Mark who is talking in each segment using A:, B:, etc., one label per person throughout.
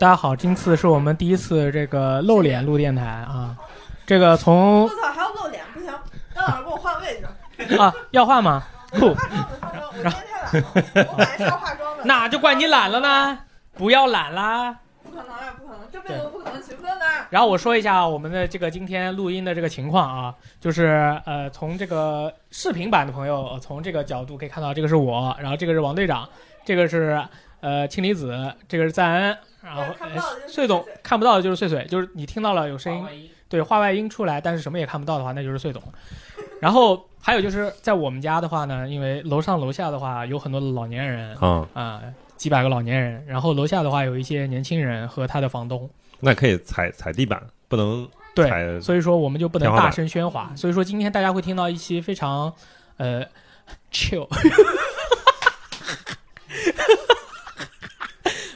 A: 大家好，今次是我们第一次这个露脸录电台啊。这个从
B: 我操，还要露脸，不行，让老师给我换位置。
A: 啊要换吗？酷，
B: 化妆没化妆？我今天太懒了，我本来是要化妆的。
A: 那就怪你懒了呢，不要懒啦。
B: 不可能啊，不可能，这辈子都不可能勤奋的。
A: 然后我说一下我们的这个今天录音的这个情况啊，就是呃，从这个视频版的朋友、呃从这个角度可以看到，这个是我，然后这个是王队长，这个是呃氢离子，这个是赞恩，然后
B: 哎看不到的就是
A: 呃
B: 碎碎
A: 穗总看不到的就是穗穗，就是你听到了有声音，对，话外音出来，但是什么也看不到的话，那就是穗总。然后还有就是在我们家的话呢，因为楼上楼下的话有很多的老年人
C: 啊、
A: 啊、几百个老年人，然后楼下的话有一些年轻人和他的房东。
C: 那可以踩踩地板，不能
A: 对
C: 踩
A: 所以说我们就不能
C: 天花
A: 大
C: 板
A: 声喧哗。所以说今天大家会听到一期非常呃 chill。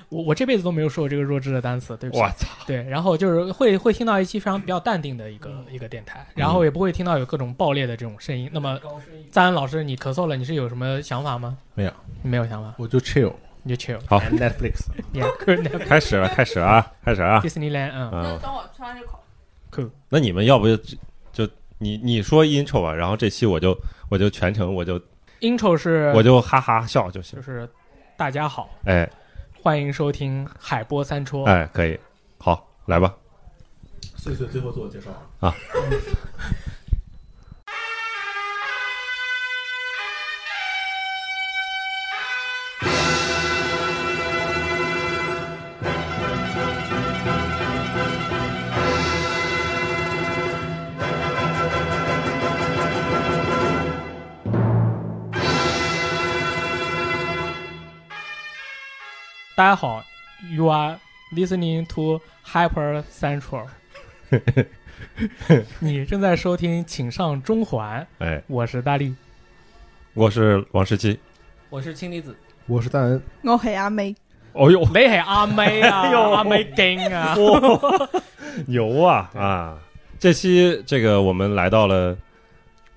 A: 我我这辈子都没有说过这个弱智的单词，对不起
C: 我。操，
A: 对，然后就是会会听到一期非常比较淡定的一个、
C: 嗯
A: 一个电台，然后也不会听到有各种爆裂的这种声音。那么，赞恩老师，你咳嗽了，你是有什么想法吗？
D: 没有，
A: 你没有想法，
D: 我就 chill
A: 你就 chill。
C: 好
D: Netflix。
A: Yeah，Disneyland，
C: 开始了，开始了啊，开始了
A: 嗯，
C: 啊，
B: 那
C: 嗯，
B: 等我吃完这口，
C: 那你们要不就就你你说 intro 吧，然后这期我就我就全程我就
A: intro 是
C: 我就哈哈笑就行
A: 就，是大家好，
C: 哎
A: 欢迎收听海波三戳。
C: 哎，可以，好，来吧，
D: 碎碎最后自我介绍，
A: 大家好，You are listening to Hyper Central。你正在收听，请上中环，
C: 哎，
A: 我是大 力。
C: 我是王十七，
E: 我是氢离子，
D: 我是戴恩。
B: 我系阿妹，
C: 哦呦，
A: 你系阿妹啊，
C: 哎呦
A: 阿妹丁啊，
C: 牛啊啊！这期这个我们来到了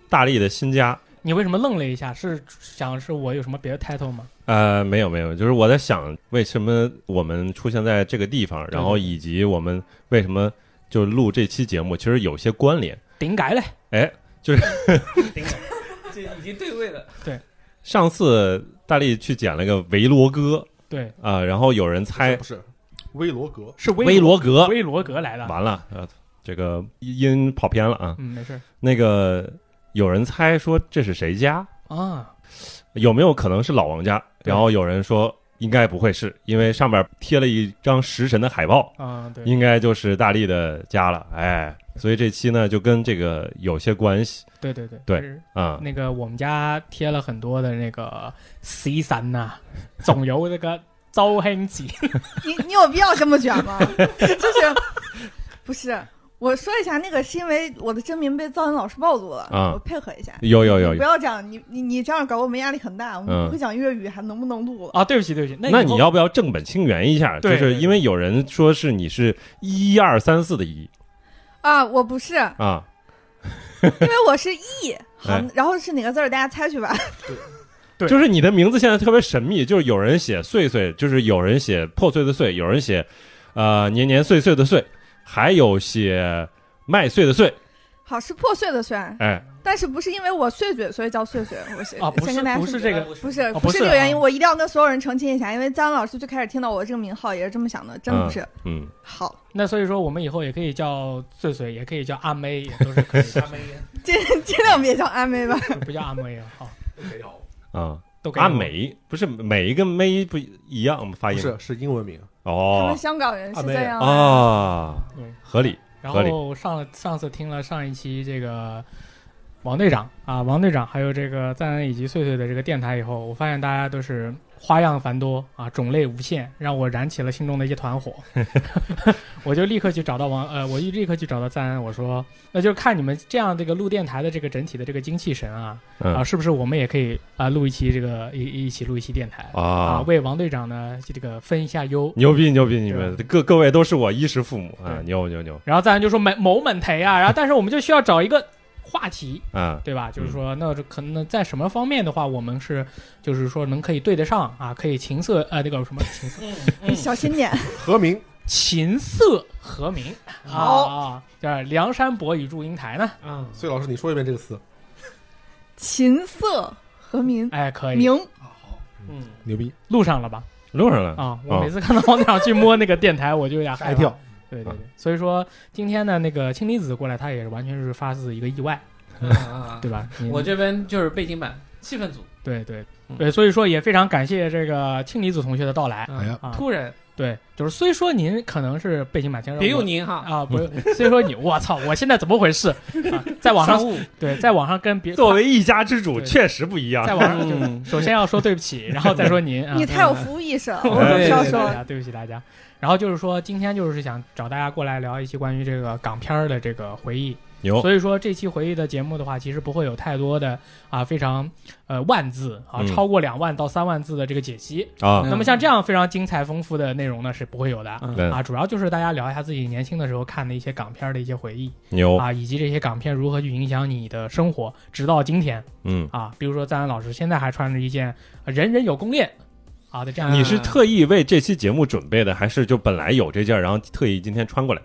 C: 大力的新家，
A: 你为什么愣了一下？是想是我有什么别的 title 吗？
C: 呃，没有没有，就是我在想，为什么我们出现在这个地方，然后以及我们为什么就录这期节目，其实有些关联。
A: 顶改嘞，
C: 哎，
E: 这已经对位了。
C: 上次大力去捡了个维罗哥
A: 对，
C: 啊、然后有人猜
D: 不是威罗格，
A: 是
C: 威罗格，
A: 威罗格来的。
C: 完了，呃，这个音跑偏了啊。
A: 嗯，没事
C: 那个有人猜说这是谁家，
A: 啊，
C: 有没有可能是老王家？然后有人说应该不会是，因为上面贴了一张食神的海报。
A: 嗯，对，
C: 应该就是大力的家了，哎，所以这期呢就跟这个有些关系
A: 对对对
C: 对
A: 就是
C: 啊、
A: 那个我们家贴了很多的那个 C 三呐， 总有那个周星驰。
B: 你你有必要这么卷吗？ 就是不是？我说一下，那个是因为我的真名被造恩老师暴露了，
C: 啊
B: 我配合一下。
C: 有有有
B: 你不
C: 有，
B: 要这样，你你你这样搞我们压力很大，我们
C: 嗯
B: 不会讲粤语，还能不能录了？
A: 啊，对不起，对不起，
C: 那
A: 以后
C: 你要不要正本清源一下？就
A: 对对
C: 是
A: 对
C: 因为有人说是你是一二三四的一
B: 啊，我不是，
C: 啊，
B: 因为我是 E，好
C: 哎，
B: 然后是哪个字儿，大家猜去吧。
A: 对
C: 就是你的名字现在特别神秘，就是有人写碎碎，就是有人写破碎的碎，有人写呃年年岁岁的岁，还有写麦穗的穗，
B: 好，是破碎的碎，
C: 哎，
B: 但是不是因为我碎嘴所以叫碎嘴？我是
A: 啊，不
B: 先
A: 是
B: 跟大家
A: 不
B: 说
A: 是这个，
B: 不是
A: 哦
B: 不
A: 不
B: 是
A: 是
B: 这个原因，
A: 啊
B: 我一定要跟所有人澄清一下，因为张老师最开始听到我这个名号也是这么想的，真不是。
C: 嗯，
B: 好，
A: 那所以说我们以后也可以叫穗穗，也可以叫阿妹，也都是可以的，
E: 阿妹，
B: 尽 尽量别叫阿妹吧。
A: 不叫阿妹啊，好，
D: 没有，
C: 啊，
A: 都可以。
C: 阿，美不是每一个妹不一样吗？发
D: 不
C: 音
D: 是是英文名。
B: 他
C: 哦
B: 们香港人是
D: 阿妹
B: 这样的
A: 哦
C: 啊，
A: 对。
C: 合理。
A: 然
C: 合理
A: 后上了上次听了上一期这个王队长啊，王队长还有这个赞恩以及碎碎的这个电台以后，我发现大家都是花样繁多啊，种类无限，让我燃起了心中的一团 火。 我就立刻去找到王呃，我就立刻去找到赞恩，我说那就是看你们这样这个录电台的这个整体的这个精气神啊啊，
C: 嗯
A: 是不是我们也可以啊录一期这个一一起录一期电台啊，
C: 啊，
A: 为王队长呢这个分一下忧。
C: 牛逼牛逼！你们各各位都是我衣食父母啊，
A: 对
C: 牛牛牛
A: 然后赞恩就说某某猛台 啊，然后但是我们就需要找一个话题。
C: 啊！
A: 对
E: 嗯
A: 吧？就是说，那这可能在什么方面的话，我们是就是说能可以对得上啊，可以情色呃那个什么情色
E: 嗯，
B: 哎你小心点。
D: 何明
A: 琴瑟和鸣啊，叫梁山伯与祝英台呢？
E: 嗯，
D: 所以老师，你说一遍这个词，
B: 琴瑟和鸣，
A: 哎，可以，
B: 鸣
E: 嗯，
D: 牛逼，
A: 录上了吧？
C: 录上了。
A: 啊，我
C: 哦
A: 每次看到王队长去摸那个电台，我就有点
D: 吓
A: 害
D: 一
A: 怕。
E: 哦
D: 跳。
A: 对对对，所以说今天呢，那个氢离子过来，他也是完全是发自一个意外，
E: 嗯嗯
A: 对吧？你
E: 嗯我这边就是背景板气氛组，
A: 对对
E: 嗯
A: 对，所以说也非常感谢这个氢离子同学的到来。
E: 嗯
D: 哎呀
A: 啊
E: 突然
A: 对，就是虽说您可能是背景满腔，
E: 别
A: 我
E: 用您哈，
A: 啊，不是，虽说你，我操，我现在怎么回事？啊，在网上
E: 商务，
A: 对，在网上跟别
C: 作为一家之主，
A: 对
C: 确实不一样
A: 在。网上
E: 嗯
A: 就是首先要说对不起，然后再说您啊
B: 你，太有服务意识了，
A: 对
B: 我
A: 对
B: 总
A: 对对
B: 是要
A: 对
B: 说
A: 大，家对不起大家。然后就是说，今天就是想找大家过来聊一期关于这个港片儿的这个回忆。
C: 牛，
A: 所以说这期回忆的节目的话，其实不会有太多的啊非常呃万字啊
C: 嗯
A: 超过两万到三万字的这个解析。
C: 啊，
A: 那么像这样非常精彩丰富的内容呢是不会有的
C: 对
A: 啊，主要就是大家聊一下自己年轻的时候看的一些港片儿的一些回忆
C: 牛，嗯
A: 啊，以及这些港片如何去影响你的生活，直到今天
C: 嗯，
A: 啊。比如说赞恩老师现在还穿着一件呃人人有攻略啊的这样一个
C: 你是特意为这期节目准备的，还是就本来有这件儿，然后特意今天穿过来？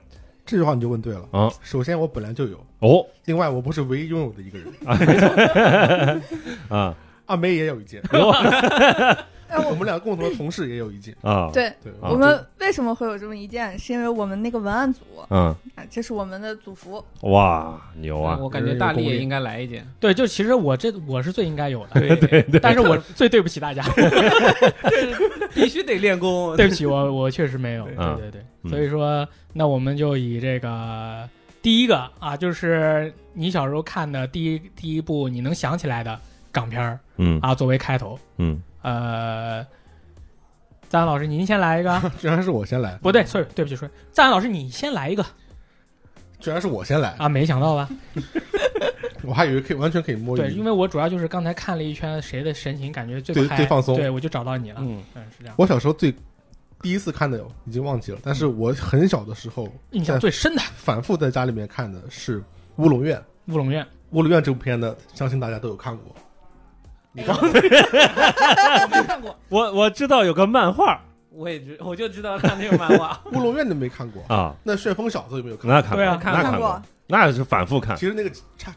D: 这句话你就问对了
C: 啊
D: 首先，我本来就有，
C: 哦，
D: 另外我不是唯一拥有的一个人，
C: 啊
D: 阿梅也有一件，
B: 哎
D: 我
B: 我
D: 们俩共同的同事也有一件。
C: 啊，
B: 对。
D: 对，
C: 啊
B: 我们为什么会有这么一件？是因为我们那个文案组
C: 嗯，
B: 啊，这是我们的组服。
C: 哇，牛啊！
E: 我感觉大力也应该来一件，
A: 对，就其实我这我是最应该有的，
E: 对对对，
A: 但是我最对不起大家。
E: 必须得练功，
A: 对不起，我我确实没有。
E: 对
A: 对对对，
C: 嗯
A: 所以说，那我们就以这个第一个啊，就是你小时候看的第一第一部你能想起来的港片儿
C: 嗯
A: 啊，作为开头。
C: 嗯，
A: 呃，赞恩老师，您先来一 个。
D: 居然是我先来，
A: 不对，sorry，对不起，sorry，赞恩老师，你先来一个
D: 居然是我先来，
A: 啊，没想到吧？
D: 我还以为可以完全可以摸
A: 对，
D: 鱼
A: 因。为我主要就是刚才看了一圈谁的神情感觉最
D: 对
A: 嗨
D: 最放松
A: 对我就找到你了。
E: 嗯，
A: 嗯，是这样。
D: 我小时候最第一次看的已经忘记了，但是我很小的时候
A: 印象最深的《
D: 反复在家里面看的是《乌龙院》。《
A: 乌龙院
D: 乌龙院》这部片呢，相信大家都有看过。你看过
B: 没看过，
C: 我我知道有个漫画
E: 我也知，我就知道看那个漫画，
D: 《乌龙院》你没看过？
C: 啊，
D: 那《旋风小子》有没有看？
C: 那看
A: 对
C: 过，
A: 啊
C: 那
E: 看
C: 看
B: 过，，
C: 那是反复看。
D: 其实那个差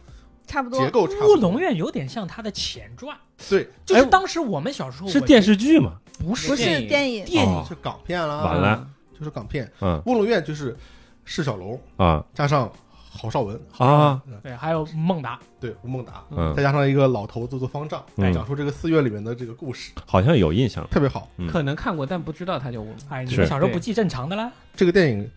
B: 差不多
D: 结。构差不多。
A: 乌龙院有点像它的前传，
D: 对，
A: 就是
C: 哎
A: 当时我们小时候
C: 是
A: 我
C: 电视剧嘛？
A: 不是
B: 不
E: 电
B: 是
E: 影
B: 电影，
A: 电影
C: 哦
D: 是港片啦，
C: 完了，
D: 就是港片。
C: 嗯
D: 乌龙院就是释小龙
C: 啊
D: 加上郝邵文，
C: 啊，
D: 嗯
A: 对，还有孟达，
D: 对吴孟达，
C: 嗯
D: 再，加上一个老头子做方丈，
C: 嗯
D: 讲述这个寺院里面的这个故事，
C: 好像有印象。
D: 特别好。
C: 嗯
E: 可能看过，但不知道他叫我们。
A: 哎，你
C: 是
A: 们小时候不记正常的啦，
D: 这个电影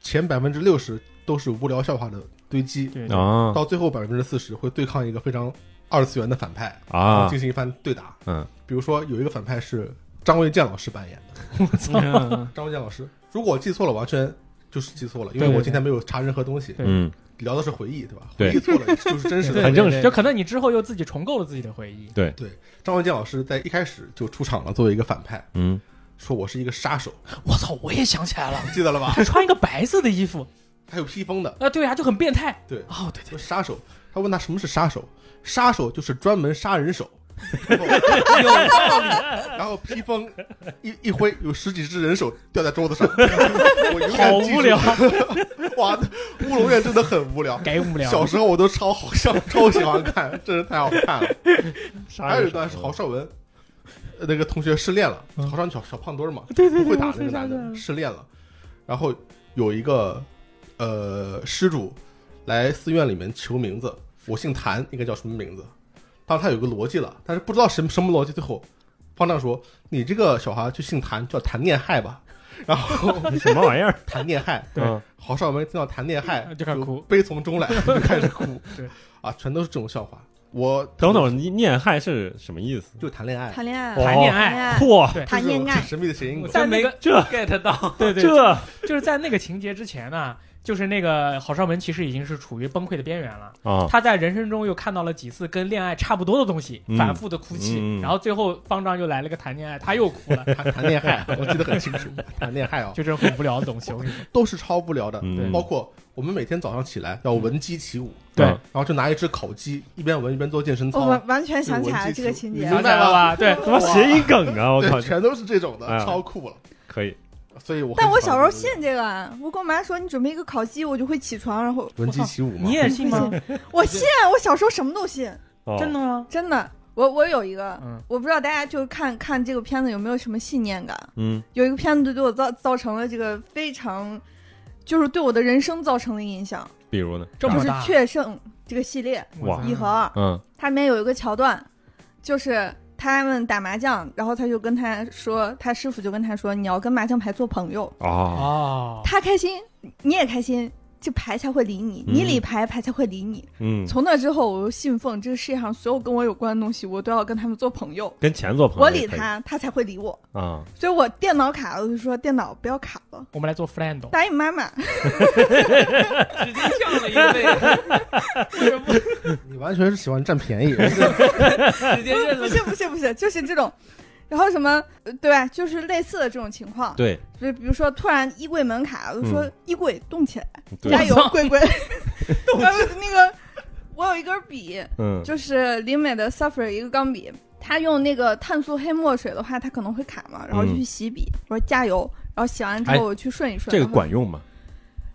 D: 前百分之六十都是无聊笑话的堆积，
A: 对对
C: 啊
D: 到最后百分之四十会对抗一个非常二次元的反派，然后
C: 啊
D: 进行一番对打。
C: 嗯，
D: 比如说有一个反派是张卫健老师扮演的，
E: 嗯
D: 张卫健老师，如果我记错了，完全就是记错了，因为
A: 对对
D: 我今天没有查任何东西，
A: 对
C: 嗯，
D: 聊的是回忆，对吧？
C: 对
D: 回忆错了就是真实
A: 对
D: 的。
C: 很正式
A: 就可能你之后又自己重构了自己的回忆，
D: 张卫健老师在一开始就出场了，作为一个反派，
C: 嗯，
D: 说我是一个杀手，
A: 我操，我也想起来了，
D: 记得了吧？
A: 他穿一个白色的衣服，
D: 还有披风的，
A: 啊，对啊，就很变态，
D: 对
A: 哦，对
D: 说杀手。他问他什么是杀手，杀手就是专门杀人手。
E: 有道理，
D: 然后披风一一挥，有十几只人手掉在桌子上。我永远
A: 好
D: 记住
A: 无聊，
D: 哇！乌龙院真的很无聊。
A: 给无聊，
D: 小时候我都超好笑，超喜欢看，真是太好看了。还有一段是郝邵文，呃那个同学失恋了，
A: 嗯
D: 郝邵文小小胖墩儿嘛，对对会打那个男的失恋了，然后有一个呃施主来寺院里面求名字，我姓谭，应该叫什么名字？当时他有个逻辑了，但是不知道什么什么逻辑，最后方丈说：“你这个小孩就姓谭，叫谭念害吧。”然后
C: 什么玩意 儿？
D: 谭念害，
A: 对
C: 嗯
D: 郝邵文听到谭念害
A: 就开始哭，
D: 悲从中来， 就开始哭
A: 对
D: 啊，全都是这种笑话。我
C: 等等，你念害是什么意思？
D: 就谈恋爱，
B: 谈恋
C: 哦
B: 爱，
A: 谈恋爱，
B: 爱，
C: 嚯，
A: 对
B: 谈 恋
D: 这
B: 爱
D: 是，神秘的谐音
E: 我
D: 梗。
E: 真没
C: 这
E: get 到，
A: 对对，
C: 这
A: 就是在那个情节之前呢，就是那个郝邵文其实已经是处于崩溃的边缘了。
C: 啊，
A: 他在人生中又看到了几次跟恋爱差不多的东西，
C: 嗯
A: 反复的哭泣，
C: 嗯嗯
A: 然后最后方丈又来了个谈恋爱，他又哭了，
D: 谈谈恋爱，我记得很清楚，谈恋爱哦，
A: 就这种很无聊的东西。我跟你 说，
D: 都是超无聊的。
C: 嗯
D: 包括我们每天早上起来要闻鸡起舞，
A: 对
D: 然后就拿一只烤鸡，一边闻一边做健身
B: 我
D: 操，
B: 完完全想起来了这个情节
D: 你明。
A: 想
D: 白
A: 起来了吧？对，
C: 怎么谐音梗啊？我靠
D: 对，，全都是这种的，
C: 哎
D: 超酷了。
C: 可以，
D: 所以我
B: 但
D: 很
B: 我
D: 讨
B: 小时
D: 厌
B: 候
D: 这个
B: 信这个啊，我跟我妈说你准备一个烤鸡，我就会起床，然后
D: 闻鸡起舞嘛。
A: 你也信吗？
B: 我信，我小时候什么都信，
C: 哦
A: 真的吗？
B: 真的。我我有一个，
A: 嗯
B: 我不知道大家就是看看这个片子有没有什么信念感。
C: 嗯
B: 有一个片子对我造造成了这个非常，就是对我的人生造成了影响，
C: 比如呢？
A: 这
B: 就
A: 么
B: 是
A: 大
B: 《雀圣》这个系列
A: 我
C: 哇
A: 操
B: 一和二，
C: 嗯
B: 它里面有一个桥段，就是他们打麻将，然后他就跟他说，他师傅就跟他说，你要跟麻将牌做朋友，
C: 哦
A: 哦，
B: 他开心，你也开心。这牌才会理你，
C: 嗯
B: 你理牌，牌才会理你。
C: 嗯，
B: 从那之后，我就信奉这个世界上所有跟我有关的东西，我都要跟他们做朋友。
C: 跟钱做朋友
B: 我
C: 也
B: 理
C: 可以
B: 他，他才会理我。
C: 啊，
B: 所以我电脑卡了，我就说电脑不要卡了，
A: 我们来做 friend，
B: 答应妈妈。
E: 直接跳了一个位，
D: 你完全是喜欢 占便宜，
E: 直接认
B: 不
E: 了。
B: 是不是不是，就是这种，然后什么呃对吧？就是类似的这种情况，
C: 对
B: 就比如说突然衣柜门卡，我就说
C: 嗯
B: 衣柜动起来，
C: 对
B: 加， 油柜柜。然后那个我有一根笔，
C: 嗯
B: 就是林美的 Suffer 一个钢笔，他用那个碳素黑墨水的话，它可能会卡嘛，然后就
C: 嗯
B: 去洗笔，我说加油，然后洗完之
C: 哎
B: 后我去顺一顺。
C: 这个
B: 然后
C: 管用吗？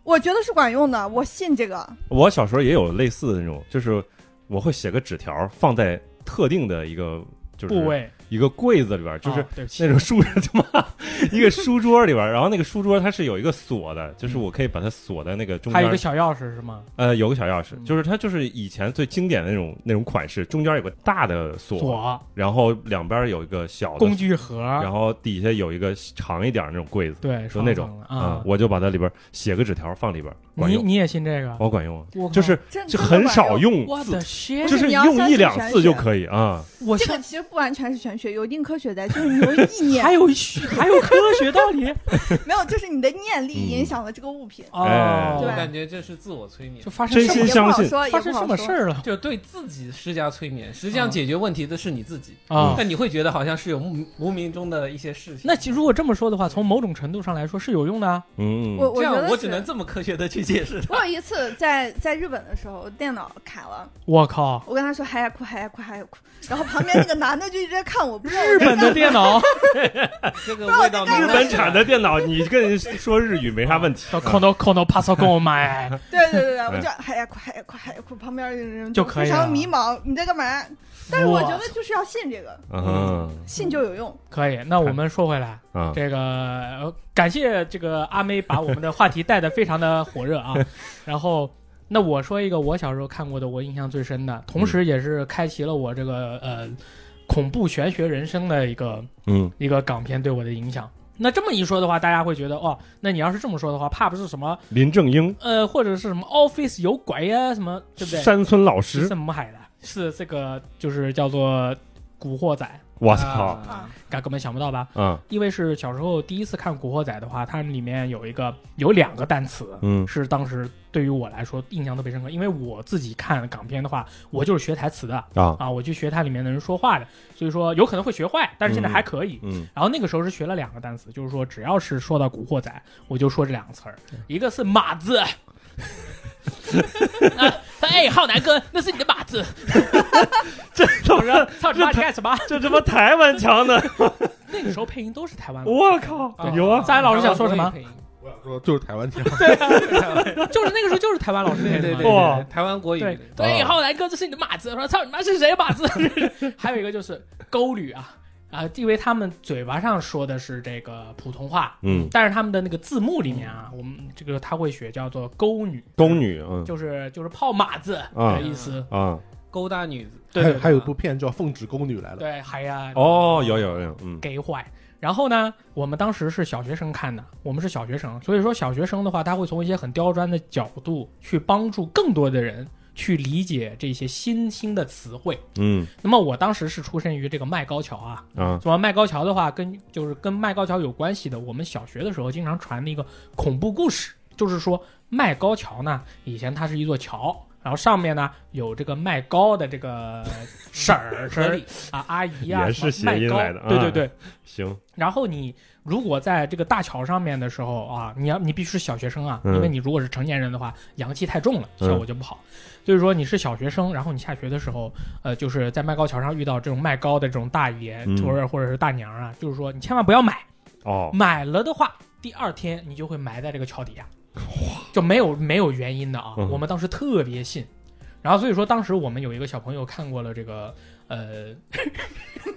B: 我觉得是管用的，我信这个。
C: 我小时候也有类似的那种，就是我会写个纸条放在特定的一个就是
A: 部位
C: 一个柜子里边，就是
A: 哦对不起
C: 那种书他妈一个书桌里边，然后那个书桌它是有一个锁的，就是我可以把它锁在那个中
A: 还有一
C: 间
A: 个，小钥匙是吗？
C: 呃，有个小钥匙，
A: 嗯
C: 就是它就是以前最经典的那种那种款式，中间有个大的锁，
A: 锁
C: 然后两边有一个小的
A: 工，具盒，
C: 然后底下有一个长一点的那种柜子。
A: 对，
C: 就那种
A: 双层的
C: 啊
A: 啊，。
C: 我就把它里边写个纸条放里边，管
A: 你
C: 用，
A: 你也信这个？
C: 好管用啊，
A: 我靠
C: 就是
B: 真
C: 就
B: 真的
C: 很
B: 管
C: 少
B: 用
C: 用
A: 我
C: 字
A: 的，天，
C: 就是
B: 你要
C: 用
B: 相
C: 一
B: 信
C: 两
B: 玄
C: 次就
B: 学
C: 可以啊。
A: 我
B: 这个其实不完全是玄学，有一定科学在，就是你由于意念
A: 还，有学还有科学道 理
B: 没有，就是你的念力
C: 嗯
B: 影响了这个物品。
A: 哦，
E: 我
B: 对
E: 感觉这是自我催眠
A: 就，发生
C: 真
A: 什
C: 心
A: 么
B: 也不
C: 相
B: 好
C: 信
B: 说也
A: 发
B: 不
A: 生
B: 好
A: 什么
B: 说
A: 事儿了
E: 就对自己施加催眠，实际上
A: 嗯
E: 解决问题的是你自己。
A: 啊？
E: 但你会觉得好像是有无无名中的一些事情。
A: 那其实如果这么说的话，从某种程度上来说是有用的啊。
C: 嗯，
B: 我
E: 这
B: 觉
E: 样
B: 得
E: 我
B: 是
E: 只能这么科学的去解释它。
B: 我有一次在在日本的时候，我电脑卡了，
A: 我靠，
B: 我跟他说还要哭还要哭还要哭，然后旁边那个男的就一直在看我，不知道我
A: 日
B: 在
A: 本 的电脑
E: 这个味道
C: 日
E: 明
C: 本
E: 显
C: 产的电脑，你跟人说日语没啥问题。
A: 叫 Kono Kono p a s o k o m a
B: 对对对对，我就还要哭还要哭还要哭，旁边的人
A: 哎就可以
B: 非
A: 了
B: 常迷茫，你在干嘛？但是我觉得就是要信这个，
C: 嗯
B: 信就有用。
A: 可以。那我们说回来，
C: 啊，
A: 这个、呃感谢这个阿妹把我们的话题带的非常的火热 啊。然后，那我说一个我小时候看过的，我印象最深的，同时也是开启了我这个呃恐怖玄学人生的一个
C: 嗯
A: 一个港片对我的影响。那这么一说的话，大家会觉得哦，那你要是这么说的话，怕不是什么
C: 林正英，
A: 呃，或者是什么 Office 有鬼呀、什么对不对？
C: 山村老
A: 是
C: 师，
A: 什么海的？是这个就是叫做《古惑仔
C: 我操，
E: 啊
A: 嘎，根本想不到吧？
C: 啊，
A: 因为是小时候第一次看《古惑仔》的话，它里面有一个有两个单词，
C: 嗯
A: 是当时对于我来说印象特别深刻，因为我自己看港片的话，我就是学台词的
C: 啊，
A: 啊，我去学它里面的人说话的，所以说有可能会学坏，但是现在还可以。
C: 嗯
A: 然后那个时候是学了两个单词，就是说只要是说到《古惑仔》，我就说这两个词儿，一个是马子。 啊哎，浩南哥，那是你的马子。
C: 这他
A: 我说
C: 妈，
A: 操你妈，你干什么？
C: 这他妈台湾腔 的，
A: 那个时候配音都是台湾的。
C: 我靠，有啊，
A: 三老师想说什么？？
D: 我想说就是台湾腔，
A: 就是那个时候就是台湾老师配
E: 对
A: 的
E: 对
A: 嘛
E: 对
C: 哇
E: 对，台湾国语
A: 对
E: 的
A: 对，
C: 哦
A: 浩南哥，这是你的马子。我说操你妈是谁的马子？ 还有一个就是沟旅啊啊，因为他们嘴巴上说的是这个普通话，
C: 嗯，
A: 但是他们的那个字幕里面啊，我们这个他会写叫做沟女，
C: 宫女，嗯
A: 就是就是泡马子
C: 啊
A: 的意思。
C: 啊，
E: 勾搭女子，
A: 对
D: 还
A: 对
D: 有还有一部片叫《奉旨宫女来了》，
A: 对，还呀
C: 哦，有有有，嗯
A: 给坏。然后呢，我们当时是小学生看的，我们是小学生，所以说小学生的话，他会从一些很刁钻的角度去帮助更多的人去理解这些新兴的词汇。
C: 嗯
A: 那么我当时是出身于这个麦高桥啊，
C: 啊，
A: 什么麦高桥的话，跟就是跟麦高桥有关系的，我们小学的时候经常传的一个恐怖故事，就是说麦高桥呢，以前它是一座桥，然后上面呢有这个卖糕的这个 婶儿
E: 合理
A: 啊阿姨啊，
C: 也
A: 什么
C: 是
A: 卖
C: 谐音
A: 糕
C: 来的
A: 对
C: 啊
A: 对对。
C: 行，
A: 然后你如果在这个大桥上面的时候啊，你要你必须是小学生啊，
C: 嗯
A: 因为你如果是成年人的话，阳气太重了，
C: 嗯
A: 效果就不好。所以说你是小学生，然后你下学的时候，呃，就是在卖糕桥上遇到这种卖糕的这种大爷
C: 嗯
A: 或者或者是大娘啊，就是说你千万不要买，
C: 哦，
A: 买了的话第二天你就会埋在这个桥底下，就没有没有原因的啊。
C: 嗯
A: 我们当时特别信，然后所以说当时我们有一个小朋友看过了这个呃《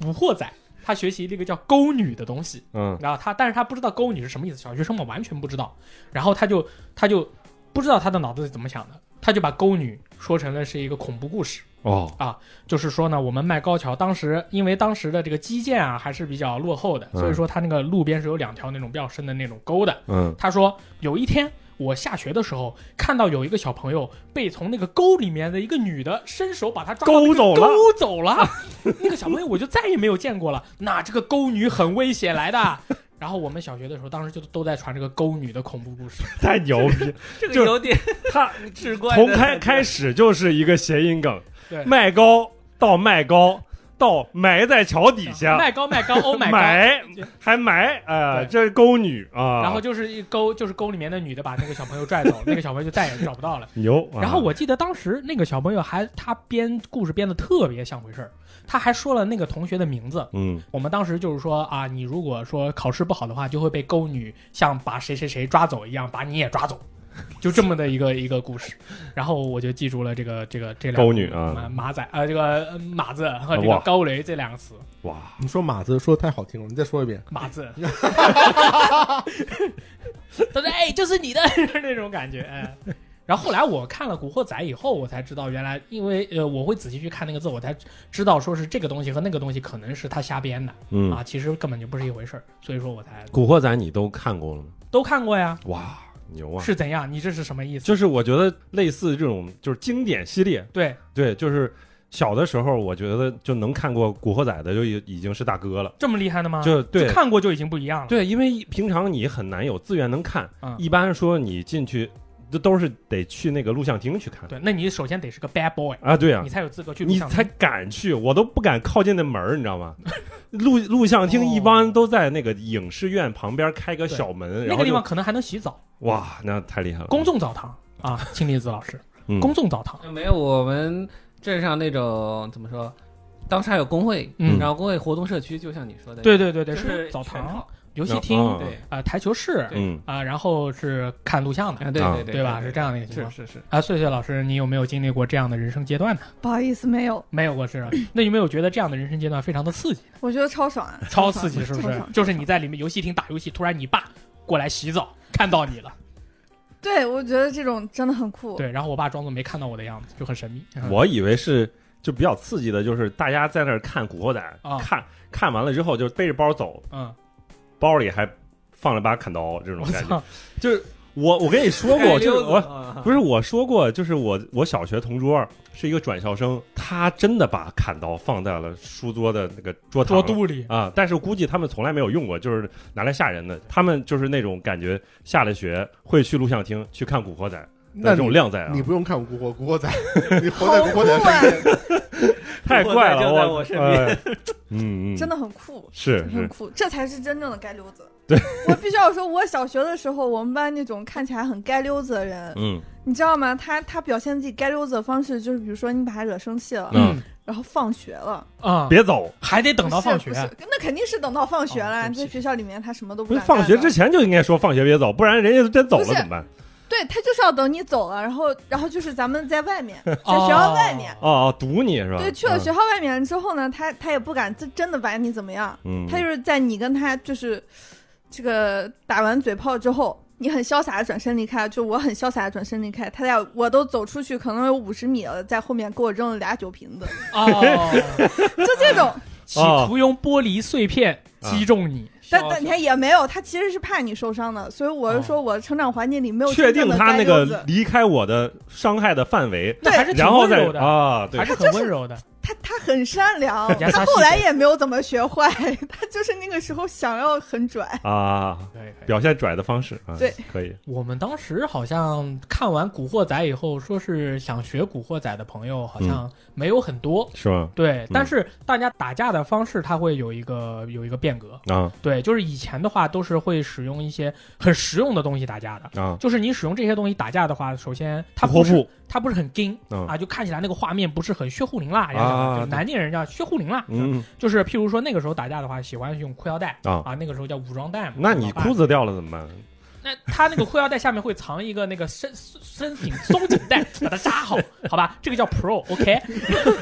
A: 古惑仔》，他学习了一个叫勾女的东西，
C: 嗯
A: 然后他但是他不知道勾女是什么意思，小学生嘛完全不知道，然后他就他就不知道他的脑子是怎么想的，他就把勾女说成了是一个恐怖故事。
C: 哦
A: 就是说呢，我们卖高桥，当时因为当时的这个基建啊还是比较落后的，
C: 嗯
A: 所以说它那个路边是有两条那种比较深的那种沟的。
C: 嗯
A: 他说有一天我下学的时候，看到有一个小朋友被从那个沟里面的一个女的伸手把他抓到那个
C: 勾走了
A: 勾走了。 那个小朋友我就再也没有见过了。那这个勾女很危险来的。然后我们小学的时候，当时就都在传这个勾女的恐怖故事。
C: 太牛 逼！
E: 这个
C: 就
E: 有点
C: 他
E: 至关
C: 从开开始就是一个谐音梗
A: 对，
C: 卖高到卖高到埋在桥底下，
A: 卖高卖高，Oh my god！
C: 埋还埋，呃，
A: 对
C: 这是勾女啊，
A: 然后就是一勾，就是沟里面的女的把那个小朋友拽走，那个小朋友就再也找不到了。
C: 牛，啊
A: 然后我记得当时那个小朋友还他编故事编的特别像回事儿，他还说了那个同学的名字。
C: 嗯
A: 我们当时就是说啊，你如果说考试不好的话，就会被勾女像把谁谁谁抓走一样，把你也抓走， 就这么的一个一个故事。然后我就记住了这个这个这两个
C: 勾女啊
A: 马马仔呃这个呃马字和这
C: 哇
A: 个高雷这两个词
C: 哇，
D: 你说马子说的太好听了，你再说一遍。
A: 马 字，他说哎就是你的 那种感觉哎。然后后来我看了《古惑仔》以后，我才知道原来，因为呃，我会仔细去看那个字，我才知道说是这个东西和那个东西可能是他瞎编的、
C: 嗯，
A: 啊，其实根本就不是一回事儿，所以说我才嗯
C: 古惑仔你都看过了吗？
A: 都看过呀。
C: 哇，牛啊！
A: 是怎样？你这是什么意思？
C: 就是我觉得类似这种就是经典系列，
A: 对
C: 对，就是小的时候我觉得就能看过《古惑仔》的就已已经是大哥了，
A: 这么厉害的吗？
C: 就对
A: 看啊过就已经不一样了。
C: 对，因为平常你很难有资源能看，
A: 嗯
C: 一般说你进去这都是得去那个录像厅去看
A: 对那你首先得是个 bad boy，、
C: 啊，对啊
A: 你，才有资格去录
C: 你
A: 像
C: 才敢去，我都不敢靠近那门儿，你知 道吗？录录像厅一般都在那个影视院旁边开个小门，
A: 哦那
C: 然
A: 个
C: 后
A: 地
C: 就
A: 方可能还能洗澡，
C: 哇，那太厉害了，
A: 公众澡堂 啊，青离子老师，
C: 嗯
A: 公众澡堂，
E: 没有我们镇上那种怎么说，当时还有工会，
A: 嗯
E: 然后工会活动社区，就像你说的，
A: 对对对对，
E: 就是是
A: 澡
E: 全
A: 堂
E: 套、
A: 游戏厅
C: 嗯
A: 啊、
E: 对，
A: 呃台球室啊、
C: 嗯，
A: 然后是看录像的，
E: 啊对
C: 啊
E: 对对
A: 对吧？是这样的一个情
E: 是
A: 况。
E: 是是，
A: 啊，岁岁老师，你有没有经历过这样的人生阶段呢？
B: 不好意思，没有，
A: 没有过是吧？那有没有觉得这样的人生阶段非常的刺激，
B: 我觉得超爽啊，
A: 超
B: 爽
A: 刺激是不
B: 超
A: 是
B: 爽？
A: 就是你在里面游戏厅打游戏，突然你爸过来洗澡，看到你了，
B: 对，我觉得这种真的很酷。
A: 对，然后我爸装作没看到我的样子，就很神秘。嗯
C: 我以为是就比较刺激的，就是大家在那儿看《古惑仔》
A: 啊
C: 看看完了之后就背着包走，
A: 嗯，
C: 包里还放了把砍刀，这种
A: 我
C: 感觉。
A: 操，哎
C: 就是我我跟你说 过，就是我
E: 我
C: 不是我说过，就是我我小学同桌是一个转校生，他真的把砍刀放在了书桌的那个桌堂
A: 桌
C: 上
A: 肚里，
C: 啊，但是估计他们从来没有用过，就是拿来吓人的。他们就是那种感觉，下了学会去录像厅去看《古惑仔》
D: 那
C: 这种
D: 你
C: 靓仔啊
D: 你，不用看《古惑 古惑仔》，你活
B: 好
D: 在《古
B: 酷
D: 惑仔》
B: 啊，
D: 身
A: 嗯
D: 边。
C: 太
E: 古惑仔
C: 怪了，
E: 就在
C: 我
E: 我身边
C: 哎嗯嗯，
B: 真的很酷，
C: 是
B: 真的很
C: 是，
B: 酷，这才是真正的街溜子。对，我必须要说，我小学的时候，我们班那种看起来很街溜子的人，
C: 嗯
B: 你知道吗？他他表现自己街溜子的方式，就是比如说你把他惹生气了，
C: 嗯，
B: 然后放学了，
A: 啊，
C: 别走，
A: 还得等到放学
B: 不是，不是那肯定是等到放学
A: 哦
B: 了。
A: 对不起
B: 在学校里面，他什么都不
C: 不是
B: 敢
C: 放学
B: 干的
C: 之前就应该说放学别走，不然人家真走了
B: 不是
C: 怎么办？
B: 对他就是要等你走了，然后然后就是咱们在 外面，在
A: 哦
B: 学校外面，
C: 哦哦，堵你是吧？
B: 对，去
A: 嗯
B: 了学校外面之后呢，他他也不敢真真的把你怎么样，
C: 嗯，嗯，
B: 他就是在你跟他就是这个打完嘴炮之后。你很潇洒的转身离开，就我很潇洒的转身离开，他俩我都走出去可能有五十米了，在后面给我扔了俩酒瓶子，
A: 哦，
B: 就这种，
A: 企
C: 啊
A: 图用玻璃碎片击中你，
B: 但但他也没有，他其实是怕你受伤的，所以我是说我的成长环境里没有
C: 哦确
B: 真正
C: 定
B: 的
C: 他那
B: 街溜
C: 个
B: 子
C: 离开我的伤害的范围，
A: 那还是挺
C: 然后
A: 温
C: 再
A: 柔的，
C: 啊，对
A: 还，是很温柔的。
B: 他他很善良，
A: 人家
B: 他
A: 撒
B: 后
A: 西
B: 来
A: 北
B: 也没有怎么学坏，他就是那个时候想要很拽。
C: 啊，
A: 可以可以。
C: 表现拽的方式啊，
B: 对，
C: 可以，
A: 我们当时好像看完《古惑仔》以后，说是想学《古惑仔》的朋友好
C: 嗯
A: 像没有很多。
C: 是吗？
A: 对，但是大家打架的方式，它会有一个有一个变革。
C: 啊
A: 对，就是以前的话都是会使用一些很实用的东西打架的，
C: 啊，
A: 就是你使用这些东西打架的话，首先它
C: 不
A: 不
C: 活
A: 是
C: 布
A: 它不是很硬
C: 嗯
A: 啊，就看起来那个画面不是很血红淋辣，然后
C: 啊
A: 就南京人叫薛胡林啦，
C: 嗯
A: 就是譬如说那个时候打架的话，喜欢用裤腰带
C: 啊，
A: 啊，那个时候叫武装带嘛。
C: 那你
A: 老爸
C: 裤子掉了怎么办？
A: 那他那个裤腰带下面会藏一个那个深深紧松紧带，把它扎好，好吧？这个叫 Pro，OK？、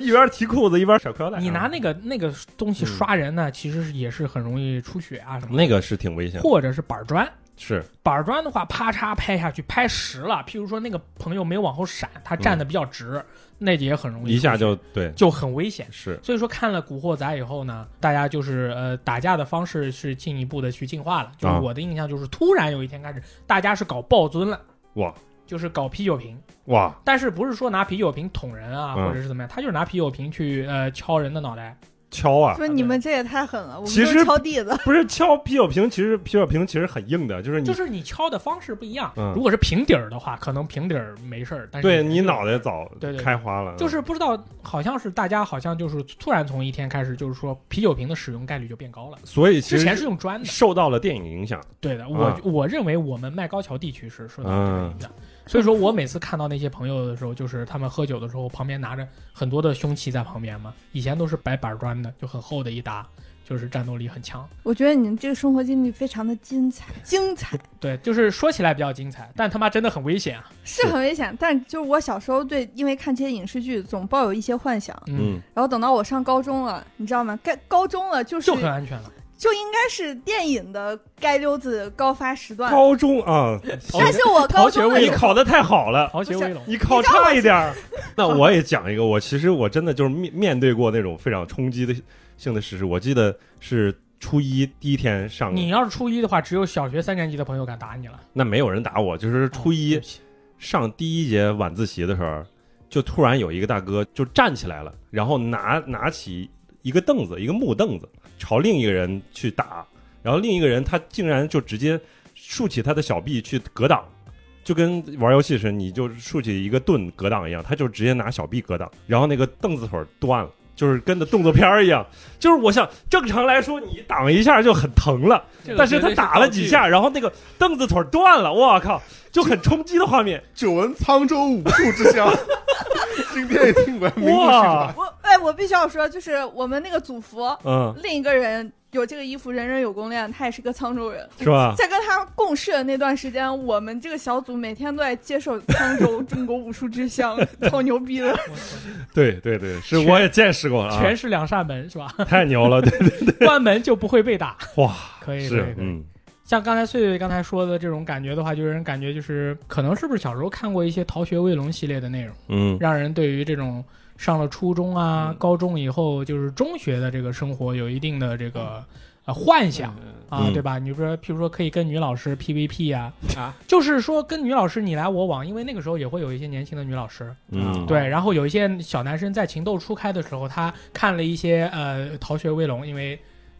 C: 一边提裤子一边甩裤腰带。
A: 你拿
C: 啊
A: 那个那个东
C: 嗯
A: 西刷人呢，其实是也是很容易出血啊什么的，
C: 那个是挺危险的，
A: 或者是板砖。
C: 是
A: 板砖的话，啪嚓拍下去，拍实了。譬如说那个朋友没往后闪，他站的比较直，那也很容易
C: 嗯一下
A: 出血
C: 就对，
A: 就很危险。
C: 是
A: 所以说看了《古惑仔》以后呢，大家就是呃打架的方式是进一步的去进化了。就是
C: 啊
A: 我的印象就是，突然有一天开始，大家是搞抱尊了，
C: 哇
A: 就是搞啤酒瓶，
C: 哇
A: 但是不是说拿啤酒瓶捅人啊，
C: 嗯
A: 或者是怎么样？他就是拿啤酒瓶去呃敲人的脑袋。
C: 敲啊！
B: 说你们这也太狠了，我们
C: 其
B: 都
C: 实
B: 是敲地子，
C: 不是敲啤酒瓶，其实啤酒瓶其实很硬的，就是你
A: 就是你敲的方式不一样，
C: 嗯
A: 如果是平底儿的话，可能平底儿没事儿，但是
C: 对你脑袋早
A: 对对对
C: 开花了，
A: 就是不知道，好像是大家好像就是突然从一天开始，就是说啤酒瓶的使用概率就变高了。
C: 嗯所以其
A: 之前
C: 实
A: 是用砖的，
C: 受到了电影影响，
A: 对的。我、
C: 啊嗯
A: 我认为我们麦高桥地区是受到这个影响，所以说我每次看到那些朋友的时候，就是他们喝酒的时候，旁边拿着很多的凶器在旁边嘛。以前都是白板砖的，就很厚的一沓，就是战斗力很强。
B: 我觉得你这个生活经历非常的精彩，精彩
A: 对，就是说起来比较精彩，但他妈真的很危险啊！
B: 是很危险，但就是我小时候对，因为看这些影视剧总抱有一些幻想，
A: 嗯，
B: 然后等到我上高中了，你知道吗？该高中了就是
A: 就很安全了。
B: 就应该是电影的街溜子高发时
A: 嗯
B: 段，
C: 高中啊，
B: 但是我高中
A: 逃学
B: 的
A: 威
C: 你
B: 时
A: 龙
B: 候
C: 考的太好了。
A: 逃学威龙，
C: 你考差一点儿，那我也讲一个。我其实我真的就是面面对过那种非常冲击的性的事实。我记得是初一第一天上，
A: 你要是初一的话，只有小学三年级的朋友敢打你了。
C: 那没有人打我，就是初
A: 哦对
C: 一
A: 不起
C: 上第一节晚自习的时候，就突然有一个大哥就站起来了，然后拿拿起一个凳子，一个木凳子，朝另一个人去打，然后另一个人他竟然就直接竖起他的小臂去格挡，就跟玩游戏时你就竖起一个盾格挡一样，他就直接拿小臂格挡，然后那个凳子腿儿断了。就是跟的动作片儿一样，就是我想正常来说你挡一下就很 疼了，但是他打了几下，然后那个凳子腿儿断了，我靠，就很冲击的画 面。
D: 久闻沧州武术之乡，今天也听闻名不虚
C: 哇
D: 传。
B: 我哎，我必须要说，就是我们那个组服
C: 嗯，
B: 另一个人有这个衣服，人人有公链，他也是个沧州人。
C: 是吧？
B: 在跟他共事的那段时间，我们这个小组每天都在接受沧州中国武术之乡，超牛逼的。
C: 对对对，是
A: 全
C: 我也见识过了、啊
A: 全，是两扇门是吧？
C: 太牛了，对，
A: 关门就不会被打。
C: 哇，
A: 可以，可以
C: 是，
A: 可以。
C: 嗯，
A: 像刚才岁岁刚才说的这种感觉的话，就让人感觉就是可能是不是小时候看过一些《逃学威龙》系列的内容，
C: 嗯，
A: 让人对于这种上了初中啊、高中以后，就是中学的这个生活有一定的这个呃幻想。啊，
C: 嗯
A: 对吧？你比如说，譬如说，可以跟女老师 PVP 啊，
E: 啊，
A: 就是说跟女老师你来我往，因为那个时候也会有一些年轻的女老师，
C: 嗯
A: 对，然后有一些小男生在情窦初开的时候，他看了一些呃《逃学威龙》，因为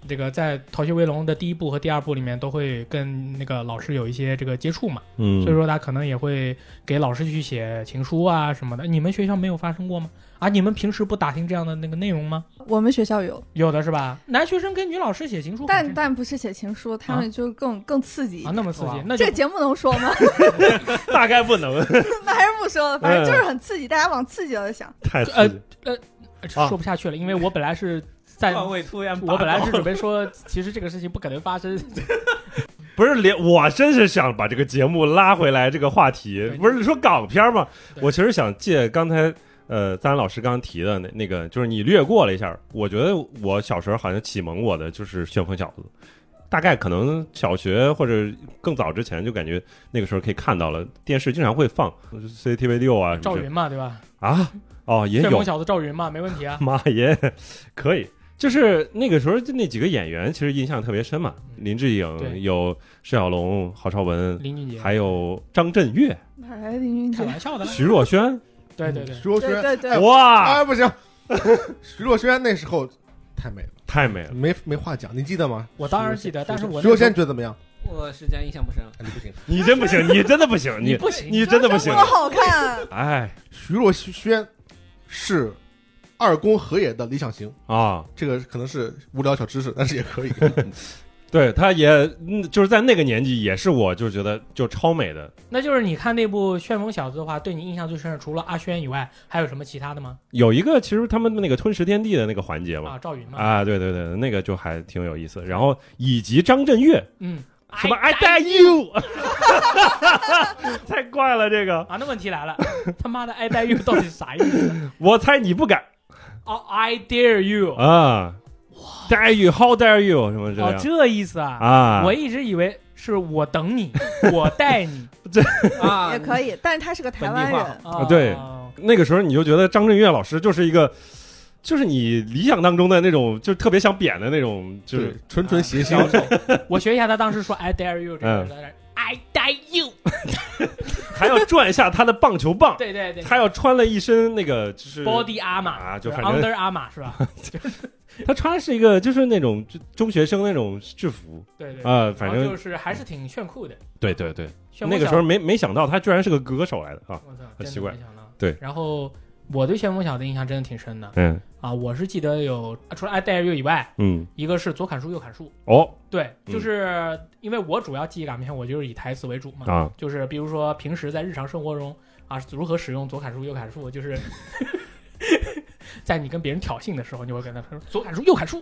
A: 这个在《逃学威龙》的第一部和第二部里面都会跟那个老师有一些这个接触嘛，
C: 嗯，
A: 所以说他可能也会给老师去写情书啊什么的。你们学校没有发生过吗？啊，你们平时不打听这样的那个内容吗？
B: 我们学校有，
A: 有的是吧？男学生跟女老师写情书很
B: 但
A: 正，
B: 但不是写情书，他
A: 啊
B: 们就更、更刺激一
A: 啊
B: 点。
A: 那么刺激
E: 哇，
A: 那就
B: 这个节目能说吗？
C: 大概不能
B: 那还是不说了，反正就是很刺激，大家往刺激了想。
C: 太刺
A: 呃
C: 激啊
A: 说不下去了，因为我本来是在。
E: 段位突然拔高，
A: 我本来是准备说，其实这个事情不可能发生，
C: 不是连我真是想把这个节目拉回来这个话题，
A: 对
C: 不是说港片吗？
A: 对
C: 我其实想借刚才呃赞恩老师刚提的那那个，就是你略过了一下，我觉得我小时候好像启蒙我的就是《旋风小子》。大概可能小学或者更早之前就感觉那个时候可以看到了，电视经常会放 CCTV 六啊什么
A: 赵
C: 之
A: 云嘛，对吧？
C: 啊哦也
A: 旋
C: 有
A: 风小子赵云嘛，没问题啊。
C: 妈耶，可以。就是那个时候，就那几个演员其实印象特别深嘛，林志
A: 对嗯
C: 颖有释小龙、郝邵文，
A: 林俊杰，
C: 还有张震岳、
B: 哪儿来的哎林俊
A: 开
B: 杰？
A: 玩笑的啦。
C: 徐若瑄，
A: 对对啊对，
D: 徐若
B: 对
D: 瑄，
B: 对对，
C: 哇，
D: 哎，不 行，徐若瑄那时候太美了，
C: 太美了！
D: 没没话讲。你记得吗？
A: 我当然记得，但是我那
D: 徐若
A: 时候
D: 瑄觉得怎么样？
E: 我时间印象不深了。
D: 哎，你不行，
C: 你真不行，你真的不行，
A: 你
C: 你
A: 不行，
C: 你真的不行
B: 多，好看！
C: 哎
D: 徐若瑄是二宫和也的理想型。
C: 啊，
D: 这个可能是无聊小知识，但是也可以。
C: 对，她也嗯就是在那个年纪，也是我就觉得就超美的。
A: 那就是你看那部《旋风小子》的话，对你印象最深的，除了阿轩以外，还有什么其他的吗？
C: 有一个其实他们那个吞食天地的那个环节嘛，
A: 啊，赵云嘛，
C: 啊，对对对，那个就还挺有意思。然后以及张震岳，
A: 嗯，
C: 什么
A: 哎
C: I die you，太怪了这个，
A: 啊？那问题来了， 他妈的 I dare you 到底啥意 思？
C: 我猜你不敢
A: 哦，I dare you，
C: 啊，die you，how dare you 什么这
A: 哦，
C: 样
A: 这意思啊？
C: 啊，
A: 我一直以为是我等 你，我带你
E: 啊，
B: 也可以，但是他是个台湾
E: 本地
B: 人，
A: 啊
C: 对那个时候你就觉得张震岳老师就是一个。就是你理想当中的那种，就是特别想扁的那种，就
D: 对
C: 是，
D: 纯纯谐星
A: 啊小，丑。我学一下他当时说 I dare you 这个
C: 嗯
A: 在那儿，I dare you，
C: 还要转一下他的棒球棒，
A: 对对对
C: 他要穿了一身那个就是
A: ，Body Armor。
C: 啊，就
A: 就是
C: 反正
A: Under Armour 是 吧？
C: 他穿的是一个就是那种就中学生那种制服
A: 对对，
C: 啊，
A: 然
C: 反
A: 后
C: 正
A: 就是还是挺炫酷的。
C: 对对对，
A: 炫酷
C: 那个
A: 小
C: 时候没没想到他居然是个歌手来的啊，
A: 我操，
C: 很
A: 真
C: 奇
A: 的
C: 怪
A: 没想到。
C: 对，
A: 然后我对旋风小子印象真的挺深的
C: 嗯
A: 啊！我是记得有除了 I Dare You 以外，
C: 嗯，
A: 一个是左砍树右砍树，
C: 哦
A: 对，
C: 嗯
A: 就是因为我主要记忆港片，我就是以台词为主嘛，
C: 啊，
A: 就是比如说平时在日常生活中啊，如何使用左砍树右砍树，就是 在你跟别人挑衅的时候，你会跟他说左砍树右砍树，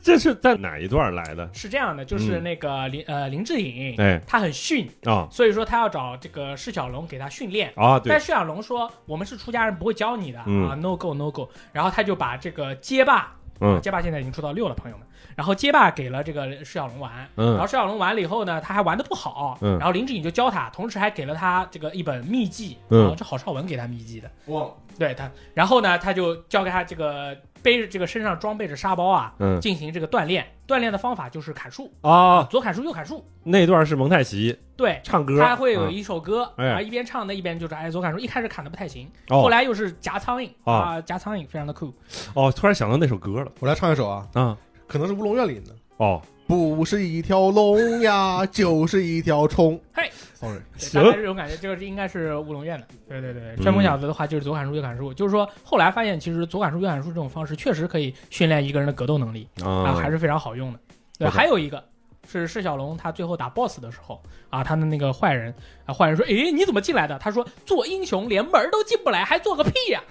C: 这是在哪一段来 的？
A: 是这样的，
C: 嗯
A: 就是那个林、呃林志颖，
C: 哎
A: 他很逊，
C: 啊
A: 所以说他要找这个释小龙给他训练。
C: 啊，
A: 但
C: 对，
A: 释小龙说：“我们是出家人，不会教你的、
C: 嗯
A: 啊，no go no go。”然后他就把这个街霸，啊
C: 嗯
A: 街霸现在已经出到六了，朋友们。然后街霸给了这个释小龙玩，然
C: 嗯
A: 后释小龙玩了以后呢，他还玩的不好，
C: 嗯
A: 然后林志颖就教他，同时还给了他这个一本秘籍，
C: 嗯
A: 啊，这郝邵文给他秘籍的，
D: 哇，
A: 对他，然后呢，他就教给他这个背着这个身上装备着沙包啊，
C: 嗯
A: 进行这个锻炼，锻炼的方法就是砍树，
C: 啊，
A: 左砍树右砍树，
C: 那段是蒙太奇
A: 对。
C: 唱歌，
A: 他会有
C: 嗯
A: 一首歌，啊
C: 哎
A: 然后一边唱的一边就是哎左砍树，一开始砍的不太行，
C: 哦
A: 后来又是夹苍蝇
C: 啊
A: 啊，夹苍蝇非常的酷。
C: 哦，突然想到那首歌了
D: 我来唱一首啊，
A: 嗯
C: 啊，
D: 可能是《乌龙院》里的。
C: 哦，
D: 不是一条龙呀， 就是一条虫。
A: 嘿
D: ，sorry，
A: 大
C: 行嗯
A: 概这种感觉，这个应该是乌龙院的。对对对，旋风小子的话就是左砍树右砍树，就是说后来发现其实左砍树右砍树这种方式确实可以训练一个人的格斗能力啊，还
C: 啊，
A: 是非常好用的。对，
C: 不错
A: 还有一个是释小龙他最后打 BOSS 的时候啊，他的那个坏人啊，坏人说：“诶，你怎么进来的？”他说：“做英雄连门都进不来，还做个屁呀、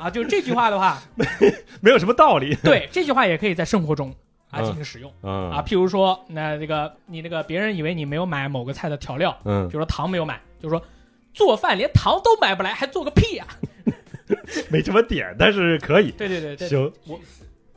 A: 啊！”就这句话的话，
C: 没有什么道理
A: 对这句话也可以在生活中啊
C: 嗯
A: 进行使用。啊，
C: 啊，
A: 譬如说，那这个你那个别人以为你没有买某个菜的调料，
C: 嗯
A: 比，如说糖没有买，就说做饭连糖都买不来，还做个屁 呀、
C: 没什么点，但是可以，
A: 对对对对，
C: 行，
A: 我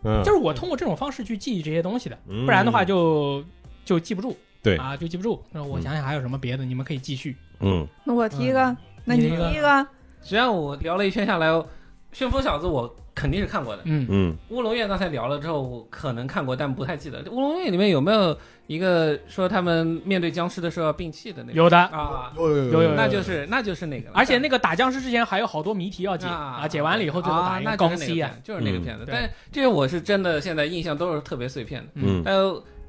C: 嗯
A: 就是我通过这种方式去记忆这些东西的，
C: 嗯
A: 不然的话就就记不住。
C: 对
A: 啊，就记不住。那我想想还有什么别的，你们可以继续。
C: 嗯
B: 那我提一个，那
A: 你
B: 你
A: 提一个
B: 提一个，
E: 实际上我聊了一圈下来，《旋风小子》我肯定是看过的，《
A: 嗯，
C: 嗯
E: 乌龙院》刚才聊了之后，我可能看过，但不太记得。《乌龙院》里面有没有一个说他们面对僵尸的时候要摒弃的
C: 嗯
E: 那个？
A: 有
C: 呃
A: 的。
E: 啊，
D: 有有
A: 有有
E: 那就是那就是那个了，
A: 而且那个打僵尸之前还有好多谜题要解
E: 啊
A: 解完了以后最后打
E: 啊，
A: 一
E: 那就
A: 高
E: 是那个
A: C 啊，
E: 片，就是那个
C: 嗯
E: 片子。
A: 对
E: 但这个我是真的现在印象都是特别碎片的。
C: 嗯
E: 但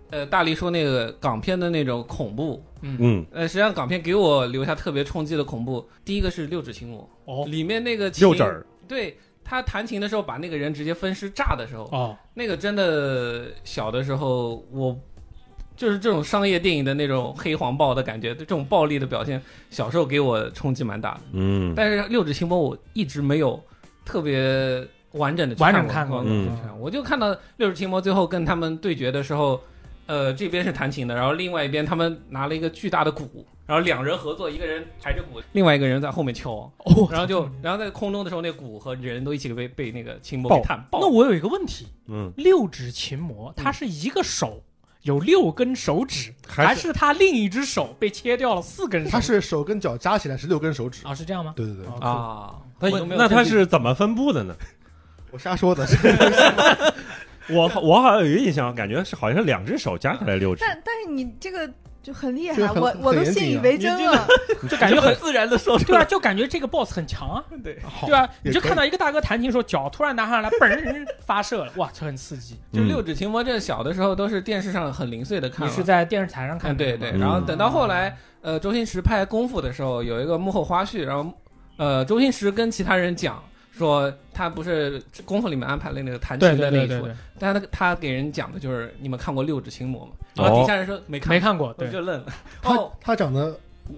E: 呃，大力说那个港片的那种恐怖，
C: 嗯，
E: 呃，实际上港片给我留下特别冲击的恐怖，第一个是六指琴魔，
A: 哦
E: 里面那个琴
C: 六指，儿，
E: 对他弹琴的时候把那个人直接分尸炸的时候，
A: 哦，
E: 那个真的小的时候我。就是这种商业电影的那种黑黄暴的感觉，这种暴力的表现，小时候给我冲击蛮大的。
C: 嗯，
E: 但是《六指琴魔》我一直没有特别完整的
A: 完整看
E: 看
A: 过
E: 完整地去看我就看到《六指琴魔》最后跟他们对决的时候，呃，这边是弹琴的，然后另外一边他们拿了一个巨大的鼓，然后两人合作，一个人抬着鼓，另外一个人在后面敲，
A: 哦
E: 然后就然后在空中的时候，那鼓和人都一起被被那个琴魔
A: 爆
E: 给弹爆。
A: 那我有一个问题，
C: 嗯，
A: 六指琴魔，它是一个手有六根手指，嗯还
D: 还
A: 是他另一只手被切掉了四根手指？
D: 他是手跟脚加起来十六根手指。
A: 啊，是这样吗？
D: 对对对，
A: 哦，
E: 啊，
C: 那
E: 我都没有
C: 那他
E: 证据
C: 是怎么分布的呢？
D: 我瞎说的。
C: 我我好像有一个印象，感觉是好像是两只手加起来六只。
B: 但但是你这个就很厉
D: 这
B: 害，
D: 个很
B: 我
D: 很
B: 我都
D: 严谨
B: 信以
D: 啊
B: 为真了。
A: 就感觉很
E: 自然的说出
A: 对
E: 来。
A: 啊，就感觉这个 boss 很强啊，
E: 对，
D: 好
A: 对，啊，你
D: 也
A: 就
D: 可以
A: 看到一个大哥弹琴的时候，脚突然拿上来，嘣儿发射了，哇，这很刺激。
E: 就
C: 嗯
E: 《六指琴魔》这小的时候都是电视上很零碎的看
A: 你
E: 了，
A: 是在电视台上看
E: 嗯，
A: 的
E: 对
A: 是吗？
E: 对，
C: 嗯
E: 然后等到后来，呃，周星驰拍《功夫》的时候，有一个幕后花絮，然后，呃，周星驰跟其他人讲说他不是功夫里面安排了那个弹
A: 对
E: 琴的
A: 对
E: 那一
A: 对
E: 出，
A: 对对，
E: 但他他给人讲的就是你们看过《六指琴魔》吗？然后底下人说没
A: 哦
E: 看，
A: 没看过，
E: 我
A: 对
E: 就愣了。
D: 他
E: 哦
D: 他讲的，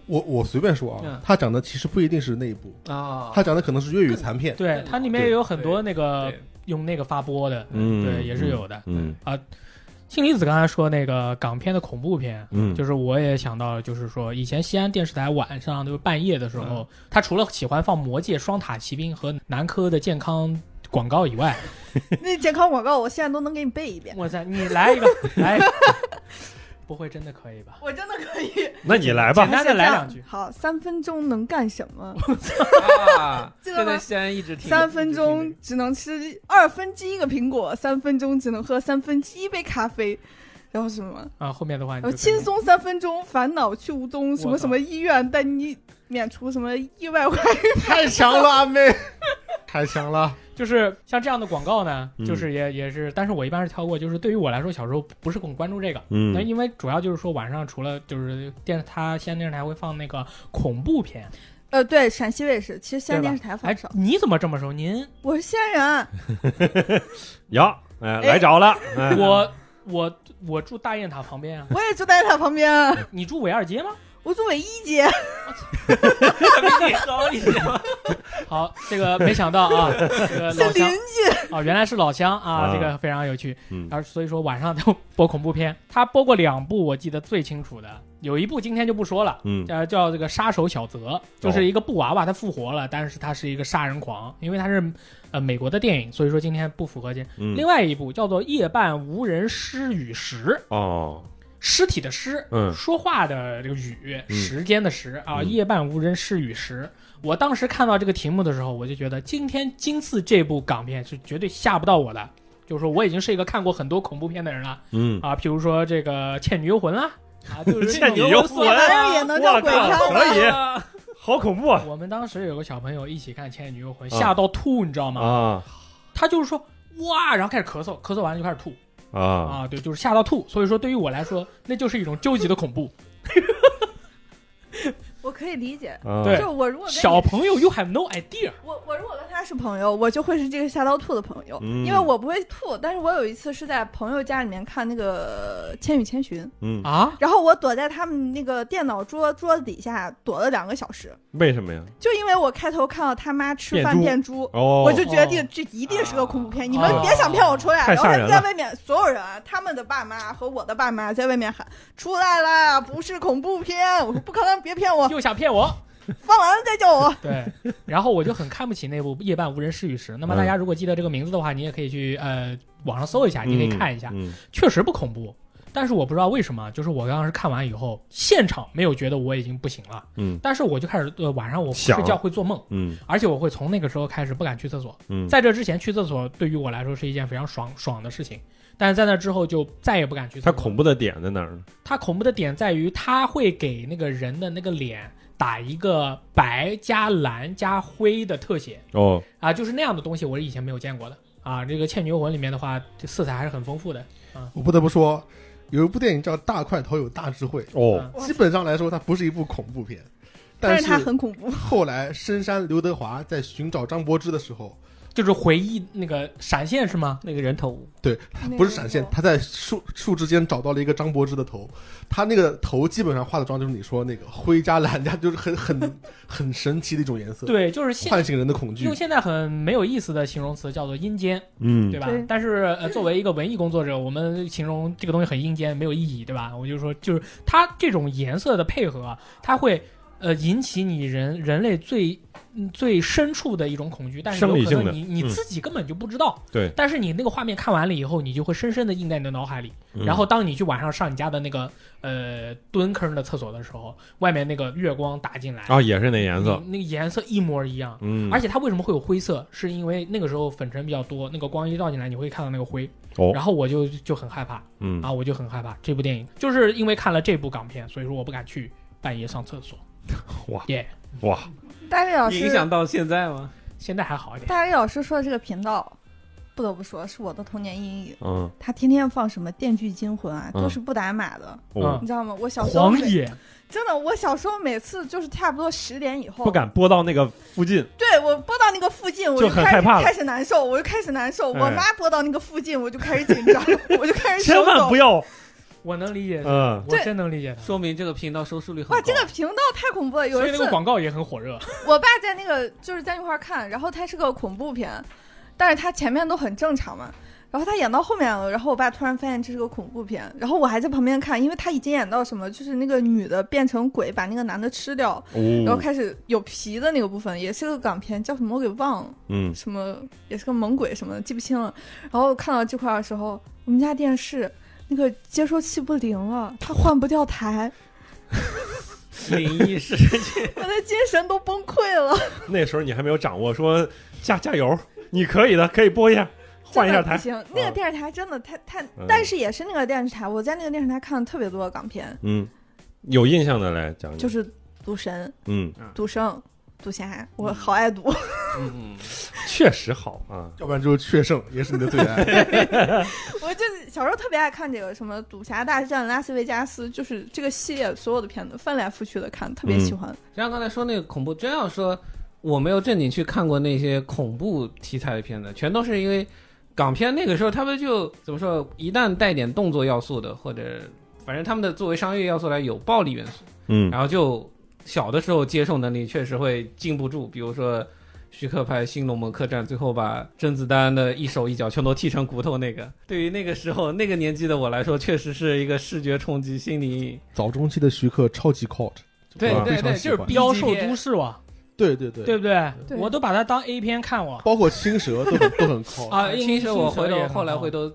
D: 我我随便说啊
E: 嗯，
D: 他讲的其实不一定是那一部，
E: 啊，
D: 他讲的可能是粤语残 片，
A: 对，它里面也有很多那个
E: 对
A: 用那个发播的，
C: 嗯，
A: 对，也是有的。
C: 嗯，
A: 氢离子刚才说那个港片的恐怖片，
C: 嗯嗯，
A: 就是我也想到，就是说以前西安电视台晚上就是半夜的时候，
C: 嗯
A: 他除了喜欢放《魔戒》《双塔奇兵》和南科的健康广告以外，
B: 那健康广告我现在都能给你背一遍，
A: 我操，你来一个，来 一个，不会真的可以吧？
B: 我真的 可以。
C: 那你来吧
A: 简，单的来两句
B: 好，三分钟能干什 么？
E: 啊，
B: 记得吗
E: 这在西安一直听
B: 三分钟只能吃二分之一个苹果，三分钟只能喝三分之一杯咖啡，然后什么？
A: 啊，后面的话你
B: 然
A: 就
B: 后轻松三分钟，烦恼去无踪，什
A: 我
B: 么
A: 操
B: 什么医院带你免除什么意外 怀
D: 太强了，阿妹， 太强了，
A: 就是像这样的广告呢，
C: 嗯
A: 就是也也是，但是我一般是跳过。就是对于我来说，小时候不是很关注这个，
C: 嗯
A: 那因为主要就是说晚上除了就是电，它西安电视台会放那个恐怖片，
B: 呃，对，陕西卫视，其实西安
A: 对吧
B: 电视台
A: 哎
B: 放少。，
A: 你怎么这么熟？您
B: 我是西安人，
C: 呀，哎，来着了，哎，
A: 我我我住大雁塔旁边啊，
B: 我也住在他旁边，啊
A: 你住韦二街吗？
B: 我住伟一 街。
E: 你高一点吗？
A: 好，这个没想到 啊，这个
B: 是
A: 老
B: 邻
A: 乡
B: 居，
A: 啊，原来是老乡啊，
C: 啊
A: 这个非常有趣。
C: 嗯
A: 然后所以说晚上都 播恐怖片，他播过两部，我记得最清楚的，有一部今天就不说了。
C: 嗯
A: 呃，叫这个杀手小泽，
C: 哦
A: 就是一个布娃娃，他复活了，但是他是一个杀人狂，因为他是呃美国的电影，所以说今天不符合这。
C: 嗯
A: 另，外一部叫做《夜半无人尸与时》，
C: 哦，
A: 尸体的尸，
C: 嗯
A: 说话的这个语，
C: 嗯
A: 时间的时啊，
C: 嗯
A: 夜半无人尸与时。我当时看到这个题目的时候，我就觉得今天今次这部港片是绝对吓不到我的，就是说我已经是一个看过很多恐怖片的人了
C: 嗯，
A: 啊，譬如说这个《倩女幽魂》啦， 啊，就是
C: 倩女幽魂
B: 玩意儿也能叫
C: 我
B: 哎鬼
C: 靠
B: 片吗？
C: 啊可以，好恐怖啊！
A: 我们当时有个小朋友一起看《倩女幽魂》，吓到吐，你知道吗？
C: 嗯啊
A: 他就是说哇，然后开始咳嗽，咳嗽完了就开始吐
C: 啊，
A: 啊，对，就是吓到吐。所以说，对于我来说，那就是一种究极的恐怖。
B: 我可以理解，
C: 啊
A: 对
B: 就 我如果跟你
A: 小朋友，you have no idea。
B: 我我如果跟他是朋友，我就会是这个吓到吐的朋友，
C: 嗯
B: 因为我不会吐。但是我有一次是在朋友家里面看那个《千与千寻》，
C: 嗯，
A: 啊，
B: 然后我躲在他们那个电脑桌桌子底下躲了两个小时，
C: 为什么呀？
B: 就因为我开头看到他妈吃饭
D: 变
B: 变猪。
C: 哦，
B: 我就决定这一定是个恐怖片，你们别想骗我出来。
C: 太
B: 然后
C: 吓人
B: 他们
C: 了
B: 在外面，所有人啊，他们的爸妈和我的爸妈在外面喊出来啦，不是恐怖片。我说不可能，别骗我，
A: 又想骗我。
B: 放完了再叫我。
A: 对，然后我就很看不起那部《夜半无人是与时》。那么大
C: 嗯
A: 家如果记得这个名字的话，你也可以去呃网上搜一下，你可以看一下，
C: 嗯
A: 确实不恐怖。但是我不知道为什么，就是我当时看完以后，现场没有觉得我已经不行了，
C: 嗯
A: 但是我就开始呃晚上我
C: 想
A: 睡觉会做梦，
C: 嗯
A: 而且我会从那个时候开始不敢去厕所。
C: 嗯，
A: 在这之前去厕所对于我来说是一件非常爽爽的事情，但是在那之后就再也不敢去厕
C: 它
A: 所。
C: 恐怖的点在哪儿呢？
A: 它恐怖的点在于，它会给那个人的那个脸打一个白加蓝加灰的特写
C: 哦，
A: 啊，就是那样的东西，我是以前没有见过的啊。这个《倩女幽魂》里面的话，这色彩还是很丰富的。
D: 我不得不说，有一部电影叫《大块头有大智慧
C: 哦，》，
B: 哇
D: 基本上来说它不是一部恐怖片，但
B: 是他很恐怖，
D: 后来深山刘德华在寻找张柏芝的时候，
A: 就是回忆那个闪现是吗？
E: 那个人头
D: 不是闪现，他在树树枝间找到了一个张柏芝的头，他那个头基本上化的妆就是你说那个灰加蓝加，就是很很 很神奇的一种颜色，
A: 对，就是现
D: 唤醒人的恐惧
A: 用。现在很没有意思的形容词叫做阴间，
C: 嗯
A: 对吧？
B: 对
A: 但是呃， 作为一个文艺工作者，我们形容这个东西很阴间没有意义，对吧？我就说，就是它这种颜色的配合，它会呃引起你人人类最嗯最深处的一种恐惧，但是有
C: 生理
A: 可能
C: 性的
A: 你你
C: 嗯
A: 自己根本就不知道。
C: 对
A: 但是你那个画面看完了以后，你就会深深的印在你的脑海里。
C: 嗯
A: 然后当你去晚上上你家的那个呃蹲坑的厕所的时候，外面那个月光打进来，
C: 啊，也是那颜色
A: 你，那个颜色一模一样。
C: 嗯，
A: 而且它为什么会有灰色？是因为那个时候粉尘比较多，那个光一照进来，你会看到那个灰。
C: 哦
A: 然后我就就很害怕
C: 嗯
A: 啊，我就很害怕这部电影，就是因为看了这部港片，所以说我不敢去半夜上厕所。
C: 哇，
B: 大卫老
E: 影
B: 师，
E: 响到现在吗？
A: 现在还好一点，
B: 大卫老师说的这个频道，不得不说是我的童年阴影。
C: 嗯，
B: 他天天放什么《电锯惊魂》啊，
C: 嗯
B: 都是不打码的，
C: 哦
A: 嗯
B: 你知道吗？我小时候
A: 狂
B: 每
A: 野
B: 真的，我小时候每次就是差不多十点以后，
C: 不敢播到那个附近，
B: 对我播到那个附近，我
C: 就很
B: 开
C: 害
B: 始
C: 怕了
B: 开始难受，我就开始难受。
C: 哎
B: 我妈播到那个附近，我就开始紧张， 我就
A: 哎
B: 开始手
C: 千万
B: 抖
C: 不。要。
A: 我能理解他，
C: 嗯，
A: 我
B: 对
A: 真能理解他。
E: 说明这个频道收视率很高。
B: 哇，这个频道太恐怖了！有
A: 所以
B: 一
A: 那
B: 次
A: 个，广告也很火热，
B: 我爸在那个就是在那块儿看，然后它是个恐怖片，但是它前面都很正常嘛。然后他演到后面了，然后我爸突然发现这是个恐怖片，然后我还在旁边看，因为他已经演到什么，就是那个女的变成鬼把那个男的吃掉，然后
C: 哦，
B: 开始有皮的那个部分，也是个港片，叫什么我给忘了。
C: 嗯，
B: 什么也是个猛鬼什么的，记不清了。然后看到这块儿的时候，我们家电视那个接收器不灵了，它换不掉台，
E: 灵异 事件，
B: 我的精神都崩溃了。
C: 那时候你还没有掌握，说加加油，你可以的，可以播一下， 换一下
B: 真的
C: 台
B: 不。行，那个电视台真的太太
C: 嗯，
B: 但是也是那个电视台，我在那个电视台看了特别多的港片，
C: 嗯，有印象的来讲讲。
B: 就是《赌神》
C: 嗯，
B: 《赌圣》《赌侠》，我好爱赌。
E: 嗯，
C: 确实好啊。
D: 要不然就是确胜，也是你的最爱。
B: 我就是小时候特别爱看这个什么《赌侠大战拉斯维加斯》，就是这个系列所有的片子翻来覆去的看，特别喜欢。
E: 就像刚才说那个恐怖，真要说我没有正经去看过那些恐怖题材的片子，全都是因为港片那个时候他们就怎么说，一旦带点动作要素的，或者反正他们的作为商业要素来有暴力元素，
C: 嗯
E: 然后就小的时候接受能力确实会禁不住，比如说。徐克拍《新龙门客栈》，最后把甄子丹的一手一脚全都踢成骨头，那个对于那个时候那个年纪的我来说，确实是一个视觉冲击、心理阴影。
D: 早中期的徐克超级 cult，
E: 对
D: 我非
E: 对
D: 常
E: 对，
D: 喜
E: 就是
D: 欢
E: B
A: 妖
E: 级
A: 兽
E: 片
A: 都市哇，
D: 对对对，
A: 对不对？
B: 对
A: 我都把它当 A 片看我。
D: 包括青蛇都很 都很 cult。
E: 啊，其实我回
A: 青蛇也
E: 头
A: 很
E: 后来
A: 好
E: 回头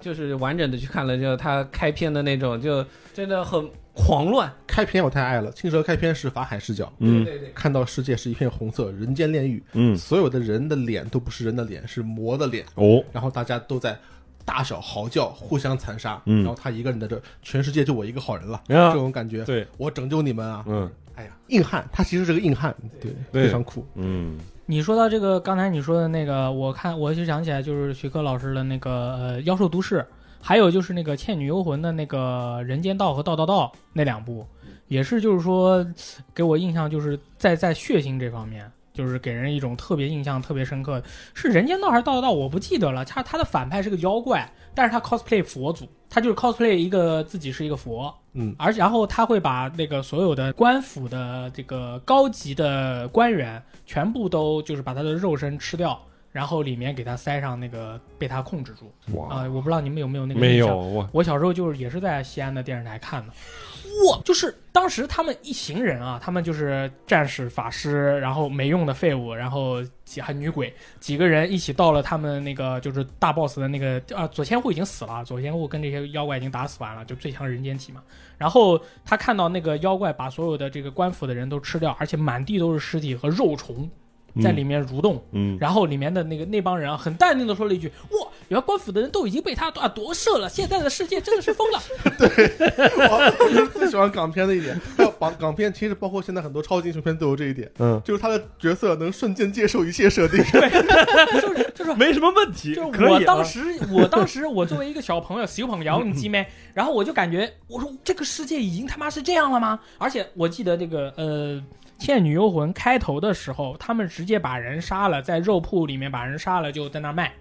E: 就是完整的去看了，就他开篇的那种，就真的很狂乱。
D: 开篇我太爱了，青蛇开篇是法海视角，
C: 嗯
E: 对对，
D: 看到世界是一片红色，人间炼狱，
C: 嗯，
D: 所有的人的脸都不是人的脸，是魔的脸，
C: 哦，
D: 然后大家都在大小嚎叫，互相残杀，
C: 嗯
D: 然后他一个人在这，全世界就我一个好人了，
C: 啊
D: 这种感觉，
C: 对，
D: 我拯救你们啊！
C: 嗯
D: 哎呀，硬汉，他其实是个硬汉，对，
C: 对
D: 非常酷。
C: 嗯
A: 你说到这个，刚才你说的那个，我看我就想起来，就是徐克老师的那个呃《妖兽都市》，还有就是那个《倩女幽魂》的那个《人间道》和《道道道》那两部，也是就是说给我印象就是在在血腥这方面，就是给人一种特别印象特别深刻。是《人间道》还是《道道道》？我不记得了。他他的反派是个妖怪，但是他 cosplay 佛祖，他就是 cosplay 一个自己是一个佛，
D: 嗯，
A: 而且然后他会把那个所有的官府的这个高级的官员全部都就是把他的肉身吃掉，然后里面给他塞上那个被他控制住啊、
D: 哇，
A: 我不知道你们有没有那个
C: 嗯哦没
A: 印
C: 有
A: 象。
C: 我，
A: 我小时候就是也是在西安的电视台看的，哇，就是当时他们一行人啊，他们就是战士、法师，然后没用的废物，然后几还女鬼几个人一起到了他们那个就是大 boss 的那个啊，左千户已经死了，左千户跟这些妖怪已经打死完了，就最强人间体嘛。然后他看到那个妖怪把所有的这个官府的人都吃掉，而且满地都是尸体和肉虫在里面蠕动，
C: 嗯，
A: 然后里面的那个那帮人啊，很淡定的说了一句：“哇，原来官府的人都已经被他啊夺舍了，现在的世界真的是 疯了。
D: 我 最喜欢港片的一点，还有港港片，其实包括现在很多超级英雄片都有这一点，
C: 嗯，
D: 就是他的角色能瞬间接受一切设定。
A: 就是就是
C: 没什么问题，
A: 就是
C: 可
A: 我
C: 以啊
A: 当时，我当时，我作为一个小朋友，小朋友，你记没？然后我就感觉，我说这个世界已经他妈是这样了吗？而且我记得这个呃，《倩女幽魂》开头的时候，他们直接把人杀了，在肉铺里面把人杀了，就在那儿卖。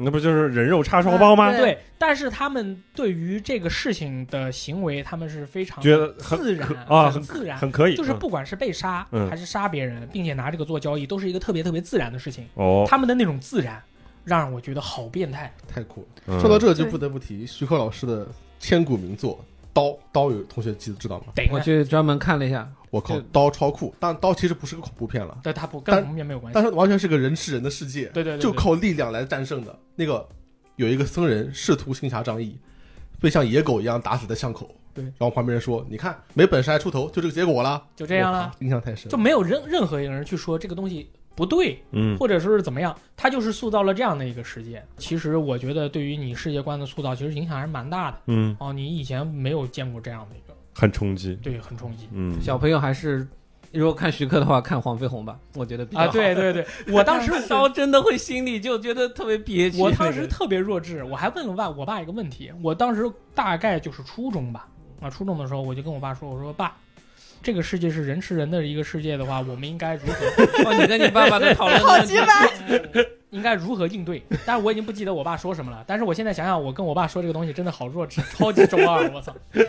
C: 那不就是人肉叉烧包吗？
B: 嗯对
A: 啊对，但是他们对于这个事情的行为，他们是非常
C: 觉得很
A: 自然
C: 可啊
A: 很自然。
C: 很可以，
A: 就是
C: 嗯
A: 不管是被杀
C: 嗯
A: 还是杀别人，并且拿这个做交易，都是一个特别特别自然的事情。
C: 哦，
A: 他们的那种自然，让我觉得好变态。
D: 太酷了！
C: 嗯
D: 说到这就不得不提徐克老师的千古名作《刀》，刀有同学记得知道吗？
A: 得
E: 我去专门看了一下，
D: 我靠
E: 对，
D: 刀超酷！但刀其实不是个恐怖片了，
A: 对，它不跟
D: 但
A: 红面没有关系。
D: 但是完全是个人吃人的世界，
A: 对对对，
D: 就
A: 对
D: 靠力量来战胜的。那个有一个僧人试图行侠仗义，被像野狗一样打死在巷口。
A: 对
D: 然后旁边人说：“你看，没本事还出头，就这个结果了。”
A: 就这样了，，
D: 印象太深。
A: 就没有任任何一个人去说这个东西不对，
C: 嗯
A: 或者说是怎么样，他就是塑造了这样的一个世界。其实我觉得对于你世界观的塑造，其实影响还是蛮大的。
C: 嗯，
A: 哦，你以前没有见过这样的一个，
C: 很冲击，
A: 对，很冲击。
C: 嗯，
E: 小朋友还是如果看徐克的话，看黄飞鸿吧，我觉得比较
A: 啊，
E: 好
A: 对，对对，我当时
E: 刀真的会心里就觉得特别 憋屈。
A: 我当时特别弱智，我还问了爸我爸一个问题，我当时大概就是初中吧，啊，初中的时候我就跟我爸说，我说爸，这个世界是人吃人的一个世界的话，我们应该如何
E: 哦，你跟你爸爸在讨论
B: 好鸡巴！
A: 应该如何应对？但是我已经不记得我爸说什么了。但是我现在想啊想，我跟我爸说这个东西真的好弱智，超级中二，我操！
B: 太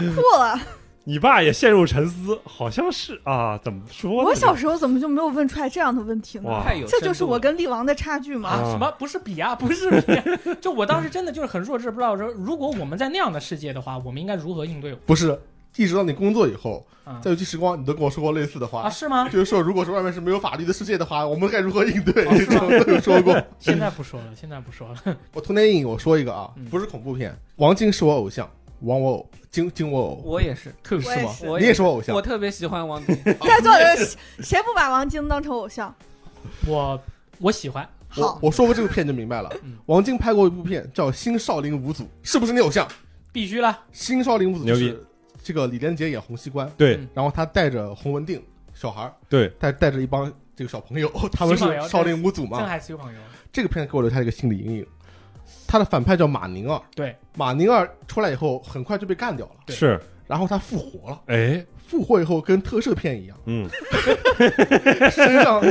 B: 酷了！
C: 你爸也陷入沉思，好像是啊，怎么说呢？
B: 我小时候怎么就没有问出来这样的问题呢？
C: 哇
E: 太有深度了，啊
B: 这就是我跟力王的差距吗？
C: 啊
A: 什么不是比啊？ 不是比、啊，就我当时真的就是很弱智，不知道说如果我们在那样的世界的话，我们应该如何应对
D: 不是，一直到你工作以后，
A: 啊
D: 在游戏时光，你都跟我说过类似的
A: 啊？
D: 话，
A: 是吗？
D: 就是说，如果是外面是没有法律的世界的话，我们该如何应对？
A: 哦是吗
D: 都有说过。
A: 现在不说了，现在不说了。
D: 我童年阴影，我说一个啊
A: 嗯，
D: 不是恐怖片，王晶是我偶像，王我偶，晶晶我偶，
E: 我也是，
A: 特
B: 我也
A: 吗？
B: 是。
E: 我
D: 你也是我偶像
E: 我，特别喜欢王晶，
B: 在座的人谁不把王晶当成偶像？
A: 我我喜欢，
D: 我
B: 好，
D: 我说过这部片就明白了
A: 嗯。
D: 王晶拍过一部片叫《新少林五祖》，是不是你偶像？《
A: 必须了。
D: 新少林五祖》就
C: 牛
D: 是这个李连杰演洪熙官，
C: 对
A: 嗯
D: 然后他带着洪文定小孩儿，
C: 对，
D: 带带着一帮这个小朋友， 他们是
A: 小朋友
D: 少林五祖
A: 真
D: 嘛。
A: 还是有朋友，
D: 这个片给我留下了一个心理阴影。他的反派叫马宁二，
A: 对，
D: 马宁二出来以后很快就被干掉了，
A: 对
C: 是，
D: 然后他复活了，
C: 哎，
D: 复活以后跟特摄片一样，
C: 嗯，
D: 身 上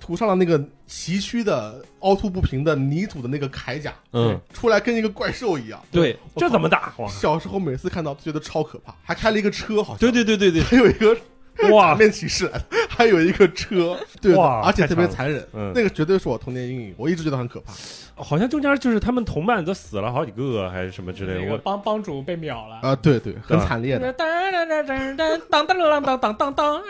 D: 涂上了那个崎岖的凹凸不平的泥土的那个铠甲，
C: 嗯，
D: 出来跟一个怪兽一样。
C: 对，
D: 我
C: 这怎么打？哇，
D: 小时候每次看到都觉得超可怕，还开了一个车，好像
C: 对对对对对，
D: 还有一个假
C: 哇，
D: 面骑士来的，还有一个车，对的，
C: 哇
D: 而且
C: 太
D: 特别
C: 惨了
D: 残忍。
C: 嗯，啊
D: 那个绝对是我童年阴影，我一直觉得很可怕。
C: 好像中间就是他们同伴都死了好几个，还是什么之类
A: 那
C: 的。
A: 个
C: 我
A: 帮帮主被秒了。
D: 啊，对对，很
C: 对
D: 惨烈的。
A: 当当当当当当当当当当当，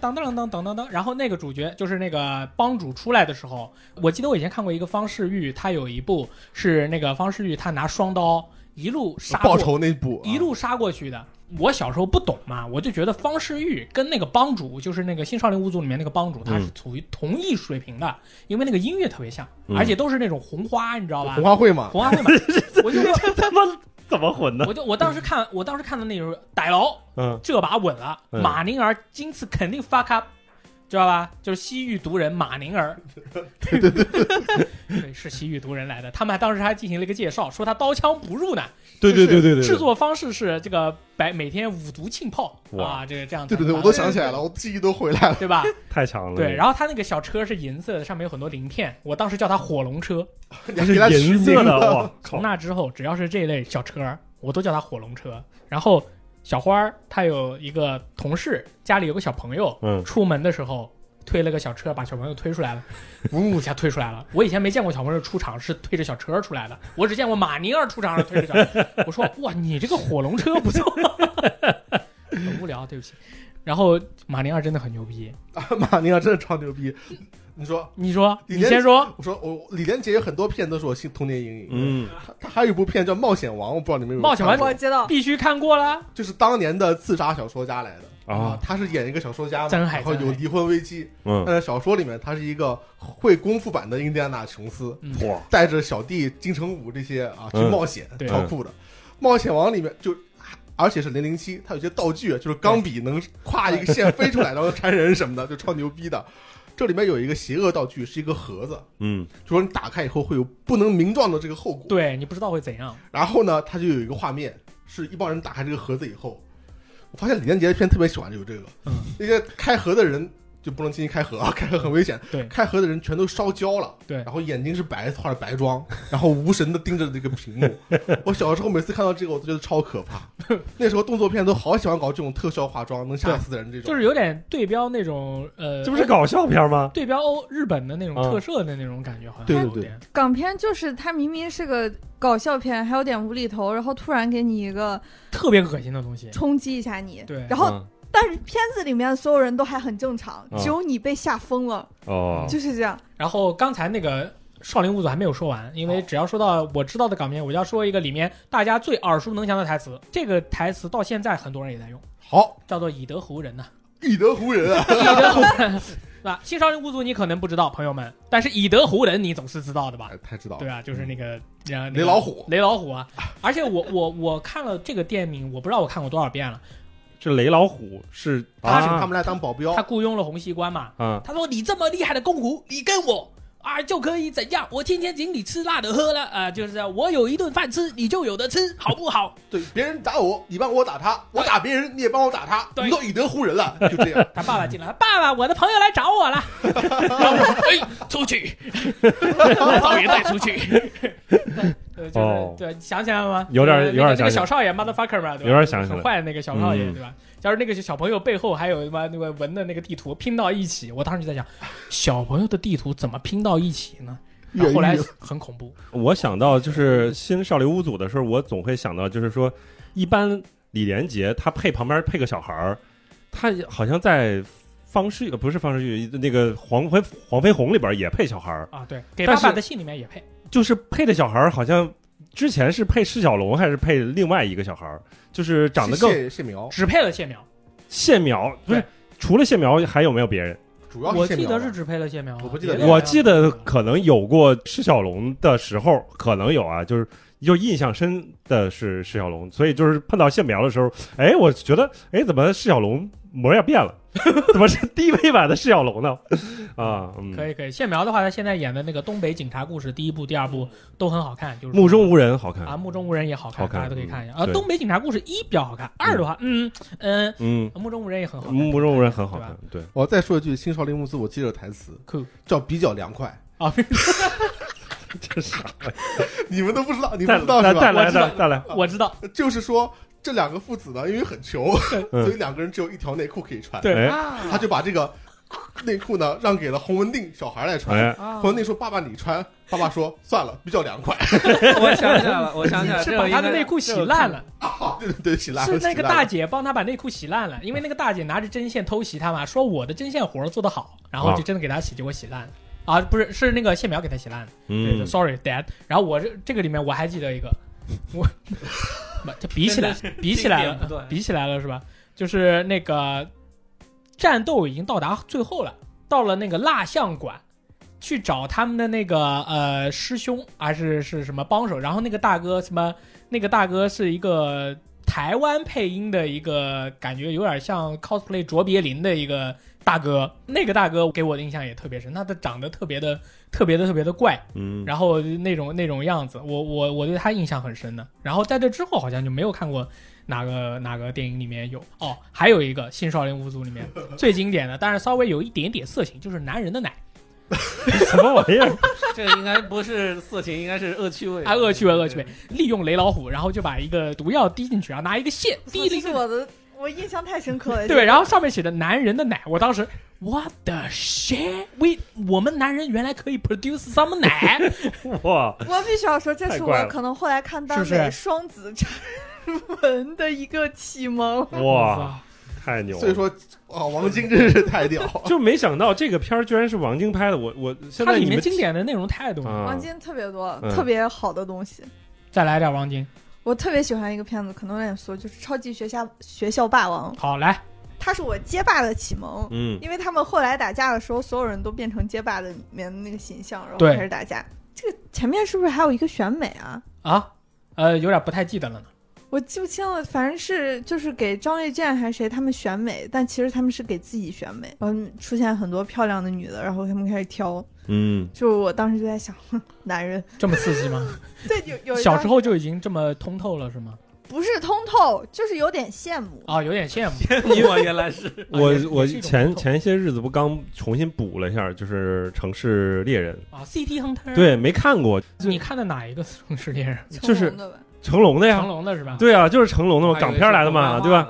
A: 当当当当当当。然后那个主角就是那个帮主出来的时候，我记得我以前看过一个方世玉，他有一部是那个方世玉，他拿双刀一路杀
D: 报
A: 过
D: 仇那部
A: 一路杀过去的。我小时候不懂嘛，我就觉得方世玉跟那个帮主，就是那个《新少林五祖》里面那个帮主，他是处于同一水平的，因为那个音乐特别像，
C: 嗯
A: 而且都是那种红花，你知道吧
D: 红？花会嘛，
A: 红花会嘛， 我就说，
C: 他妈怎么混的？
A: 我就我当时看，我当时看的那种逮牢，
C: 嗯，
A: 这把稳了，
C: 嗯
A: 马宁儿今次肯定 fuck up，知道吧？就是西域毒人马宁 儿， 对对对，是西域毒人来的。他们还当时还进行了一个介绍，说他刀枪不入呢，
C: 对对对对对，
A: 制作方式是这个白每天五毒浸泡
C: 哇
A: 啊，这个这样子
D: 对对对，
A: 打
D: 我都想起来了， 我记忆都回来了。
A: 对吧？
C: 太强了。
A: 对，然后他那个小车是银色的，上面有很多鳞片，我当时叫它火龙车。
D: 你
C: 它
D: 还
C: 是
D: 给他取
C: 银
D: 名
C: 色的，
D: 字，
C: 哇靠
A: 从！那之后，只要是这类小车儿，我都叫它火龙车。然后小花儿她有一个同事，家里有个小朋友，
C: 嗯，
A: 出门的时候推了个小车，把小朋友推出来了，呜一下推出来了。我以前没见过小朋友出场是推着小车出来的，我只见过马宁儿出场是推着小车。我说哇，你这个火龙车不错， 很无聊，对不起。然后马宁儿真的很牛逼，
D: 马尼亚真的超牛逼。你说，
A: 你说
D: 你
A: 你先说，
D: 我说我李连杰有很多片都是我心童年阴影。，
C: 嗯，
D: 他还有一部片叫《冒险王》，我不知道你们有没有
A: 冒险王
D: 看过
B: 我知道，
A: 必须看过啦。
D: 就是当年的刺杀小说家来的
C: 啊，
D: 他是演一个小说家嘛，
A: 真海
D: 然后有
A: 真海
D: 离婚危机，但
C: 嗯，
D: 是小说里面他是一个会功夫版的印第安纳琼斯，
A: 嗯
C: 哇，
D: 带着小弟金城武这些啊去
C: 嗯
D: 冒险，
A: 对
D: 超酷的。冒险王里面就，而且是零零七，它有些道具啊就是钢笔能跨一个线飞出来，然后缠人什么的，就超牛逼的。这里面有一个邪恶道具，是一个盒子，
C: 嗯，
D: 就说你打开以后会有不能名状的这个后果。
A: 对你不知道会怎样，
D: 然后呢，它就有一个画面，是一帮人打开这个盒子以后，我发现李连杰的片特别喜欢有这个，
A: 嗯
D: 那些开盒的人就不能轻易开盒，啊， 开盒很危险。
A: 对
D: 开盒的人全都烧焦了，
A: 对
D: 然后眼睛是白，化了白妆， 然后无神的盯着这个屏 幕。我小时候每次看到这个，我都觉得超可怕。那时候动作片都好喜欢搞这种特效化妆，能吓死人这种。
A: 就是有点对标那种呃，
C: 这不是搞笑片吗？
A: 对标欧日本的那种
C: 嗯
A: 特摄的那种感觉，好像
D: 对
A: 有
D: 对对
A: 点
B: 港片就是它明明是个搞笑片，还有点无厘头，然后突然给你一个
A: 特别恶心的东西。
B: 冲击一下你，
A: 对
B: 然后
C: 嗯
B: 但是片子里面所有人都还很正常，
C: 嗯
B: 只有你被吓疯了，
C: 哦，
B: 就是这样。
A: 然后刚才那个《少林五祖》还没有说完，因为
B: 哦
A: 只要说到我知道的港片，我就要说一个里面大家最耳熟能详的台词。这个台词到现在很多人也在用，
D: 好，
A: 叫做“以德服人”呐。
D: 以德服人 啊！
A: 以德服人，那《新少林五祖》你可能不知道，朋友们，但是“以德服人”你总是知道的吧？
D: 哎太知道
A: 对
D: 了，
A: 啊，就是那个然后那个
D: 雷老虎
A: 雷老虎啊！而且我我我看了这个电影，我不知道我看过多少遍了。
C: 这雷老虎是
D: 他请
C: 啊
D: 他们来当保镖
A: 他，雇佣了洪熙官嘛，
C: 啊，
A: 他说：“你这么厉害的公虎，你跟我。”
F: 啊就可以怎样？我天天请你吃辣的喝了啊，就是啊我有一顿饭吃，你就有的吃，好不好？
D: 对，别人打我，你帮我打他；我打别人，你也帮我打他，我
F: 对
D: 们都以德服人了，就这 样。
F: 他爸爸进来，爸爸，我的朋友来找 我了，然后我哎，出去，把草原带出去。
A: 对，就是、
C: 哦
A: 对，想起来了吗？
C: 有点
A: 就是那个
C: 有点
A: 那个
C: 想起来
A: 小少爷 motherfucker 嘛，对吧
C: 有点想起来
A: 很坏的那个小少爷，
C: 嗯
A: 对吧？假如那个小朋友背后还有他妈那个文的那个地图拼到一起，我当时就在想，小朋友的地图怎么拼到一起呢？然后后来很恐怖，
C: 我想到就是新少林五祖的时候，我总会想到就是说，一般李连杰他配旁边配个小孩儿，他好像在方世玉呃不是方世玉那个黄飞黄飞鸿里边也配小孩儿，
A: 啊，对，给
C: 但
A: 爸
C: 是
A: 爸的信里面也配，
C: 就是配的小孩儿好像之前是配释小龙还是配另外一个小孩儿，就是长得更
D: 谢谢苗，
A: 只配了谢苗，
C: 谢苗，不是
A: 对
C: 除了谢苗还有没有别人？
D: 主要
A: 我
D: 谢
A: 记
D: 苗
A: 得
D: 吧
A: 是只配了谢苗啊，
D: 我不记得
A: 别的
C: 我
A: 好像
C: 记得
A: 没有
C: 可能有过释小龙的时候，可能有啊，就是就印象深的是释小龙，所以就是碰到谢苗的时候，哎，我觉得哎，怎么释小龙模样变了？ 怎么是低配版的释小龙呢？啊，嗯，
A: 可以可以，谢苗的话，他现在演的那个《东北警察故事》第一部、第二部都很好看，就是
C: 目中无人好看
A: 啊，目中无人也好看，
C: 好看
A: 大家都可以看一下。
C: 嗯
A: 啊，《
C: 对
A: 东北警察故事》一比较好看，二的话，嗯嗯，
C: 嗯，
A: 目中无人也很好看，
C: 目中无人很好
A: 对
C: 看
A: 吧，
C: 对，
D: 我再说一句，新少林木斯，我记得有台词
A: 酷
D: 叫“比较凉快
A: 啊，
C: 这啥？”，
D: 你们都不知道，你们
C: 再
D: 不知道
C: 再
D: 是
C: 再
D: 吧？
C: 来
A: 我知道
C: 再再来，
A: 我知道，
D: 就是说这两个父子呢，因为很穷，
C: 嗯
D: 所以两个人只有一条内裤可以穿，
A: 对啊
C: 哎
D: 他就把这个内裤呢让给了洪文定小孩来穿。
A: 啊
C: 哎，
D: 洪文定说：“爸爸你穿。”爸爸说：“算了，比较凉快。
E: 我想起来了，我想起来 了，
A: 是
E: 这
A: 把
E: 个
A: 他
E: 应
A: 的
E: 该
A: 内裤洗烂了，
D: 啊” 对对对，洗烂
A: 是
D: 了，
A: 那个
D: 洗烂
A: 大
D: 了
A: 姐帮他把内裤洗烂了，因为那个大姐拿着针线偷袭他嘛，说我的针线活儿做得好，然后
C: 啊
A: 就真的给他洗，结果洗烂了。啊，不是，是那个谢苗给他洗烂的。对
C: 嗯
A: 对，，sorry dad。然后我这这个里面我还记得一个，我妈这比起来比起来
E: 经典不
A: 了
E: 断，
A: 比起来了是吧？就是那个战斗已经到达最后了，到了那个蜡像馆。去找他们的那个呃师兄还是是什么帮手，然后那个大哥什么，那个大哥是一个台湾配音的一个，感觉有点像 cosplay 卓别林的一个大哥，那个大哥给我的印象也特别深，他的长得特别的特别的特别的怪，
C: 嗯，
A: 然后那种那种样子，我我我对他印象很深的。然后在这之后好像就没有看过哪个哪个电影里面有哦，还有一个《新少林五祖》里 面最经典的，但是稍微有一点点色情，就是男人的奶
C: 什么玩意儿？
E: 这个应该不是色情，应该是恶趣味
A: 啊，恶趣味恶趣味，利用雷老虎，然后就把一个毒药滴进去，然后拿一个 线滴
B: 这
A: 进
B: 是
A: 去，
B: 我的，我印象太深刻了。
A: 对，然后上面写着男人的奶，我当时 what the shit，为我们男人原来可以 produce some 奶，
C: 哇，
B: 我必须要说，这
C: 太
B: 是
C: 怪
B: 我
C: 了
B: 可能后来看耽
A: 是不
B: 美
A: 是
B: 双子 产文的一个启蒙。
C: 哇，太牛了！
D: 所以说啊，王晶真是太 屌。
C: 就没想到这个片儿居然是王晶拍的，我我现
A: 它
C: 在
A: 里
C: 你
A: 面
C: 们
A: 经典的内容太多了。
C: 啊
B: 王晶特别多，
C: 嗯
B: 特别好的东西。
A: 再来点王晶，
B: 我特别喜欢一个片子，可能有点说就是《超级学校学校霸王》，
A: 好来，
B: 它是我街霸的启蒙。
C: 嗯
B: 因为他们后来打架的时候，所有人都变成街霸的里面的那个形象，然后
A: 对
B: 开始打架。这个前面是不是还有一个选美啊？
A: 啊，呃，有点不太记得了呢。
B: 我记不清了，反正是就是给张卫健还是谁他们选美，但其实他们是给自己选美，然后出现很多漂亮的女的，然后他们开始挑，
C: 嗯，
B: 就我当时就在想， 哼男人
A: 这么刺激吗？
B: 对有有一
A: 小
B: 段
A: 时候就已经这么通透了是吗？
B: 不是通透，就是有点羡慕。
A: 啊，有点羡慕。
E: 我原来是
A: 啊
C: 我
A: 也是
C: 我
A: 也是一种
C: 前
A: 通透
C: 前些日子不刚重新补了一下，就是《城市猎人
A: 啊，CT Hunter，》，，
C: 对，没看过，就
A: 你看的哪一个《城市猎人
B: 成
C: 就是
B: 龙的吧
C: 成龙的》？
A: 成
C: 呀，
A: 龙的是吧？
C: 对啊，就是成龙的嘛，港片来的嘛，对吧？
E: 吧？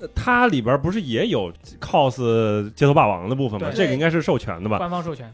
C: 呃它里边不是也有 cos 街头霸王的部分吗？
A: 对
C: 这个应该是授权的吧？
A: 官方授权。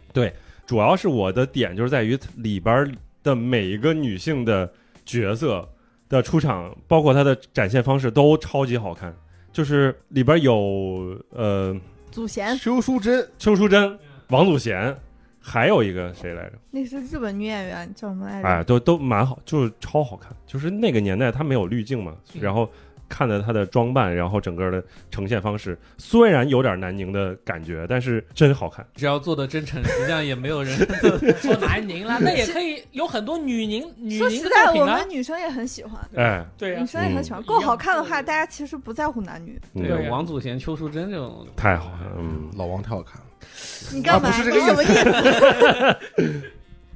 C: 主要是我的点就是在于里边的每一个女性的角色的出场，包括她的展现方式都超级好看。就是里边有呃
B: 祖贤，
D: 邱淑贞，
C: 邱淑
A: 嗯
C: 贞、王祖贤，还有一个谁来着？
B: 那是日本女演员，叫什么来着？
C: 哎，都都蛮好，就是超好看。就是那个年代，它没有滤镜嘛，
A: 嗯
C: 然后看着它的装扮，然后整个的呈现方式，虽然有点南宁的感觉，但是真好看。
E: 只要做的真诚，实际上也没有 人
A: 说南宁啦，那也可以有很多女宁女
B: 说
A: 宁
B: 实
A: 的
B: 在，
A: 作
B: 我
A: 品啊
B: 们。女生也很喜欢，
C: 哎，
A: 对
B: 女
A: 呀，
B: 生也很喜欢。
A: 嗯
B: 够好看的
A: 一
B: 话，
A: 样
D: 啊
B: 大家其实不在乎男女。
C: 嗯
A: 对
E: 王祖贤、邱淑贞这种
C: 太好看了，嗯，
D: 老王太好看了，
B: 你干嘛？
D: 啊不是这个
B: 你什么意思？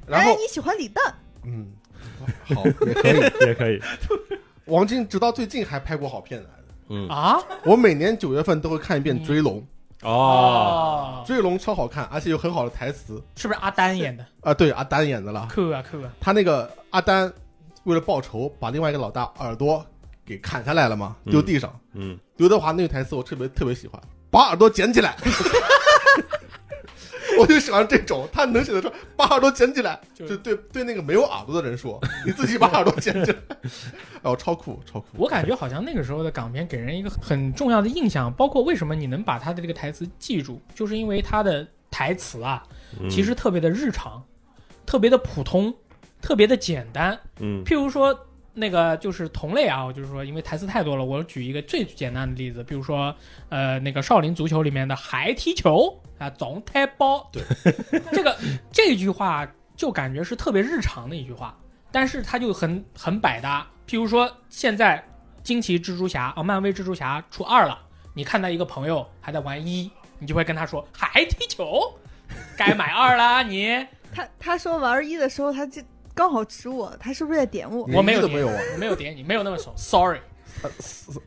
D: 然
B: 哎
D: 后，
B: 你喜欢李诞？
D: 嗯， 好，也可以。
C: 也 可以，
D: 王晶直到最近还拍过好片来的。
C: 嗯，
A: 啊？
D: 我每年九月份都会看一遍《追龙》，
C: 哦，，
D: 追龙》超好看，而且有很好的台词。
A: 是不是阿丹演的？
D: 啊，对，阿丹演的了。
A: 酷啊酷啊！
D: 他那个阿丹为了报仇，把另外一个老大耳朵给砍下来了嘛，丢地上。
C: 嗯，
D: 刘德华那个台词我特别特别喜欢，把耳朵捡起来。 我就喜欢这种，他能写得出把耳朵捡起来，
A: 就
D: 就对对那个没有耳朵的人说，你自己把耳朵捡起来，哦，超酷超酷。
A: 我感觉好像那个时候的港片给人一个很重要的印象，包括为什么你能把他的这个台词记住，就是因为他的台词啊，
C: 嗯
A: 其实特别的日常，特别的普通，特别的简单。
C: 嗯
A: 譬如说那个就是同类啊，我就是说，因为台词太多了，我举一个最简单的例子，比如说呃那个少林足球里面的“还踢球”啊，总踢包，对，这个 这句话就感觉是特别日常的一句话，但是它就很很百搭。譬如说现在惊奇蜘蛛侠啊，漫威蜘蛛侠出二了，你看到一个朋友还在玩一，你就会跟他说“还踢球”。该买二啦，你
B: 他他说玩一的时候，他这刚好指我，他是不是在点我？
A: 我没有
D: 都
A: 点
D: 没有啊，
A: 没有点你，没有那么怂，sorry。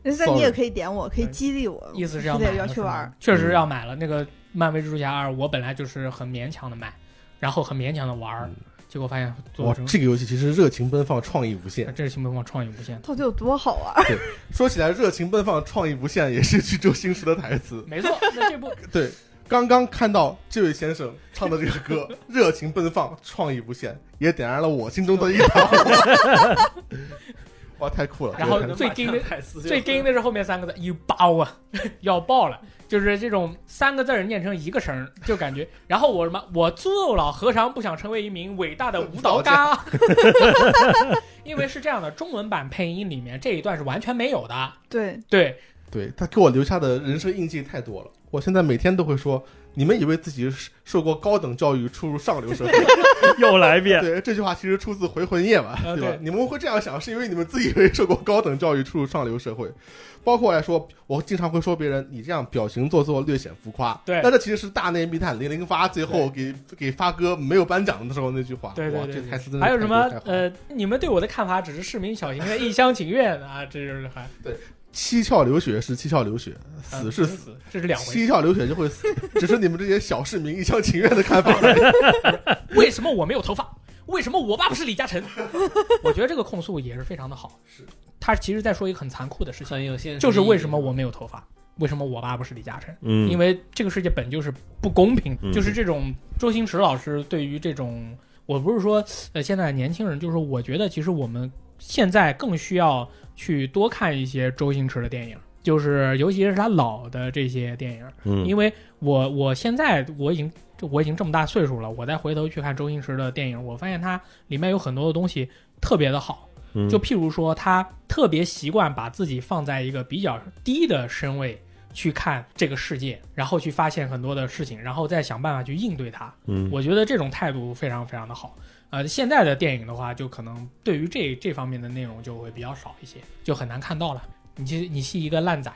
B: 人家你也可以点我，可
D: 嗯
B: 以激励我，
A: 意思是要
B: 非
A: 买
B: 得要
A: 了
B: 去
A: 是吗嗯
B: 玩儿。
A: 确实要买了。那个漫威蜘蛛侠二，我本来就是很勉强的买，然后很勉强的玩儿，结果发现做
D: 哇
A: 成，
D: 这个游戏其实热情奔放，创意无限。
A: 这是新东方创意无限。
B: 到底有多好玩？
D: 说起来，热情奔放、创意无限也是去周星驰的台词。
A: 没 错，那这部
D: 对，刚刚看到这位先生唱的这个 歌，热情奔放、创意无限，也点燃了我心中的一团火。 哇，太酷了！
A: 然后
D: 这个太酷了
A: 最跟 的
E: 台词
A: 最跟的是后面三个字“有包啊”， 要爆了，就是这种三个字儿念成一个声儿，就感觉。然后我什么，我朱老和尚不想成为一名伟大的舞蹈家， 因为是这样的，中文版配音里面这一段是完全没有的。
B: 对，
A: 对，
D: 对他给我留下的人生印记太多了，我现在每天都会说：你们以为自己是受过高等教育，出入上流社会？
C: 嗯又来一遍，
D: 对，这句话其实出自《回魂夜》嘛，
A: 啊
D: 对吧？
A: 对
D: 你们会这样想，是因为你们自己以为受过高等教育，出入上流社会。包括来说，我经常会说别人，你这样表情做作，略显浮夸。
A: 对
D: 但这其实是大内密探零零发最后给给发哥没有颁奖的时候那句话。
A: 对对
D: 啊哇
A: 对
D: 这台词真的
A: 还有什么
D: 太好了？
A: 呃，你们对我的看法只是市民小型的一厢情愿啊， 这就是还
D: 七窍流血是七窍流血，死是死，
A: 死，这是呃两回事。
D: 七窍流血就 会死，只是你们这些小市民一厢情愿的看法而已。
A: 为什么我没有头发？为什么我爸不是李嘉诚？ 我觉得这个控诉也是非常的好。
D: 是，
A: 他其实在说一个很残酷的事情，
E: 很有现实意义，
A: 就是为什么我没有头发，为什么我爸不是李嘉诚？
C: 嗯，
A: 因为这个世界本就是不公平，
C: 嗯
A: 就是这种周星驰老师对于这种，我不是说呃现在年轻人，就是我觉得其实我们现在更需要去多看一些周星驰的电影，就是尤其是他老的这些电影，
C: 嗯
A: 因为我我现在我已经就我已经这么大岁数了，我再回头去看周星驰的电影，我发现他里面有很多的东西特别的好，
C: 嗯
A: 就譬如说，他特别习惯把自己放在一个比较低的身位去看这个世界，然后去发现很多的事情，然后再想办法去应对它。
C: 嗯
A: 我觉得这种态度非常非常的好。呃，现在的电影的话，就可能对于这这方面的内容就会比较少一些，就很难看到了。你其实你是一个烂仔，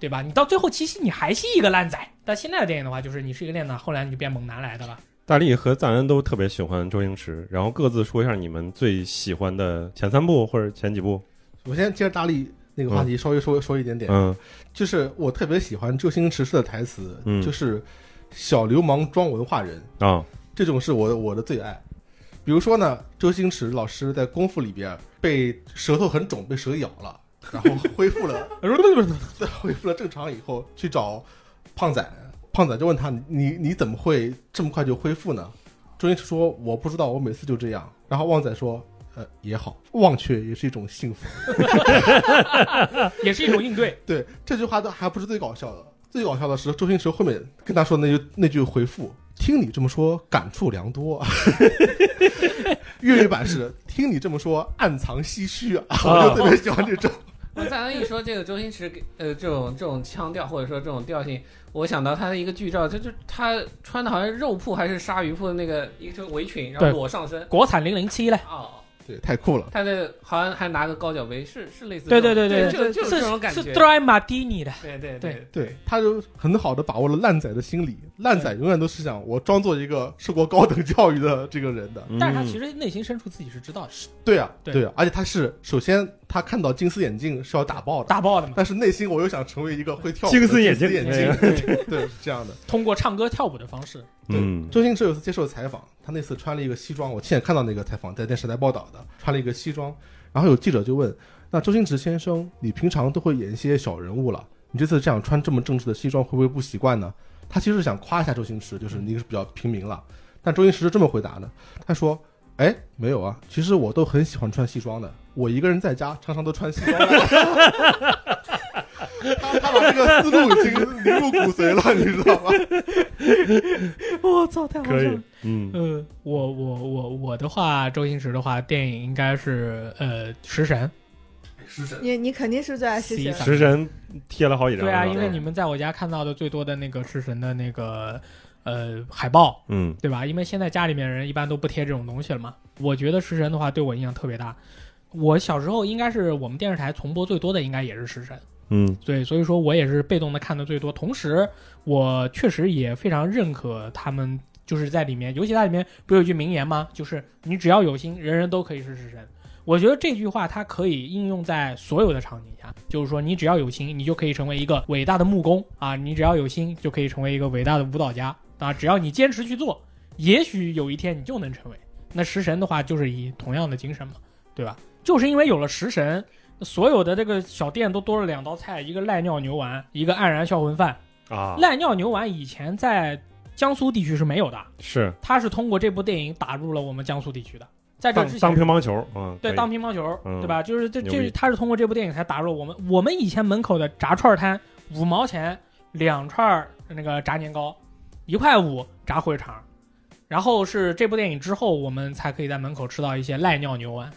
A: 对吧？你到最后其实你还是一个烂仔。但现在的电影的话，就是你是一个烂仔，后来你就变猛男来的了。
C: 大力和赞恩都特别喜欢周星驰，然后各自说一下你们最喜欢的前三部或者前几部。
D: 我先接着大力那个话题稍微说说一点点，
C: 嗯
D: 就是我特别喜欢周星驰式的台词，
C: 嗯
D: 就是“小流氓装文化人
C: 啊，”，
D: 这种是我我的最爱。比如说呢，周星驰老师在《功夫》里边被舌头很肿，被蛇咬了，然后恢复了， 恢复了正常以后，去找胖仔，胖仔就问他：“你你怎么会这么快就恢复呢？”周星驰说：“我不知道，我每次就这样。”然后旺仔说：“呃，也好，忘却也是一种幸福。”
A: 也是一种应对。
D: 对，这句话都还不是最搞笑的，最搞笑的是周星驰后面跟他说的那句那句回复：“听你这么说，感触良多。”啊 粤语版是“听你这么说，暗藏唏嘘”啊， 我就特别喜欢这种。
C: 啊
E: 我赞恩一说这个周星驰给呃这种这种腔调或者说这种调性，我想到他的一个剧照，就就他穿的好像是肉铺还是鲨鱼铺的那个一个围裙，然后
A: 对
E: 裸上身。
A: 国产零零七嘞，
E: 哦，
D: 对，太酷了。
E: 他的好像还拿个高脚杯，是是类似
A: 对
E: 这
A: 对
E: 种
A: 对
E: 对
A: 对
E: 就就是这种感觉，
A: 是 dry martini 的，
E: 对
A: 对
E: 对对，
D: 对，他就很好的把握了烂仔的心理。烂仔永远都是想我装作一个受过高等教育的这个人的。
C: 嗯
A: 但是他其实内心深处自己是知道的，
D: 对啊，
A: 对
D: 对啊，而且他是首先他看到金丝眼镜是要打爆的，
A: 打爆的嘛，
D: 但是内心我又想成为一个会跳舞的
C: 金丝眼
D: 眼
C: 镜
D: 镜，对对，是这样的。
A: 通过唱歌跳舞的方式，
C: 嗯，
D: 周星驰有一次接受采访，他那次穿了一个西装，我亲眼看到那个采访在电视台报道的，穿了一个西装，然后有记者就问：“那周星驰先生，你平常都会演一些小人物了，你这次这样穿这么正式的西装，会不会不习惯呢？”他其实是想夸一下周星驰，就是你是比较平民了，但周星驰是这么回答的，他说。哎，没有啊，其实我都很喜欢穿西装的。 我一个人在家，常常都穿西装。他 他把这个思路已经凝入骨髓了，你知道吗？
A: 我操，太
C: 可以，嗯
A: 呃，我我我我的话，周星驰的话，电影应该是呃《食神
D: 是神
B: 你你肯定是最爱吃
A: 西
B: 神
A: 餐，
C: 食神贴了好几》。张，
A: 对啊，
C: 是吧
A: 因
D: 嗯
A: 为你们在我家看到的最多的那个《食神》的那个呃海报，
C: 嗯
A: 对吧？因为现在家里面人一般都不贴这种东西了嘛。我觉得《食神》的话对我影响特别大。我小时候应该是我们电视台重播最多的，应该也是《食神》。
C: 嗯
A: 对，所以说我也是被动的看的最多。同时，我确实也非常认可他们，就是在里面，尤其它里面不有一句名言吗？就是你只要有心，人人都可以是食神。我觉得这句话它可以应用在所有的场景下，就是说你只要有心，你就可以成为一个伟大的木工啊，你只要有心就可以成为一个伟大的舞蹈家啊，只要你坚持去做，也许有一天你就能成为。那食神的话就是以同样的精神嘛，对吧？就是因为有了食神，所有的这个小店都多了两道菜，一个赖尿牛丸，一个黯然销魂饭。
C: 啊，
A: 赖尿牛丸以前在江苏地区是没有的，
C: 是
A: 它是通过这部电影打入了我们江苏地区的。在这
C: 当
A: 之前
C: 当，乒乓球啊，
A: 对
C: 可以
A: 当乒乓球，
C: 嗯
A: 对吧？就是这
C: 牛逼
A: 这，它是通过这部电影才打入我们我们以前门口的炸串摊，五毛钱两串儿那个炸年糕，一块五炸烩肠，然后是这部电影之后，我们才可以在门口吃到一些赖尿牛丸，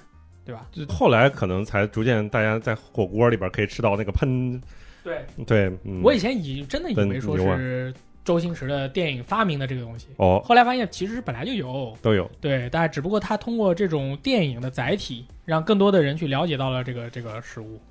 A: 对吧？
C: 就后来可能才逐渐大家在火锅里边可以吃到那个喷，
A: 对，
C: 对，嗯
A: 我以前以真的以为说
C: 嗯牛啊
A: 是周星驰的电影发明的这个东西，
C: 哦
A: 后来发现其实本来就有，
C: 都有，
A: 对，但只不过他通过这种电影的载体，让更多的人去了解到了这个这个食物。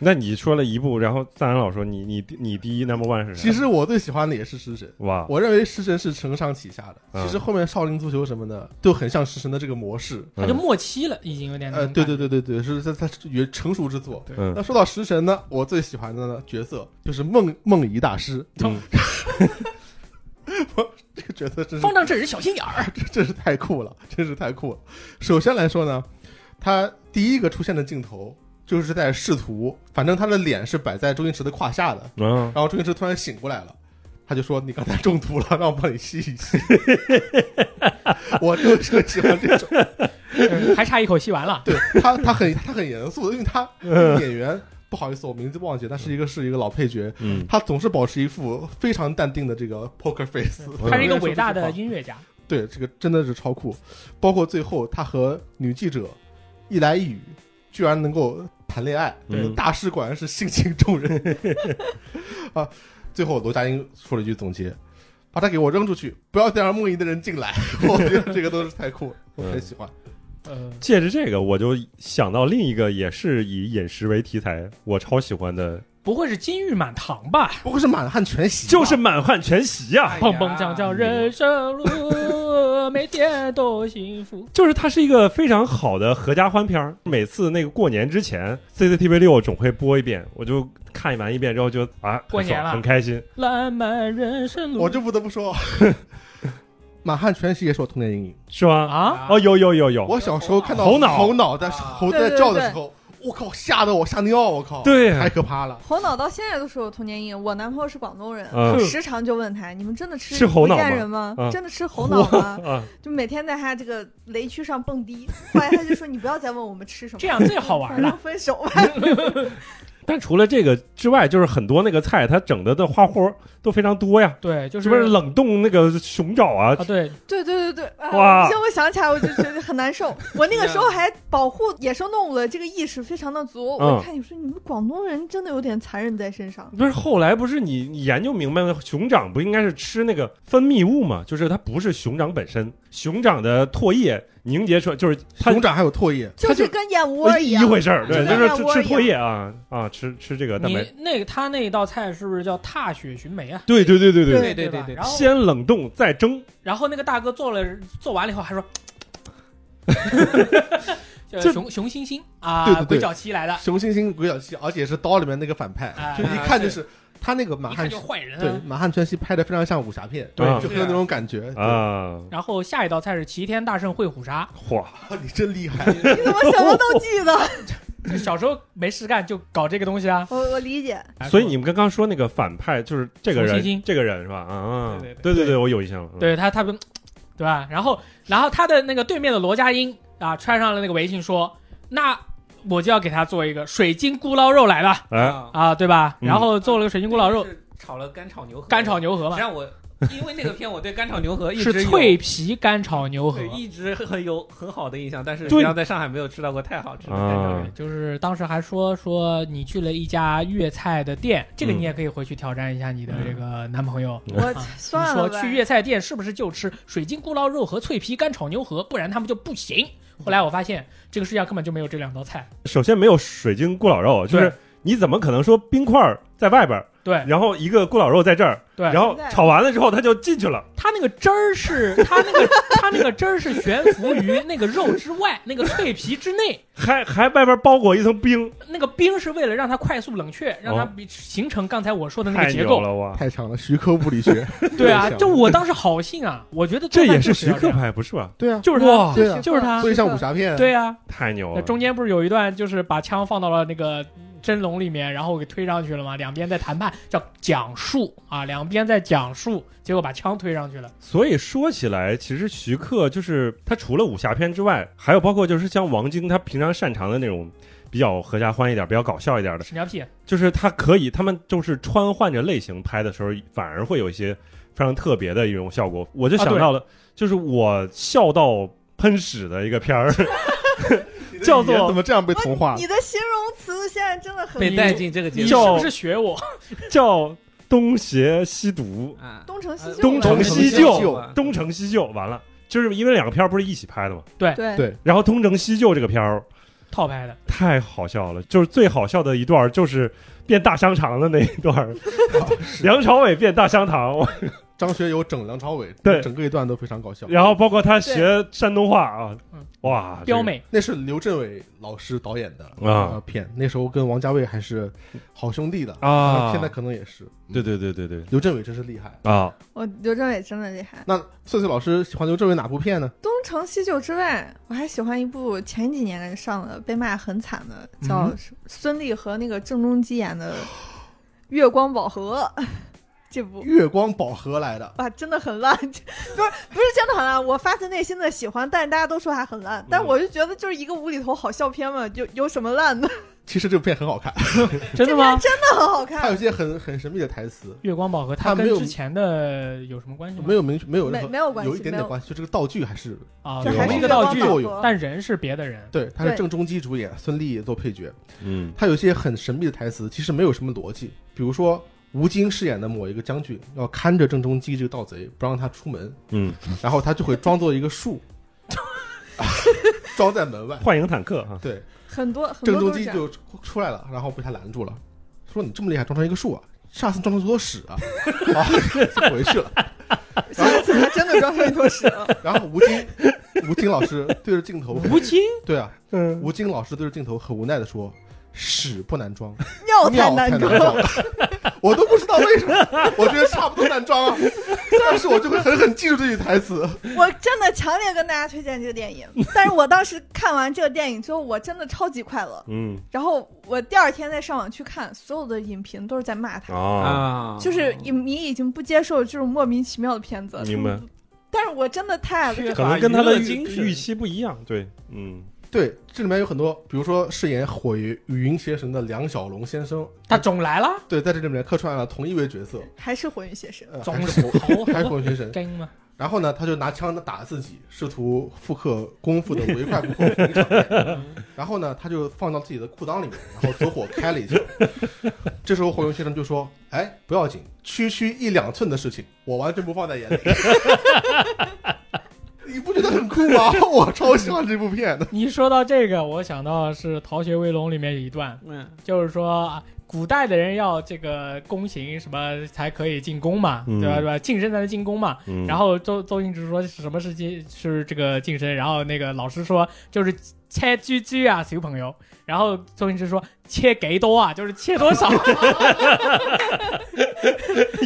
C: 那你说了一部，然后赞然老说你你你第一 number one 是啥？
D: 其实我最喜欢的也是食神，
C: 哇，
D: 我认为食神是承上启下的。
C: 嗯
D: 其实后面少林足球什么的都很像食神的这个模式。
C: 嗯
A: 他就末期了，已经有点那
D: 呃，
A: 种
D: 对
A: 感觉
D: 对对对对，是在它原成熟之作。
C: 嗯
D: 那说到食神呢，我最喜欢的呢角色就是梦梦遗大师，
C: 嗯
D: 这个角色真是
F: 方丈这人小心眼儿，
D: 真是太酷了，真是太酷了。首先来说呢，他第一个出现的镜头就是在试图，反正他的脸是摆在周星驰的胯下的，
C: 嗯，
D: 然后周星驰突然醒过来了，他就说：“你刚才中毒了，让我帮你吸一吸。” 我就是喜欢这种，嗯
A: 对还差一口吸完 了。
D: 对他，他很他很严肃，因为他
C: 嗯
D: 演员不好意思，我名字忘记了，但是一个是一个老配角，
C: 嗯
D: 他总是保持一副非常淡定的这个 poker face，
C: 嗯
A: 他是一个伟大的音乐家，
D: 对，这个真的是超酷。包括最后他和女记者一来一语，居然能够谈恋爱，
C: 嗯
D: 大师果然是性情 中人啊！最后罗家英说了一句总结：“把他给我扔出去，不要再让梦遗的人进来。” 我觉得这个都是太酷了，我
C: 嗯
D: 很喜欢。
A: 呃，
D: 嗯
C: 借着这个，我就想到另一个也是以饮食为题材，我超喜欢的，
A: 不会是金玉满堂吧？
D: 不愧是满汉全席吧，
C: 就是《满汉全席》啊呀。
D: 哎
A: 蹦蹦跳跳人生路，每天都幸福。
C: 就是它是一个非常好的合家欢片儿。每次那个过年之前，CCTV 六总会播一遍，我就看完一遍之后就啊，很
A: 过年
C: 爽
A: 了
C: 很开心。
A: 烂漫人 生路
D: 我就不得不说， 满汉全席也是我童年阴影。
C: 是吗？
A: 啊！
C: 哦，有有有有，
D: 我小时候看到
C: 猴脑
D: 猴脑在
E: 啊
D: 猴子在叫的时候，我靠，吓得我吓尿，我靠，
C: 对啊
D: 太可怕了。
B: 猴脑到现在都是我童年阴影。我男朋友是广东人，
C: 嗯
B: 时常就问他：“你们真的吃
C: 吃猴脑
B: 福建
C: 吗
B: 人吗？
C: 啊
B: 真的吃猴脑吗
C: 啊，？”
B: 就每天在他这个雷区上蹦迪。后来他就说：“你不要再问我们吃什么，
A: 这样最好玩
B: 反
A: 了
B: 正。分手吧。
C: 但除了这个之外，就是很多那个菜，它整的的花活都非常多呀，
A: 对，就是
C: 不是冷冻那个熊掌啊
A: 啊？？ 对，”
B: 对对对对，啊
C: 哇
B: 现在我想起来我就觉得很难受。我那个时候还保护野生动物的这个意识非常的足。我一看你说你们广东人真的有点残忍在身上。
C: 不是，后来不是你你研究明白了，熊掌不应该是吃那个分泌物吗？就是它不是熊掌本身，熊掌的唾液凝结出来，就是它
D: 熊掌还有唾液，
C: 他就
B: 就是跟燕窝一样。
C: 回事儿，
B: 就
C: 对，
B: 跟
C: 就是
B: 燕窝
C: 吃吃
B: 一样
C: 唾液啊啊，吃吃这个蛋
A: 你
C: 白，
A: 那个他那道菜是不是叫踏雪寻梅啊？
C: 对对对对对，
E: 对对
A: 吧
E: 对对
A: 然后
C: 先冷冻再蒸，
A: 然后那个大哥做了做完了以后还说，
C: 就
A: 呃熊熊猩猩啊，
D: 对对对
A: 鬼脚七来的，
D: 熊猩猩、鬼脚七，而且是刀里面那个反派，
A: 啊
D: 就一看就是他那个马
A: 一看
D: 汉
A: 就是坏人
D: 对
A: 啊。
D: 马汉全息拍的非常像武侠片，
C: 对
D: 就很有那种感觉。
C: 啊，
A: 然后下一道菜是齐天大圣烩虎鲨，
C: 嚯，
A: 啊
D: 对你真厉害，
B: 你怎么什么都记得？
A: 小时候没事干就搞这个东西啊。
B: 我我理解，
C: 所以你们刚刚说那个反派就是这个
A: 熊猩猩
C: 人，这个人是吧？啊，
E: 对对
C: 对对对，我有印象了，嗯，
A: 对他，他们对吧？然后，然后他的那个对面的罗家英啊，穿上了那个围巾，说：“那我就要给他做一个水晶咕捞肉来了
C: 哎，
E: 啊，
A: 啊，对吧？”
C: 嗯
A: 然后做了个水晶咕捞肉，
E: 是炒了干炒牛河，
A: 干炒牛河嘛，
E: 让我，因为那个片我对干炒牛啊河一直
A: 是
E: 有
A: 脆皮干炒牛河
E: 对，，一直很有很好的印象，但是
C: 对
E: 实际上在上海没有吃到过太好吃的干炒牛
C: 啊
E: 河。
A: 就是当时还说说你去了一家粤菜的店，这个
C: 嗯
A: 你也可以回去挑战一下你的这个男朋友。
B: 我
A: 你
B: 算了
A: 说
B: 吧。
A: 去粤菜店是不是就吃水晶咕捞肉和脆皮干炒牛河，不然他们就不行。后来我发现这个世界上根本就没有这两道菜，
C: 首先没有水晶咕老肉，就是
A: 对
C: 你怎么可能说冰块儿在外边儿，
A: 对
C: 然后一个咕老肉在这儿，
A: 对
C: 然后
B: 对
C: 炒完了之后它就进去了，
A: 它那个汁儿 是它那个它那个汁儿是悬浮于那个肉之外， 那个脆皮之内。
C: 还还外边包裹一层冰，
A: 那个冰是为了让它快速冷却，让它
C: 哦
A: 比形成刚才我说的那
C: 太
A: 个结
C: 牛
A: 构。
C: 了哇！
D: 太强了，徐科物理 学。
A: 对啊，
D: 太强
A: 就我当时好信啊，我觉得做
C: 这
A: 饭
C: 也
A: 就是是
C: 徐
A: 要这
C: 克
A: 样，
C: 拍不是吧？
D: 对啊，
A: 就是
C: 哇
A: 他，
D: 对啊，
A: 就是他
D: 所以像武侠片，
A: 对啊。
C: 太牛
A: 那
D: 哦
C: 了！
A: 中间不是有一段就是把枪放到了那个蒸笼里面，然后给推上去了吗？两边在谈判，叫讲述啊，两边在讲述，结果把枪推上去了。
C: 所以说起来，其实徐克就是他除了武侠片之外，还有包括就是像王晶，他平常擅长的那种比较合家欢一点、比较搞笑一点的，
A: 屎尿屁，
C: 就是他可以，他们就是穿换着类型拍的时候，反而会有一些非常特别的一种效果。我就想到了，就是我笑到喷屎的一个片儿，
D: 你的
C: 叫
D: 语言
C: 做
D: 怎么这样被同化？
B: 你的形容词现在真的很
E: 被带进这个
A: 你
E: 节目
A: 是
C: 叫
A: 不是学我？
C: 叫《东邪西毒
E: 啊，
B: 东成西就了，
C: 东成西就
E: 啊》，
C: 东成西就完了，就是因为两个片儿不是一起拍的嘛，
B: 对
D: 对
C: 然后《东成西就》这个片儿。
A: 套牌
D: 啊
A: 的，
C: 太好笑了，就是最好笑的一段儿就是变大香肠的那一段儿，梁朝伟变大香肠，我
D: 张学友整梁朝伟，
C: 对
D: 整个一段都非常搞笑。
C: 然后包括他学山东话啊
A: 嗯，
C: 哇，这个
A: 彪，美
D: 那是刘镇伟老师导演的
C: 啊
D: 呃片，那时候跟王家卫还是好兄弟的
C: 啊
D: 现在可能也是。嗯
C: 对，对对对对
D: 刘镇伟真是厉害。
C: 啊，
B: 我刘镇伟真的厉害。
D: 那穗穗老师喜欢刘镇伟哪部片呢？
B: 东成西就之外，我还喜欢一部前几年上的，被骂很惨的，叫孙俪和那个郑中基演的《月光宝盒》 这部
D: 《月光宝盒》来的，
B: 哇，真的很烂， 不是不是真的很烂，我发自内心的喜欢，但是大家都说它很烂，但我就觉得就是一个无厘头好笑片嘛，有有什么烂的？
D: 其实这部片很好
B: 啊
D: 看，
A: 真的吗？
B: 真的很好
D: 它有
B: 看，
D: 些很很神秘的台词，
A: 月光宝盒它
D: 它
A: 跟
D: 没有
A: 之前的有什么关系吗？
D: 没有明没有任
B: 没
D: 何
B: 没有关系，
D: 有一点
B: 没
D: 点关系，就这个道具还是
A: 啊，
B: 就
D: 有
B: 还
A: 同
B: 是
A: 一
B: 月
A: 个
B: 光
A: 道
B: 宝
A: 具，
D: 作
B: 盒
D: 用
A: 但人是别的人。
D: 对，他是
B: 对
D: 郑中基主演，孙俪做配角，
C: 嗯
D: 他有些很神秘的台词，其实没有什么逻辑，比如说。吴京饰演的某一个将军要看着郑中基这个盗贼，不让他出门，
C: 嗯，
D: 然后他就会装作一个树， 装在门外。
C: 幻影坦克啊，
D: 对，
B: 很多很
D: 郑
B: 多
D: 中
B: 都是
D: 基
B: 这样。
D: 就出来了，然后被他拦住了，说你这么厉害，装成一个树啊，下次装成坨屎啊， 啊，就回 去了。
B: 下次他真的装成一坨屎啊了。
D: 然后吴京，吴京老师对着镜头，
A: 吴京
D: 对啊，
C: 嗯，
D: 吴京老师对着镜头很无奈的说：“屎不难装，
B: 尿
D: 尿
B: 哦难
D: 难
B: 装，
D: 装。”我都不知道为什么，我觉得差不多难装啊，但是我就会狠狠记住这句台词。
B: 我真的强烈跟大家推荐这个电影。 但是我当时看完这个电影之后，我真的超级快乐。
C: 嗯
B: 然后我第二天再上网去看，所有的影评都是在骂他，
C: 啊，
E: 啊，
B: 就是你已经不接受这种莫名其妙的片子。
C: 明白，
B: 但是我真的太爱了，
E: 缺
C: 可
E: 乏
C: 能跟他
E: 娱
C: 的
E: 乐精
C: 预
E: 神
C: 预期不一样，对，嗯，
D: 对，这里面有很多，比如说饰演火云雨云邪神的梁小龙先生，
A: 他总来了，
D: 对，在这里面客串了同一位角色，
B: 还是火云邪神。
D: 呃、
A: 总
D: 还
A: 是
D: 是火
A: 好
D: 还是 火云邪神。
A: 跟吗？
D: 然后呢，他就拿枪打自己，试图复刻功夫的唯快不破的场面。然后呢，他就放到自己的裤裆里面，然后走火开了一枪。 这时候火云先生就说：“哎，不要紧，区 区一两寸的事情，我完全不放在眼里。”你不觉得很酷哭吗？ 我超喜欢这部片 的。
A: 你说到这个，我想到是《逃学威龙》里面有一段，
E: 嗯，
A: 就是说啊古代的人要这个弓形什么才可以进宫嘛，
C: 嗯
A: 对吧？对吧？晋升才能进宫嘛。
C: 嗯，
A: 然后周周星驰说是什么是晋是这个晋升，然后那个老师说就是切居居啊，小朋友。然后周星驰说切给多啊，就是切多少，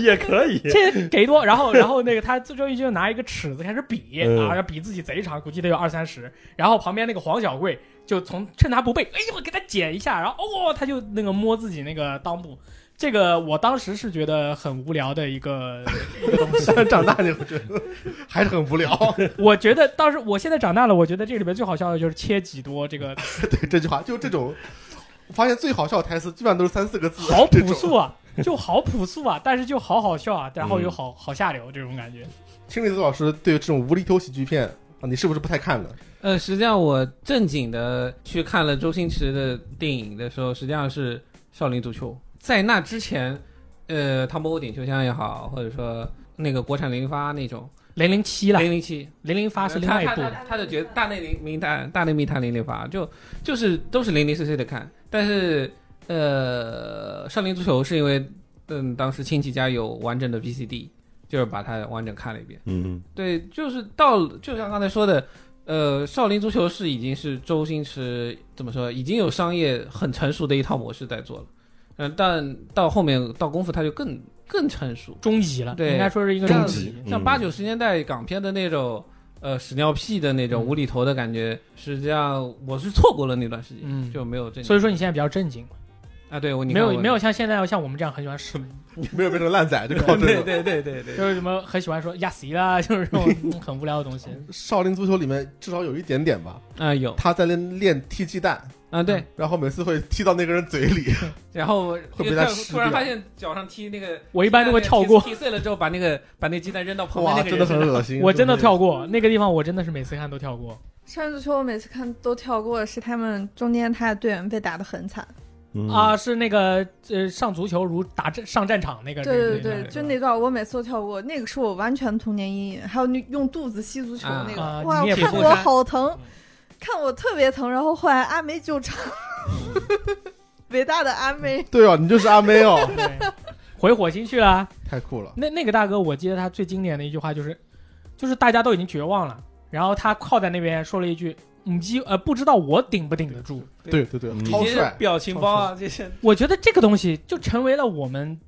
C: 也可以，
A: 切给多。然后然后那个他周星驰就拿一个尺子开始比、
C: 嗯
A: 啊，要比自己贼长，估计得有二三十。然后旁边那个黄小贵就从趁他不备，哎我给他剪一下，然后哦他就那个摸自己那个裆部。这个我当时是觉得很无聊的一个一个东西，
D: 长大你会觉得还是很无聊。
A: 我觉得当时我现在长大了，我觉得这里面最好笑的就是切几多这 个，
D: 对这句话，就这种，我发现最好笑的台词基本上都是三四个字，
A: 好
D: 这
A: 朴
D: 种
A: 素啊，就好朴素啊，但是就好好笑啊，然后
D: 嗯
A: 又好好下流这种感觉。
D: 青李子老师对这种无厘头喜剧片啊，你是不是不太看的？
E: 呃，实际上我正经的去看了周星驰的电影的时候，实际上是《少林足球》。在那之前，呃，《唐伯虎点秋香》也好，或者说那个国产零零发那种
A: 零零七了，
E: 零零七，
A: 零零发是另
E: 呃他
A: 外一部
E: 他，他他的角大内密密探大内密探零零发，就就是都是零零碎碎的看，但是呃，少林足球是因为嗯当时亲戚家有完整的 VCD，就是把它完整看了一遍。
C: 嗯
E: 对，就是到了就像刚才说的，呃，少林足球是已经是周星驰怎么说，已经有商业很成熟的一套模式在做了。嗯，但到后面到功夫他就更更成熟，
A: 终极了，
E: 对
A: 应该说是一个
E: 终
C: 极
E: 像
C: 嗯
E: 八九十年代港片的那种，呃，屎尿屁的那种
A: 嗯
E: 无厘头的感觉，实际上我是错过了那段时间，
A: 嗯
E: 就没有这。
A: 所以说你现在比较正经，
E: 啊，对我你
A: 没有
E: 看我嗯
A: 没有哦像现在像我们这样很喜欢说，
D: 没有变成烂仔，就靠
E: 对
D: 这
E: 对对
D: 个。
E: 对对对，
A: 就是什么很喜欢说亚西啦， 就是这种嗯很无聊的东西。
D: 少林足球里面至少有一点点吧，
E: 啊有
D: 他在练练踢鸡蛋，
E: 啊对，
A: 嗯
D: 然后每次会踢到那个人嘴里，
E: 然后
D: 会被
E: 因为
D: 他
E: 突
D: 吃
E: 突然
D: 掉
E: 发现脚上踢那个
A: 啊我一般都会跳过，
E: 踢碎了之后把那个把那鸡蛋扔到旁边
D: 哇，
E: 那个
D: 真的
E: 人
D: 很
E: 身上。
D: 恶心。
A: 我真的跳过那个地方，我真的是每次看都跳过。
B: 少林足球我每次看都跳过，是他们中间他的队员被打得很惨。
C: 嗯
A: 啊，，是那个呃上足球如打战上战场那个，
B: 对对
A: 那个
B: 对，就那段我每次都跳过，那个是我完全童年阴影。还有那用肚子吸足球那个，
A: 啊
B: 哇，
A: 你也
B: 我
A: 不
B: 看
A: 会
B: 我
E: 看
B: 好疼
A: 嗯，
B: 看我特别疼。然后后来阿梅 救场，伟大的阿梅，
A: 嗯
D: 对哦，你就是阿妹哦，
A: 对回火星去了。
D: 太酷了。
A: 那那个大哥，我记得他最经典的一句话就是，就是大家都已经绝望了，然后他靠在那边说了一句：“母鸡，呃，不知道我顶不顶得住。
D: 对对对
C: 嗯，
D: 超
E: 你这
D: 帅。
E: 表情包啊，这些”
A: 我觉得这个东西就成为了我们，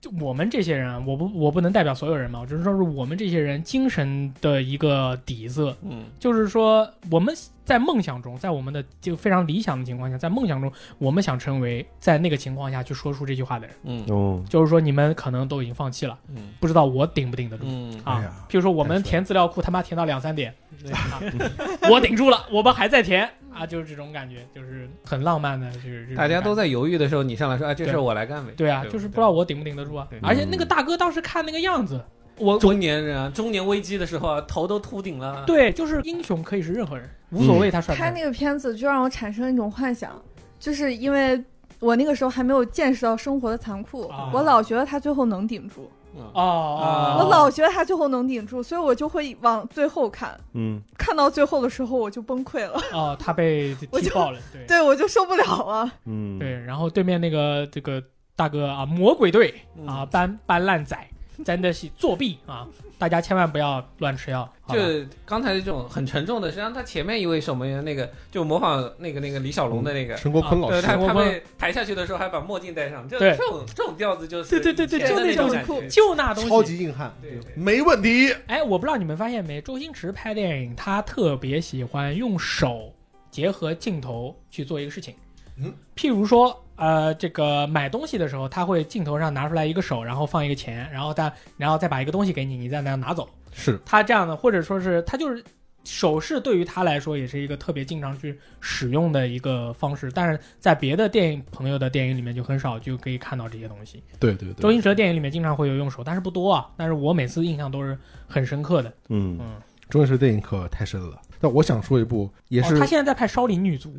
A: 就我们这些人啊，我不我不能代表所有人嘛，我只是说是我们这些人精神的一个底色，
E: 嗯
A: 就是说我们在梦想中，在我们的就非常理想的情况下，在梦想中，我们想成为在那个情况下去说出这句话的人，
E: 嗯
C: 哦，
A: 就是说你们可能都已经放弃了，
E: 嗯
A: 不知道我顶不顶得住。
E: 嗯
A: 啊
D: 哎呀，
A: 譬如说我们
D: 太帅
A: 填资料库他妈填到两三点，啊我顶住了，我们还在填啊，就是这种感觉，就是很浪漫的，就是这种
E: 大家都
A: 感
E: 在犹豫的时候，你上来说啊，这事
A: 对
E: 儿我来干呗。
A: 觉对啊，
E: 吧
A: 就是不知道我顶不顶得住啊
E: 对。
A: 而且那个大哥当时看那个样子，我我
E: 中年人啊，中年危机的时候啊，头都秃顶了。，啊
A: 对，就是英雄可以是任何人，无所谓他帅不
B: 他
A: 帅。
B: 那个片子就让我产生一种幻想，就是因为我那个时候还没有见识到生活的残酷，
A: 啊
B: 我老觉得他最后能顶住，
A: 哦哦，
E: 啊
B: 我老觉得他最后能顶住，所以我就会往最后看，
C: 嗯，
B: 看到最后的时候我就崩溃了，
A: 哦，他被
B: 我
A: 踢
B: 就
A: 爆了，对
B: 对我就受不了了。
C: 嗯，
A: 对。然后对面那个这个大哥啊，魔鬼队
E: 嗯
A: 啊，搬搬烂仔，真的是作弊啊！大家千万不要乱吃药，好吧
E: 就刚才这种很沉重的，实际上他前面一位守门员那个，就模仿那个那个李小龙的那个，
D: 陈国坤老
E: 啊对
D: 师，
E: 他
A: 嗯我
E: 他
A: 们
E: 被抬下去的时候还把墨镜戴上，就
A: 对
E: 这种这种调子就是
A: 对对对对
E: 以前的
A: 就那
E: 那
A: 种
E: 感
B: 酷
E: 觉。
A: 就那东西
D: 超级硬汉，
E: 对对
D: 没问题。
A: 哎，我不知道你们发现没，周星驰拍电影，他特别喜欢用手结合镜头去做一个事情。
D: 嗯，
A: 譬如说，呃，这个买东西的时候，他会镜头上拿出来一个手，然后放一个钱，然后他，然后再把一个东西给你，你再拿拿走。
D: 是
A: 他这样的，或者说是他就是手势，对于他来说也是一个特别经常去使用的一个方式。但是在别的电影朋友的电影里面就很少就可以看到这些东西。
D: 对对
A: 周，星驰的电影里面经常会有用手，但是不多啊。但是我每次印象都是很深刻的。
C: 嗯
A: 嗯。
D: 周星驰电影可太深了。但我想说一部，也是
A: 哦、他现在在拍《少林女足》，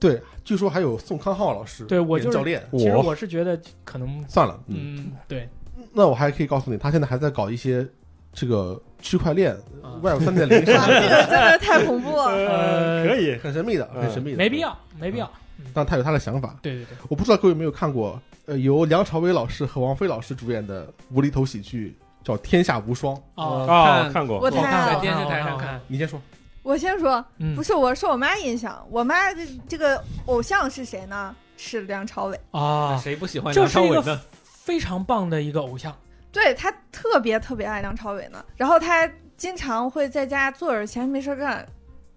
D: 对，据说还有宋康昊老师，
A: 对我就是
D: 教练。
A: 其实
C: 我
A: 我是觉得可能，
D: 算了，嗯，
A: 嗯，对，
D: 那我还可以告诉你，他现在还在搞一些这个区块链
A: 啊
D: Web 三点零
B: 哇，这个真的太恐怖了。
G: 呃
C: 可以，
D: 很神秘的，很神秘的，
A: 没必。要，没必要。
D: 但他有他的想法。
A: 对对对，
D: 我不知道各位有没有看过，呃，由梁朝伟老师和王菲老师主演的无厘头喜剧叫《天下无双》。
A: 哦，
C: 啊，
E: 看
C: 看过
B: 我，太爱
E: 在
B: 了。
E: 电视台上
A: 我看
E: 看，
D: 你先说，
B: 我先说，
A: 嗯
B: 不是，我受我妈影响。我妈这这个偶像是谁呢？是梁朝伟。
A: 啊，
E: 谁不喜欢
A: 这
E: 梁
A: 是
E: 朝
A: 一个
E: 伟 呢？
A: 非常棒的一个偶像。
B: 对他特别特别爱梁朝伟呢，然后他还经常会在家坐着闲着没事儿干，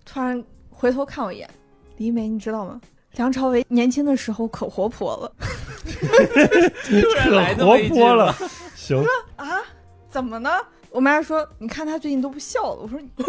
B: 突然回头看我一眼，李美，你知道吗？梁朝伟年轻的时候可活泼了
E: 突然来这
C: 可
E: 么
C: 活
E: 一句
C: 泼了， 行，
B: 啊？怎么呢？我妈说，你看他最近都不笑了。我说，你我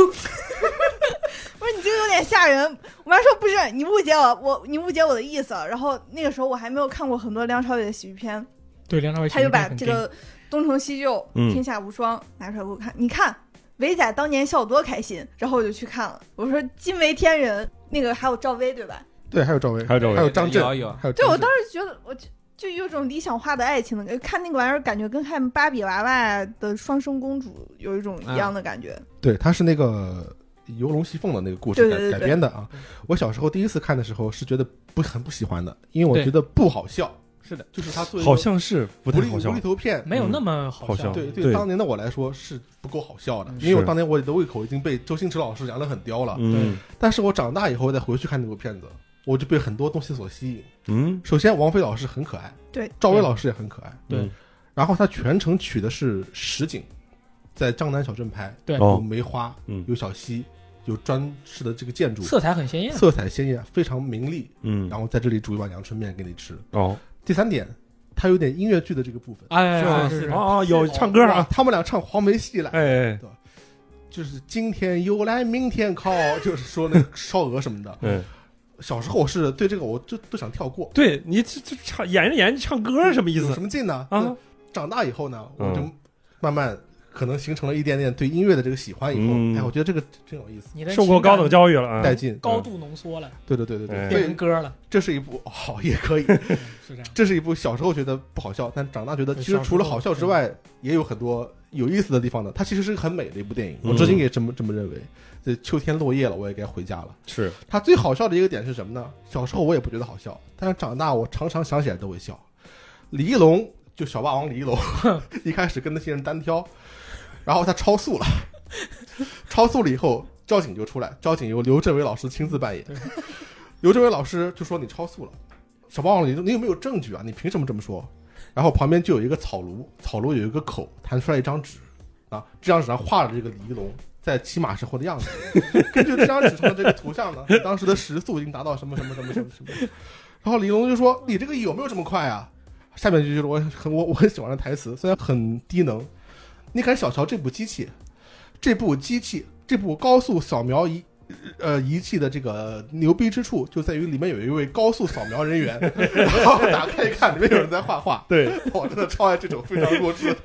B: 说你这个有点吓人。我妈说不是，你误解我，我你误解我的意思。然后那个时候我还没有看过很多梁朝伟的喜剧片，
G: 对梁朝伟喜
B: 他
G: 剧
B: 就
G: 片
B: 把
G: 很
B: 这
G: 顶，
B: 个《东成西就》
C: 嗯
B: 天下无双》拿出来给我看，你看伟仔当年笑多开心，然后我就去看了，我说惊为天人。那个还有赵薇对吧？
D: 对，还有赵薇，
C: 还有赵
D: 还
C: 薇，
D: 有张震，
E: 有有
D: 还有张震
B: 对我当时觉得我就。就有种理想化的爱情的感觉，看那个玩意儿，感觉跟看芭比娃娃的双生公主有一种一样的感觉。
D: 对，它是那个游龙戏凤的那个故事
B: 对
D: 改
B: 对对
D: 改
B: 对
D: 编的啊。我小时候第一次看的时候是觉得不很不喜欢的，因为我
A: 对
D: 觉得不好笑。
E: 是的，
D: 就是它作为一个
C: 好像是不太
D: 无厘
C: 好笑
D: 无厘，头片，
A: 没有那么好
C: 好
A: 笑
C: 笑。
D: 嗯对
C: 对
D: 当年的我来说是不够好笑的，
A: 嗯
D: 因为我
C: 是
D: 当年我的胃口已经被周星驰老师养得很刁了。
C: 嗯
D: 但是我长大以后再回去看那部片子，我就被很多东西所吸引。
C: 嗯，
D: 首先，王菲老师很可爱，
B: 对，
D: 赵薇老师也很可爱。
A: 对
C: 嗯，
D: 然后他全程取的是实景，在江南小镇拍，
A: 对
D: 有
C: 哦，
D: 梅花，
C: 嗯
D: 有小溪，有砖式的这个建筑，
A: 色彩很鲜艳，
D: 色彩鲜艳，非常明丽。
C: 嗯，
D: 然后在这里煮一碗阳春面给你吃。
C: 哦，
D: 第三点，它有点音乐剧的这个部分，
A: 哎，
E: 是吧
A: 哎是是，
C: 哦，有唱歌
D: 哇
C: 啊，
D: 他们俩唱黄梅戏来，
C: 哎，哎
D: 就是今天又来，明天靠，就是说那个烧鹅什么的。
C: 嗯，
D: 小时候我是对这个我就都想跳过，
C: 对你这这唱演着演着唱歌什么意
D: 有
C: 思
D: 什么劲呢？
C: 啊？
D: 长大以后呢，我就
C: 嗯
D: 慢慢可能形成了一点点对音乐的这个喜欢以后，
C: 嗯
D: 哎，我觉得这个真有意思，
A: 你的
C: 受过
A: 情感
C: 高等教育了啊
D: 带？劲。
A: 高度浓缩了，
D: 对对对对对，
C: 哎
D: 所
A: 变成
D: 以
A: 歌了，
D: 这是一部好、也可以，
A: 是这样。
D: 这是一部小时候觉得不好笑，但长大觉得
A: 对
D: 其实除了好
C: 嗯
D: 笑之外，也有很多有意思的地方的。它其实是个很美的一部电影，我至今
C: 嗯
D: 也这么这么认为。这秋天落叶了，我也该回家了。
C: 是，
D: 它最好笑的一个点是什么呢？小时候我也不觉得好笑，但是长大我常常想起来都会笑。李一龙就小霸王李一龙， 一开始跟那些人单挑，然后他超速了， 超速了以后，交警就出来，交警由刘镇伟老师亲自扮演。刘镇伟老师就说你超速了，小霸王李一龙，你有没有证据啊？你凭什么这么说？然后旁边就有一个草庐，草庐有一个口，弹出来一张纸，啊，这张纸上画着这个李一龙在骑马时候的样子。 根据这张纸上的这个图像呢，当时的时速已经达到什么什么什么什么什么。然后李龙就说：“你这个有没有这么快啊？”下面就是我很我我很喜欢的台词，虽然很低能，你敢小瞧这部机器，这部机器这部高速扫描仪。呃，仪器的这个牛逼之处就在于里面有一位高速扫描人员，然后打开一看，里面有人在画画，
C: 对，
D: 我真的超爱这种非常弱智。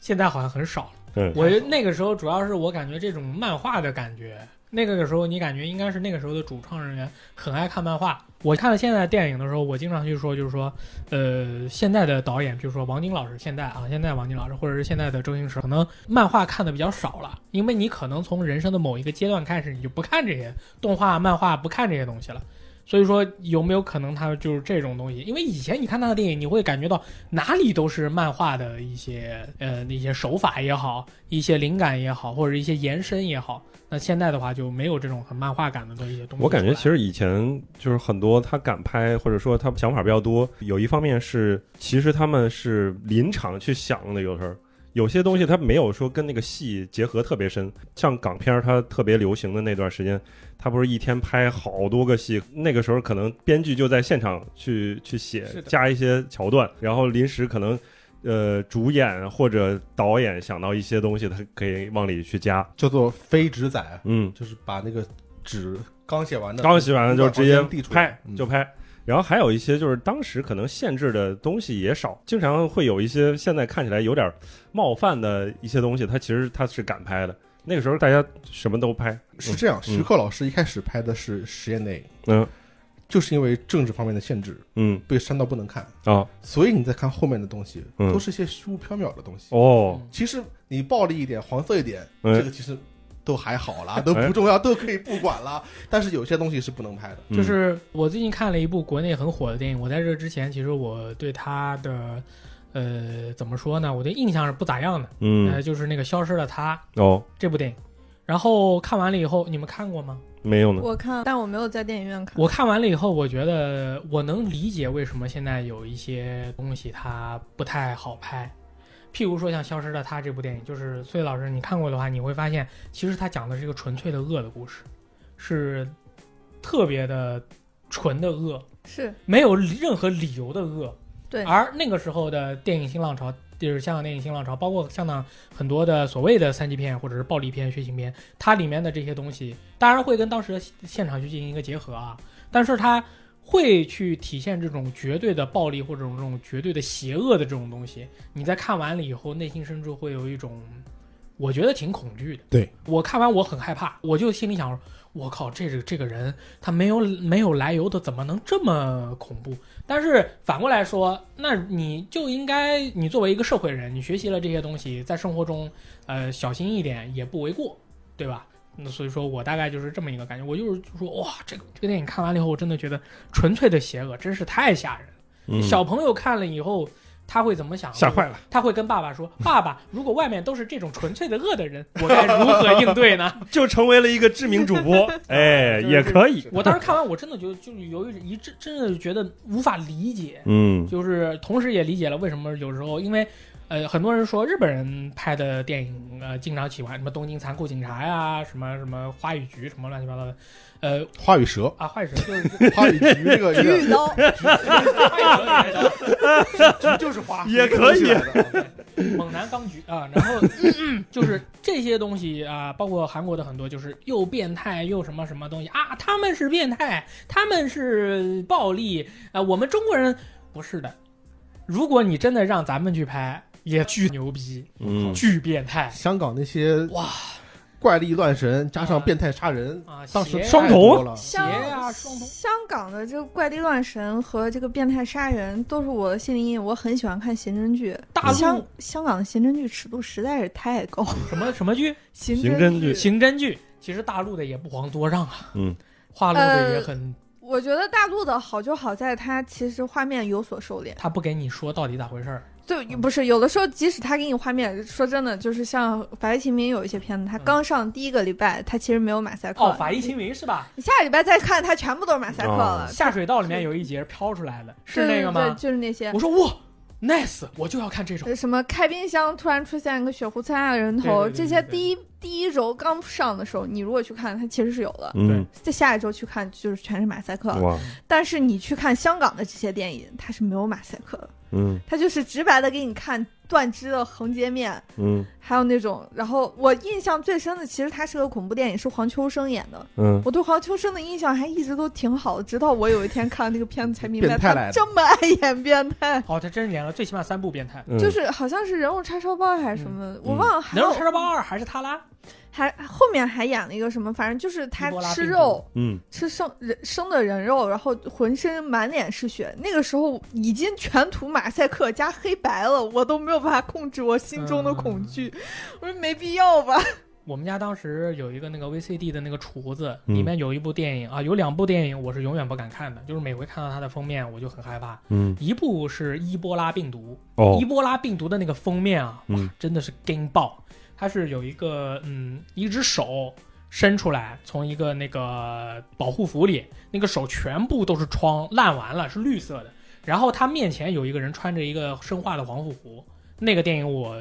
A: 现在好像很少了。
C: 嗯
A: 我那个时候主要是我感觉这种漫画的感觉，那个时候你感觉应该是那个时候的主创人员很爱看漫画。我看了现在的电影的时候，我经常去说，就是说，呃，现在的导演，比如说王晶老师，现在啊，现在王晶老师，或者是现在的周星驰，可能漫画看的比较少了，因为你可能从人生的某一个阶段开始，你就不看这些动画、漫画，不看这些东西了。所以说，有没有可能他就是这种东西？因为以前你看他的电影，你会感觉到哪里都是漫画的一些呃那些手法也好，一些灵感也好，或者一些延伸也好。那现在的话就没有这种很漫画感的东西。东西
C: 我感觉其
A: 出来
C: 实以前就是很多他敢拍，或者说他想法比较多，有一方面是其实他们是临场去想的，有时候。有些东西他没有说跟那个戏结合特别深，像港片儿它特别流行的那段时间，他不是一天拍好多个戏，那个时候可能编剧就在现场去去写
E: 是的，
C: 加一些桥段，然后临时可能呃主演或者导演想到一些东西，他可以往里去加，
D: 叫做非纸仔，
C: 嗯，
D: 就是把那个纸刚写完的，
C: 刚洗完了就直接
D: 递出
C: 拍
D: 来嗯
C: 就拍。然后还有一些就是当时可能限制的东西也少，经常会有一些现在看起来有点冒犯的一些东西，他其实他是敢拍的。那个时候大家什么都拍，
D: 是这样，
C: 嗯
D: 徐克老师一开始拍的是实验电影，
C: 嗯，
D: 就是因为政治方面的限制
C: 嗯
D: 被删到不能看，
C: 啊
D: 所以你再看后面的东西
C: 嗯
D: 都是些虚无缥缈的东西。
C: 哦，
D: 其实你暴力一点，黄色一点，
C: 哎
D: 这个其实都还好啦，都不重要，都可以不管啦。但是有些东西是不能拍的。
C: 嗯
A: 就是我最近看了一部国内很火的电影，我在这之前其实我对它的，呃，怎么说呢？我对印象是不咋样的，呃，
C: 嗯
A: 就是那个《消失的她》
C: 哦，
A: 这部电影。然后看完了以后，你们看过吗？
C: 没有呢，
B: 我看，但我没有在电影院看。
A: 我看完了以后，我觉得我能理解为什么现在有一些东西它不太好拍，譬如说像《消失的她》这部电影，就是崔老师你看过的话，你会发现其实它讲的是一个纯粹的恶的故事，是特别的纯的恶，
B: 是
A: 没有任何理由的恶。
B: 对
A: 而那个时候的电影新浪潮，就是香港电影新浪潮，包括香港很多的所谓的三级片或者是暴力片、血腥片，它里面的这些东西，当然会跟当时的现场去进行一个结合啊，但是它会去体现这种绝对的暴力或者这种绝对的邪恶的这种东西。你在看完了以后，内心深处会有一种，我觉得挺恐惧的。
D: 对
A: 我看完我很害怕，我就心里想。我靠，这个这个人他没有没有来由的，怎么能这么恐怖？但是反过来说，那你就应该，你作为一个社会人，你学习了这些东西，在生活中，呃，小心一点也不为过，对吧？那所以说我大概就是这么一个感觉，我就是就说，哇，这个这个电影看完了以后，我真的觉得纯粹的邪恶真是太吓人了。
C: 嗯
A: 小朋友看了以后，他会怎么想？
C: 吓 坏了，
A: 他会跟爸爸说：“爸爸，如果外面都是这种纯粹的恶的人，我该如何应对呢？”
C: 就成为了一个知名主 播，哎，
A: 就是
C: 也可以，
A: 我当时看完，我真的就就是有一一真真的觉得无法理解，
C: 嗯
A: 就是同时也理解了为什么有时候因为。呃，很多人说日本人拍的电影，呃，经常喜欢什么《东京残酷警察》呀，什么什么《花与菊》什么乱七八糟的，呃
D: 花与蛇，
A: 啊，坏人就是
D: 花与菊 这个
B: 绿刀，
A: 坏人
D: 菊就是花，
C: 也可以
A: 猛男刚局啊，然后
B: 嗯
A: 就是这些东西啊，包括韩国的很多，就是又变态又什么什么东西啊，他们是变态，他们是暴力啊，我们中国人不是的。如果你真的让咱们去拍，也巨牛逼，
C: 嗯，
A: 巨变态
D: 香港那些
A: 哇
D: 怪力乱神，加上变态杀人，
A: 啊！
D: 当时
A: 邪
C: 双啊
D: 太多了。
B: 香
A: 鞋呀双头
B: 香港的这个怪力乱神和这个变态杀人都是我的心理阴影。我很喜欢看刑侦剧，
A: 大
B: 香
A: 陆
B: 香港的刑侦剧尺度实在是太高，
A: 什么什么剧
B: 刑
C: 刑
B: 侦
C: 侦剧
A: 刑侦剧，其实大陆的也不遑多让啊，
C: 嗯，
A: 话录的也
B: 呃
A: 很，
B: 我觉得大陆的好就好在它其实画面有所收敛，
A: 他不给你说到底咋回事儿，
B: 就不是有的时候即使他给你画面，说真的，就是像《法医秦明》有一些片子，它刚上第一个礼拜，它其实没有马赛
A: 嗯
B: 克。
A: 哦，法医秦明是吧？
B: 你下个礼拜再看，它全部都是马赛克了。
A: 下水道里面有一节飘出来的，哦是
B: 啊对
A: 那个
B: 对，
A: 吗？
B: 就是那些
A: 我。说哇，nice，我就要看这种。
B: 呃什么开冰箱突然出现一个血狐参赛的人头，
A: 对对对对
B: 这些
A: 对
B: 第一第一周刚上的时候，你如果去看，它其实是有的。
C: 嗯，
B: 再下一周去看，就是全是马赛克。
C: 哇，
B: 但是你去看香港的这些电影，它是没有马赛克的，
C: 嗯
B: 它就是直白的给你看断肢的横截面，
C: 嗯
B: 还有那种。然后我印象最深的，其实它是个恐怖电影，是黄秋生演的。
C: 嗯，
B: 我对黄秋生的印象还一直都挺好的，直到我有一天看了那个片子才明白，
D: 变态来
B: 他
D: 的
B: 这么爱演变态。
A: 哦，他真是演了最起码三部变态，
C: 嗯
B: 就是好像是人肉叉烧包还是什么，
D: 嗯
B: 我忘了。还
A: 能
B: 有
A: 说叉烧包二还是他啦？
B: 还后面还演了一个什么，反正就是他
A: 伊波拉
B: 吃
A: 病毒
B: 肉，
C: 嗯
B: 吃生人生的人肉，然后浑身满脸是血。那个时候已经全图马赛克加黑白了，我都没有办法控制我心中的恐惧。
D: 嗯
B: 我说没必要吧？
A: 我们家当时有一个那个 VCD 的那个厨子，
C: 嗯
A: 里面有一部电影啊，有两部电影我是永远不敢看的，就是每回看到它的封面我就很害怕。
C: 嗯，
A: 一部是伊波拉病毒，
C: 哦
A: 伊，波拉病毒的那个封面啊，
C: 嗯
A: 真的是惊爆！它是有一个嗯，一只手伸出来，从一个那个保护服里，那个手全部都是疮，烂完了，是绿色的。然后他面前有一个人穿着一个生化的防护服，那个电影我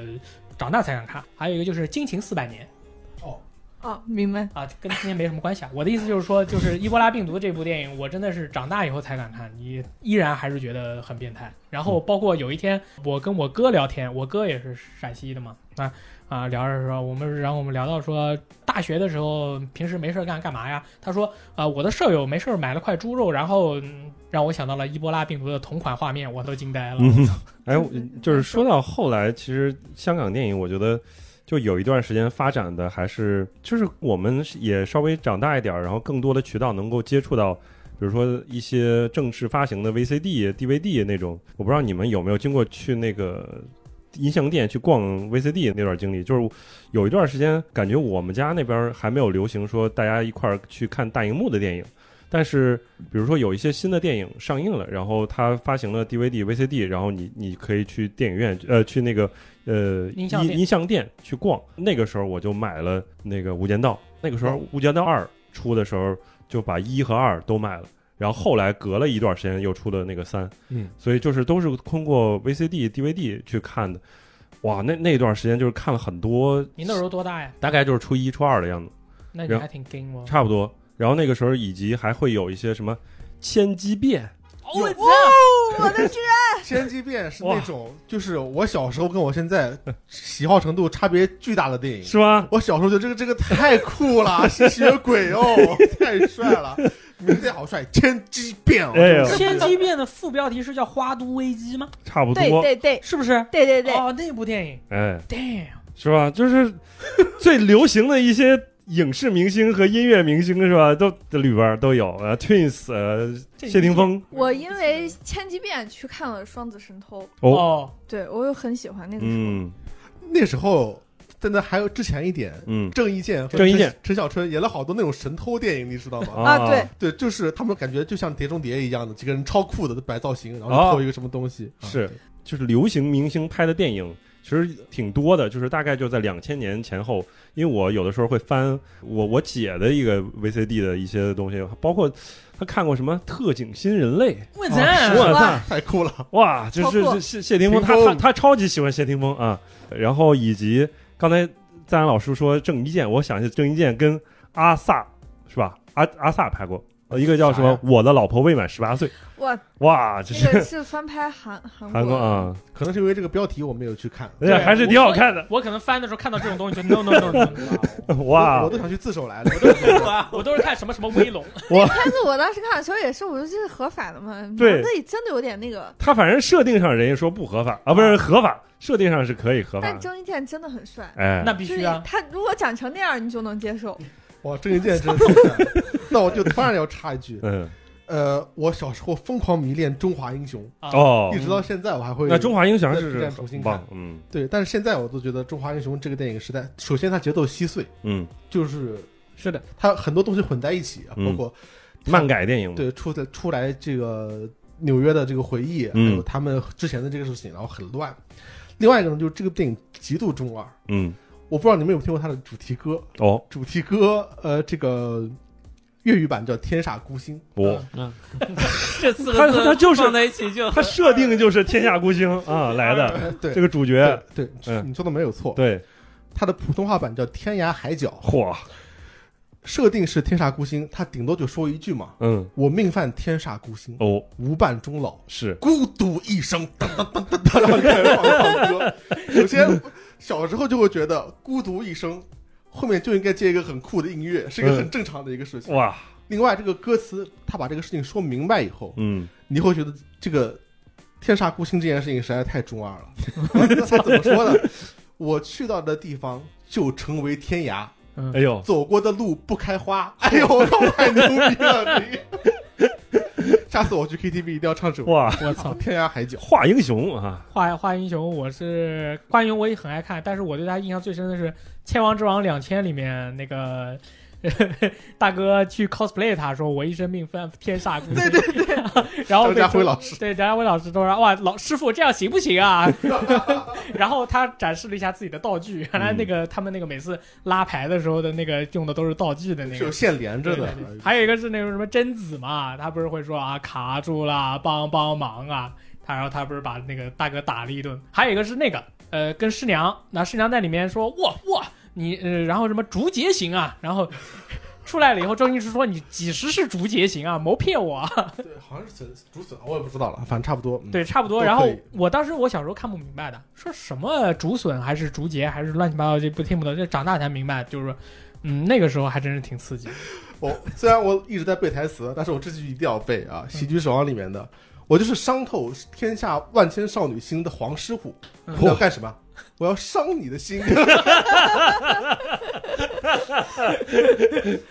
A: 长大才敢看。还有一个就是《惊情四百年
D: 哦
B: 啊，明 白。》
A: 啊，跟今天没什么关系啊。我的意思就是说，就是伊波拉病毒这部电影，我真的是长大以后才敢看，你依然还是觉得很变态。然后包括有一天我跟我哥聊天，我哥也是陕西的嘛，啊，啊，聊着说我们，然后我们聊到说大学的时候，平时没事儿干干嘛呀？他说啊、我的舍友没事儿买了块猪肉，然后、嗯让我想到了伊波拉病毒的同款画面，我都惊呆了。
C: 嗯，哎，我就是说到后来，其实香港电影，我觉得就有一段时间发展的还是，就是我们也稍微长大一点儿，然后更多的渠道能够接触到比如说一些正式发行的 VCD、DVD 那种，我不知道你们有没有经过去那个音像店去逛 VCD 那段经历，就是有一段时间感觉我们家那边还没有流行说大家一块儿去看大荧幕的电影。但是，比如说有一些新的电影上映了，然后它发行了 DVD、VCD，然后你你可以去电影院，呃，去那个呃
A: 音像店
C: 音像店去逛。那个时候我就买了那个《无间道》，那个时候《无间道二》出的时候就把一和二都买了，然后后来隔了一段时间又出了那个三，
D: 嗯，
C: 所以就是都是通过 VCD、DVD 去看的。哇，那那段时间就是看了很多，
A: 你那时候多大呀？
C: 大概就是初一、初二的样子。
A: 那你还挺 gay 吗？
C: 差不多。然后那个时候，以及还会有一些什么千机变，
B: 我操！
A: 啊
B: 我的天！
D: 千机变是那种，就是我小时候跟我现在喜好程度差别巨大的电 影。
C: 是吧？
D: 我小时候觉得这个这个太 酷了，吸血鬼哦， 太帅了，名字也好帅，千机变哦，
C: 哎呦
D: 真是
A: 千机变的副标题是叫《花都危机》吗？
C: 差不
B: 对
C: 多，
B: 对对
A: 是不是？
B: 对对对，
A: 哦，那部电影
C: 哎，
A: ，damn，
C: 是吧？就是最流行的一些影视明星和音乐明星，是吧？都这里边儿都有，呃，Twins，呃，
A: 这
C: 谢霆锋，
B: 我因为千机变去看了《双子神偷》，
C: 哦，
A: 哦，
B: 对我又很喜欢那个时候。
C: 嗯
D: 那时候真的还有之前一点，
C: 嗯
D: 郑伊健和
C: 郑伊健
D: 陈、陈小春演了好多那种神偷电影，你知道吗？
C: 哦
B: 啊对，
D: 对，就是他们感觉就像《碟中谍》一样的，几个人超酷的都摆造型，然后
C: 哦
D: 就偷一个什么东西。啊
C: 是，就是流行明星拍的电影。其实挺多的，就是大概就在两千年前后，因为我有的时候会翻我我姐的一个 VCD 的一些东西，包括她看过什么《特警新人类》，
A: 我
D: 操
C: 我
A: 操，
C: 操，
D: 太酷了！
C: 哇，就
B: 超
C: 是
B: 酷
C: 是谢谢霆锋，
D: 霆
C: 他他
D: 锋
C: 他超级喜欢谢霆锋啊。然后以及刚才赞然老师说郑伊健，我想起郑伊健跟阿萨是吧？阿阿萨拍过呃一个叫什么
E: 啥
C: 《我的老婆未满十八岁》，
B: 哇，
C: 哇，这
B: 那个
C: 是
B: 是翻拍韩韩
C: 韩国
B: 国的，
C: 啊，
D: 可能是因为这个标题我没有去看，
C: 哎呀，还是挺好看的，
A: 我可能翻的时候看到这种东西就 no no no no，no，
D: 我
C: 哇哦
D: 我都，想去自首来了。
A: 我都是看什么什么威龙，
B: 片子我当时看的时候也是，我说这是合法的吗？
C: 对
B: 那里真的有点那个。
C: 他反正设定上人家说不合法啊，不是合法，设定上是可以合法
B: 但
C: 的，
B: 郑伊健真的很帅，
C: 哎，
A: 那必
B: 就是
A: 须啊，
B: 他如果长成那样，你就能接受。
C: 嗯
D: 哇，郑伊健真的太帅了！ 那我就当然要插一句，
C: 嗯
D: 呃，我小时候疯狂迷恋《中华英雄
A: 啊，》，
C: 哦
D: 一，直到现在我还会。
C: 那《中华英雄》
D: 再
C: 是
D: 再重
C: 很
D: 新
C: 棒
D: 看，
C: 嗯
D: 对，但是现在我都觉得《中华英雄》这个电影时代，首先它节奏稀碎，
C: 嗯，
D: 就是
E: 是的，
D: 它很多东西混在一起，啊
C: 嗯
D: 包括
C: 漫改电影嘛，
D: 对出的出来这个纽约的这个回忆，还
C: 嗯
D: 有他们之前的这个事情，然后很乱。另外一个呢，就是这个电影极度中二，
C: 嗯，
D: 我不知道你们有没有听过它的主题歌，
C: 哦，
D: 主题歌呃，这个粤语版叫《天煞孤星》，
A: 呃
C: 我
E: 这四
C: 他
E: 个字
C: 他就是
E: 放在一起就
C: 他设定就是天下孤 星啊来的
D: 呃对
C: 这个主角，
D: 对对，
C: 嗯
D: 你说的没有错，
C: 对，
D: 它的普通话版叫《天涯海角》，
C: 嚯，
D: 设定是天煞孤星，它顶多就说一句嘛。
C: 嗯，
D: 我命犯天煞孤星，
C: 哦，
D: 无伴终老，
C: 是，
D: 孤独一生，噔噔噔噔噔，然后开始放放歌。首先，小时候就会觉得孤独一生，后面就应该接一个很酷的音乐，是一个很正常的一个事情。
C: 哇，
D: 另外，这个歌词他把这个事情说明白以后，
C: 嗯，
D: 你会觉得这个天煞孤星这件事情实在太中二了。 那他怎么说呢？我去到的地方就成为天涯，
C: 哎呦，
D: 走过的路不开花。哎呦，我靠，太牛逼 了！你下次我去 KTV 一定要唱这首《
C: 哇，
A: 我操。
D: 天涯海角》。
C: 画英雄啊，
A: 画画英雄，我是画英雄，我也很爱看，但是我对他印象最深的是《千王之王两千》里面那个大哥去 cosplay 他说我一身命犯天煞孤星，对对哦对，然后
D: 张
A: 被
D: 家辉
A: 周
D: 老 师，
A: 对，梁家辉老师都说：“哇，老师傅这样行不行 啊？” 然后他展示了一下自己的道具，原
D: 嗯
A: 来那个、他们那个每次拉牌的时候的那个用的都是道具的那
D: 是有
A: 个。
D: 线连着的
A: 对对对，还有一个是那种什么贞子嘛，他不是会说啊卡住啦，帮帮忙啊，他然后他不是把那个大哥打了一顿。还有一个是那个呃跟师娘，那师娘在里面说哇哇你呃然后什么竹节行啊，然后出来了以后周星驰说你几时是竹节行啊，谋骗我啊。
D: 哎对，好像是笋竹笋，我也不知道了，反正差不多。嗯，
A: 对，差不多。
D: 都
A: 然后
D: 可以
A: 我当时我小时候看不明白的，说什么竹笋还是竹节还是乱七八糟，就不听不懂。这长大才明白，就是说，嗯，那个时候还真是挺刺激。
D: 我虽然我一直在背台词，但是我这句一定要背啊，《喜剧守望》里面的。我就是伤透天下万千少女心的黄狮虎，
A: 嗯
D: 我要干什么？我要伤你的心。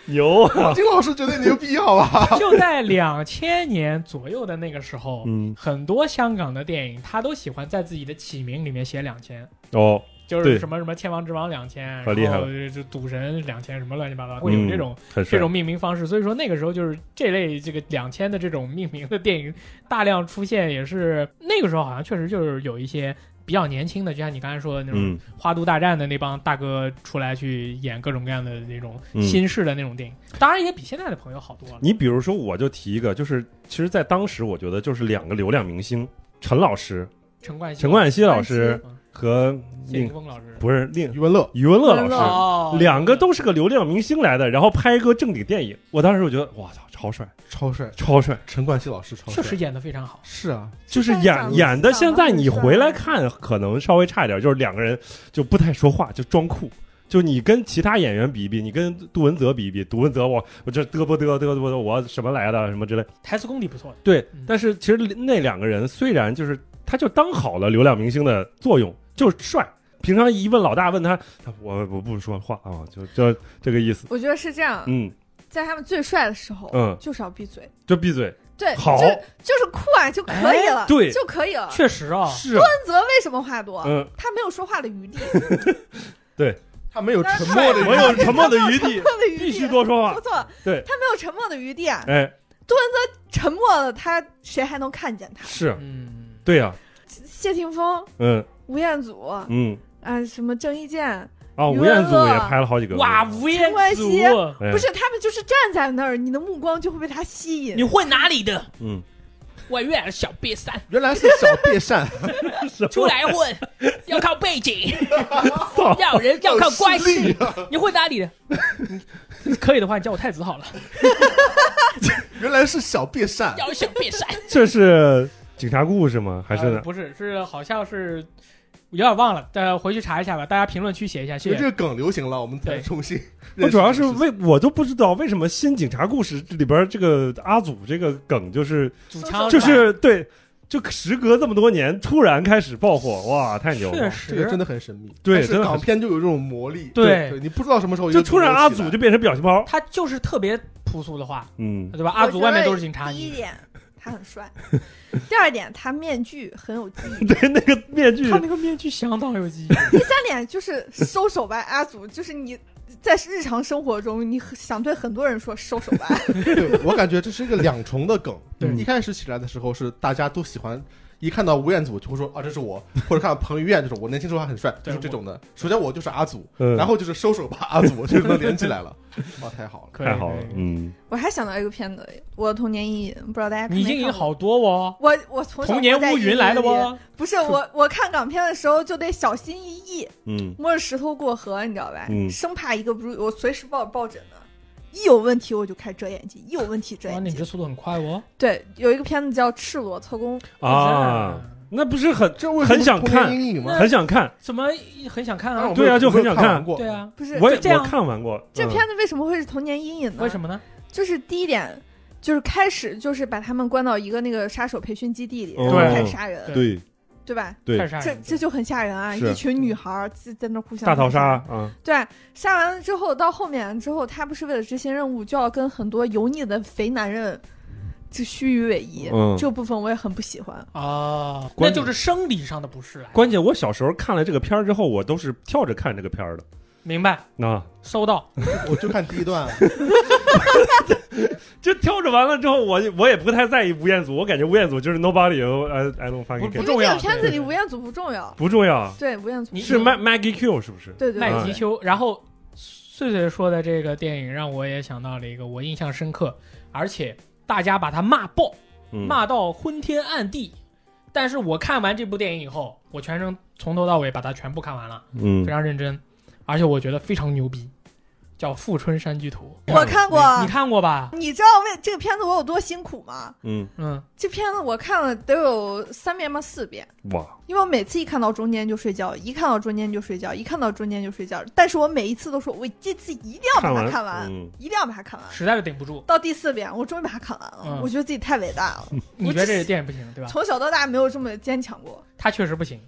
C: 牛啊！
D: 金老师绝对牛逼，好吧？
A: 就在两千年左右的那个时候，
C: 嗯，
A: 很多香港的电影他都喜欢在自己的起名里面写两千。
C: 哦，
A: 就
C: 对
A: 是什么什么天王之王两千，
C: 可厉害了
A: 了，就赌神两千，什么乱七八糟，会有
C: 嗯
A: 这种
C: 很
A: 这
C: 帅
A: 种命名方式。所以说那个时候就是这类这个两千的这种命名的电影大量出现，也是那个时候好像确实就是有一些比较年轻的，就像你刚才说的那种
C: 嗯，
A: 花都大战的那帮大哥出来去演各种各样的那种
C: 嗯
A: 新式的那种电影，当然也比现在的朋友好多了。
C: 你比如说，我就提一个，就是其实，在当时我觉得就是两个流量明星，陈老师、
A: 陈冠希、
C: 陈冠希老师
A: 嗯、
C: 和
A: 谢霆
C: 另
A: 锋老师，
C: 不是另
D: 余文乐，
C: 余文乐
B: 余文乐
C: 老
A: 哦
C: 师，两个都是个流量明星来的，然后拍一个正经电影，我当时我觉得哇操，超帅，
D: 超帅，
C: 超帅，
D: 陈冠希老师超帅，
A: 确实演得非常好。
D: 是啊，
C: 就是
B: 但长
C: 演
B: 得
C: 演的，
B: 长得
C: 现在你
B: 很
C: 回
B: 帅
C: 来看可能稍微差一点，就是两个人就不太说话，就装酷。就你跟其他演员比一比，你跟杜文泽比一比，杜文泽我我这嘚啵嘚嘚啵嘚，我什么来的什么之类。
A: 台词功底不错的，
C: 对
A: 嗯，
C: 但是其实那两个人虽然就是，他就当好了流量明星的作用，就是帅。平常一问老大问他，他我我不说话啊，就就这个意思。
B: 我觉得是这样，
C: 嗯
B: 在他们最帅的时候，
C: 嗯，
B: 就是要闭嘴，
C: 就闭嘴。
B: 对，
C: 好哎
B: 就就是酷啊就可以了，
C: 对
B: 就可以了。
A: 确实啊，
C: 是啊，
B: 孙泽为什么话多？
C: 嗯，
B: 他没有说话的余地，
D: 他没有沉默的
C: 我有沉默的余地，
B: 他的余地
C: 必须多说话
B: 不。错，
C: 对
B: 他没有沉默的余地啊，
C: 哎，
B: 沉默了他谁还能看见他？
C: 是
A: 嗯，
C: 对呀，
B: 谢霆锋、
C: 嗯
B: 吴彦祖
C: 嗯。
B: 啊，什么郑伊健，
C: 啊，
B: 余
C: 吴
B: 文
C: 彦祖
B: 乐
C: 也拍了好几个。
A: 哇，吴彦
B: 陈冠
A: 祖，
B: 希
C: 哎
B: 不是他们就是站在那儿，你的目光就会被他吸
A: 你
B: 引。
A: 混哪里的？
C: 嗯，
A: 外院小 B 三，
D: 原来是小电扇，
A: 出来混，要靠背景，要人 要靠关系。你混哪里的？ 可以的话，你叫我太子好了。
D: 原来是小电扇，
A: 要小 B 三，
C: 这是警察故事吗？还是呢？
A: 呃不是？是好像是有点忘了，呃，回去查一下吧。大家评论区写一下，
D: 因
A: 谢
D: 为这
A: 谢。
D: 个梗流行了，我们才
A: 对
D: 重新
C: 我
D: 认识这个事情。
C: 主要是为我都不知道为什么新警察故事里边这个阿祖这个梗就是
A: 主枪
C: 就是对，就时隔这么多年突然开始爆火，哇，太牛
A: 确
C: 了！
D: 这个真
A: 实。
D: 的很神秘，
C: 对
D: 但是
C: 真的很
D: 港片就有这种魔力，
A: 对
D: 你不知道什么时候
C: 就突然阿祖
D: 就
C: 就变成表情包，
A: 他就是特别朴素的话，
C: 嗯，
A: 对吧？阿祖外面都是警察，
B: 第一
A: 你
B: 点，他很帅；第二点，他面具很有记忆；
C: 对，那个面具
A: 他那个面具相当有记忆。
B: 第三点就是收手吧，阿祖，就是你在日常生活中，你很想对很多人说收手吧。
D: 对，我感觉这是一个两重的梗。嗯
C: 对
D: 一开始起来的时候是大家都喜欢，一看到吴彦祖就会说啊这是我，或者看到彭于晏这种，我年轻时候还很帅，就
A: 对
D: 是这种的。首先我就是阿祖，
C: 嗯
D: 然后就是收手吧阿祖，就能连起来了。哇，太好了！
A: 可以
C: 太好了，嗯，
B: 我还想到一个片子，《我的童年阴影》，不知道大家看
A: 你
B: 没
A: 已经
B: 看
A: 有
B: 过。
A: 好多哦，
B: 我我从小
A: 童年
B: 活在
A: 乌
B: 阴
A: 云
B: 影
A: 来的
B: 里
A: 哦。
B: 不是我，我看港片的时候就得小心翼翼，
C: 嗯
B: 摸着石头过河，你知道吧？
C: 嗯
B: 生怕一个不注意，我随时抱抱枕呢。一有问题我就开始遮眼睛，一有问题遮
A: 哇，
B: 眼
A: 你
B: 睛
A: 这。速度很快哦。
B: 对，有一个片子叫《赤裸特工》，
C: 啊，，那不是很
D: 这为什么
C: 很想看
D: 童年阴影吗？
C: 很想看？
A: 怎么很想看
D: 当然
A: 啊
D: 我？
C: 对啊就很想
D: 没有看
C: 看
D: 完 过。
A: 对，啊，
B: 不是
C: 我也
B: 这
A: 这样
C: 我看完过
B: 这
C: 嗯
B: 片子为什么会是童年阴影呢？
A: 为什？么呢？
B: 就是第一点，就是开始就是把他们关到一个那个杀手培训基地里，
C: 哦
B: 然后开始杀人，
A: 对
C: 对
B: 对吧？
C: 对
A: 太吓
B: 这
A: 人了
B: 这就很吓人啊！
C: 是
B: 一群女孩儿自己在那儿互相
C: 大逃杀
B: 残杀，
C: 啊，
B: 对，杀完了之后，到后面之后，他不是为了执行任务，就要跟很多油腻的肥男人就虚与委蛇，
C: 嗯
B: 这部分我也很不喜欢。
A: 啊，那
C: 关键
A: 就是生理上的不适啊。
C: 关键我小时候看了这个片儿之后，我都是跳着看这个片儿的。
A: 明白，
C: 啊，
A: 收到。
D: 我就看第一段，
C: 这跳着完了之后，我我也不太在意吴彦祖，我感觉吴彦祖就是 nobody，呃，I don't
A: 不不
C: fucking care，
B: 因
A: 重
B: 为这
A: 要
B: 个片子
A: 对
B: 里
A: 对
B: 吴彦祖不重要，
C: 不重要，
B: 对吴彦祖
A: 你
B: 不
C: 是
B: 重要
C: Ma Maggie Q 是不是？
B: 对对
A: 麦
B: 对
A: 吉
B: 对，
A: 秋，然后穗穗说的这个电影让我也想到了一个我印象深刻，而且大家把他骂爆，
C: 嗯，
A: 骂到昏天暗地。但是我看完这部电影以后，我全程从头到尾把它全部看完了，
C: 嗯
A: 非常认真，而且我觉得非常牛逼，叫《富春山居图嗯
B: 我看过，》，啊
A: 你看过吧？
B: 你知道为这个片子我有多辛苦吗？
C: 嗯，
A: 嗯，
B: 这片子我看了得有三遍吧，四遍，
C: 哇，
B: 因为我每次一看到中间就睡觉，一看到中间就睡觉，一看到中间就睡觉。但是我每一次都说，我这次一定要把
C: 看
B: 它
C: 完
B: 看完，
C: 嗯
B: 一定要把它看完。
A: 实在是顶不住。
B: 到第四遍，我终于把它看完了，
A: 嗯
B: 我觉得自己太伟大了。
A: 你觉得这个电影不行，对吧？
B: 从小到大没有这么坚强过。
A: 它确实不行，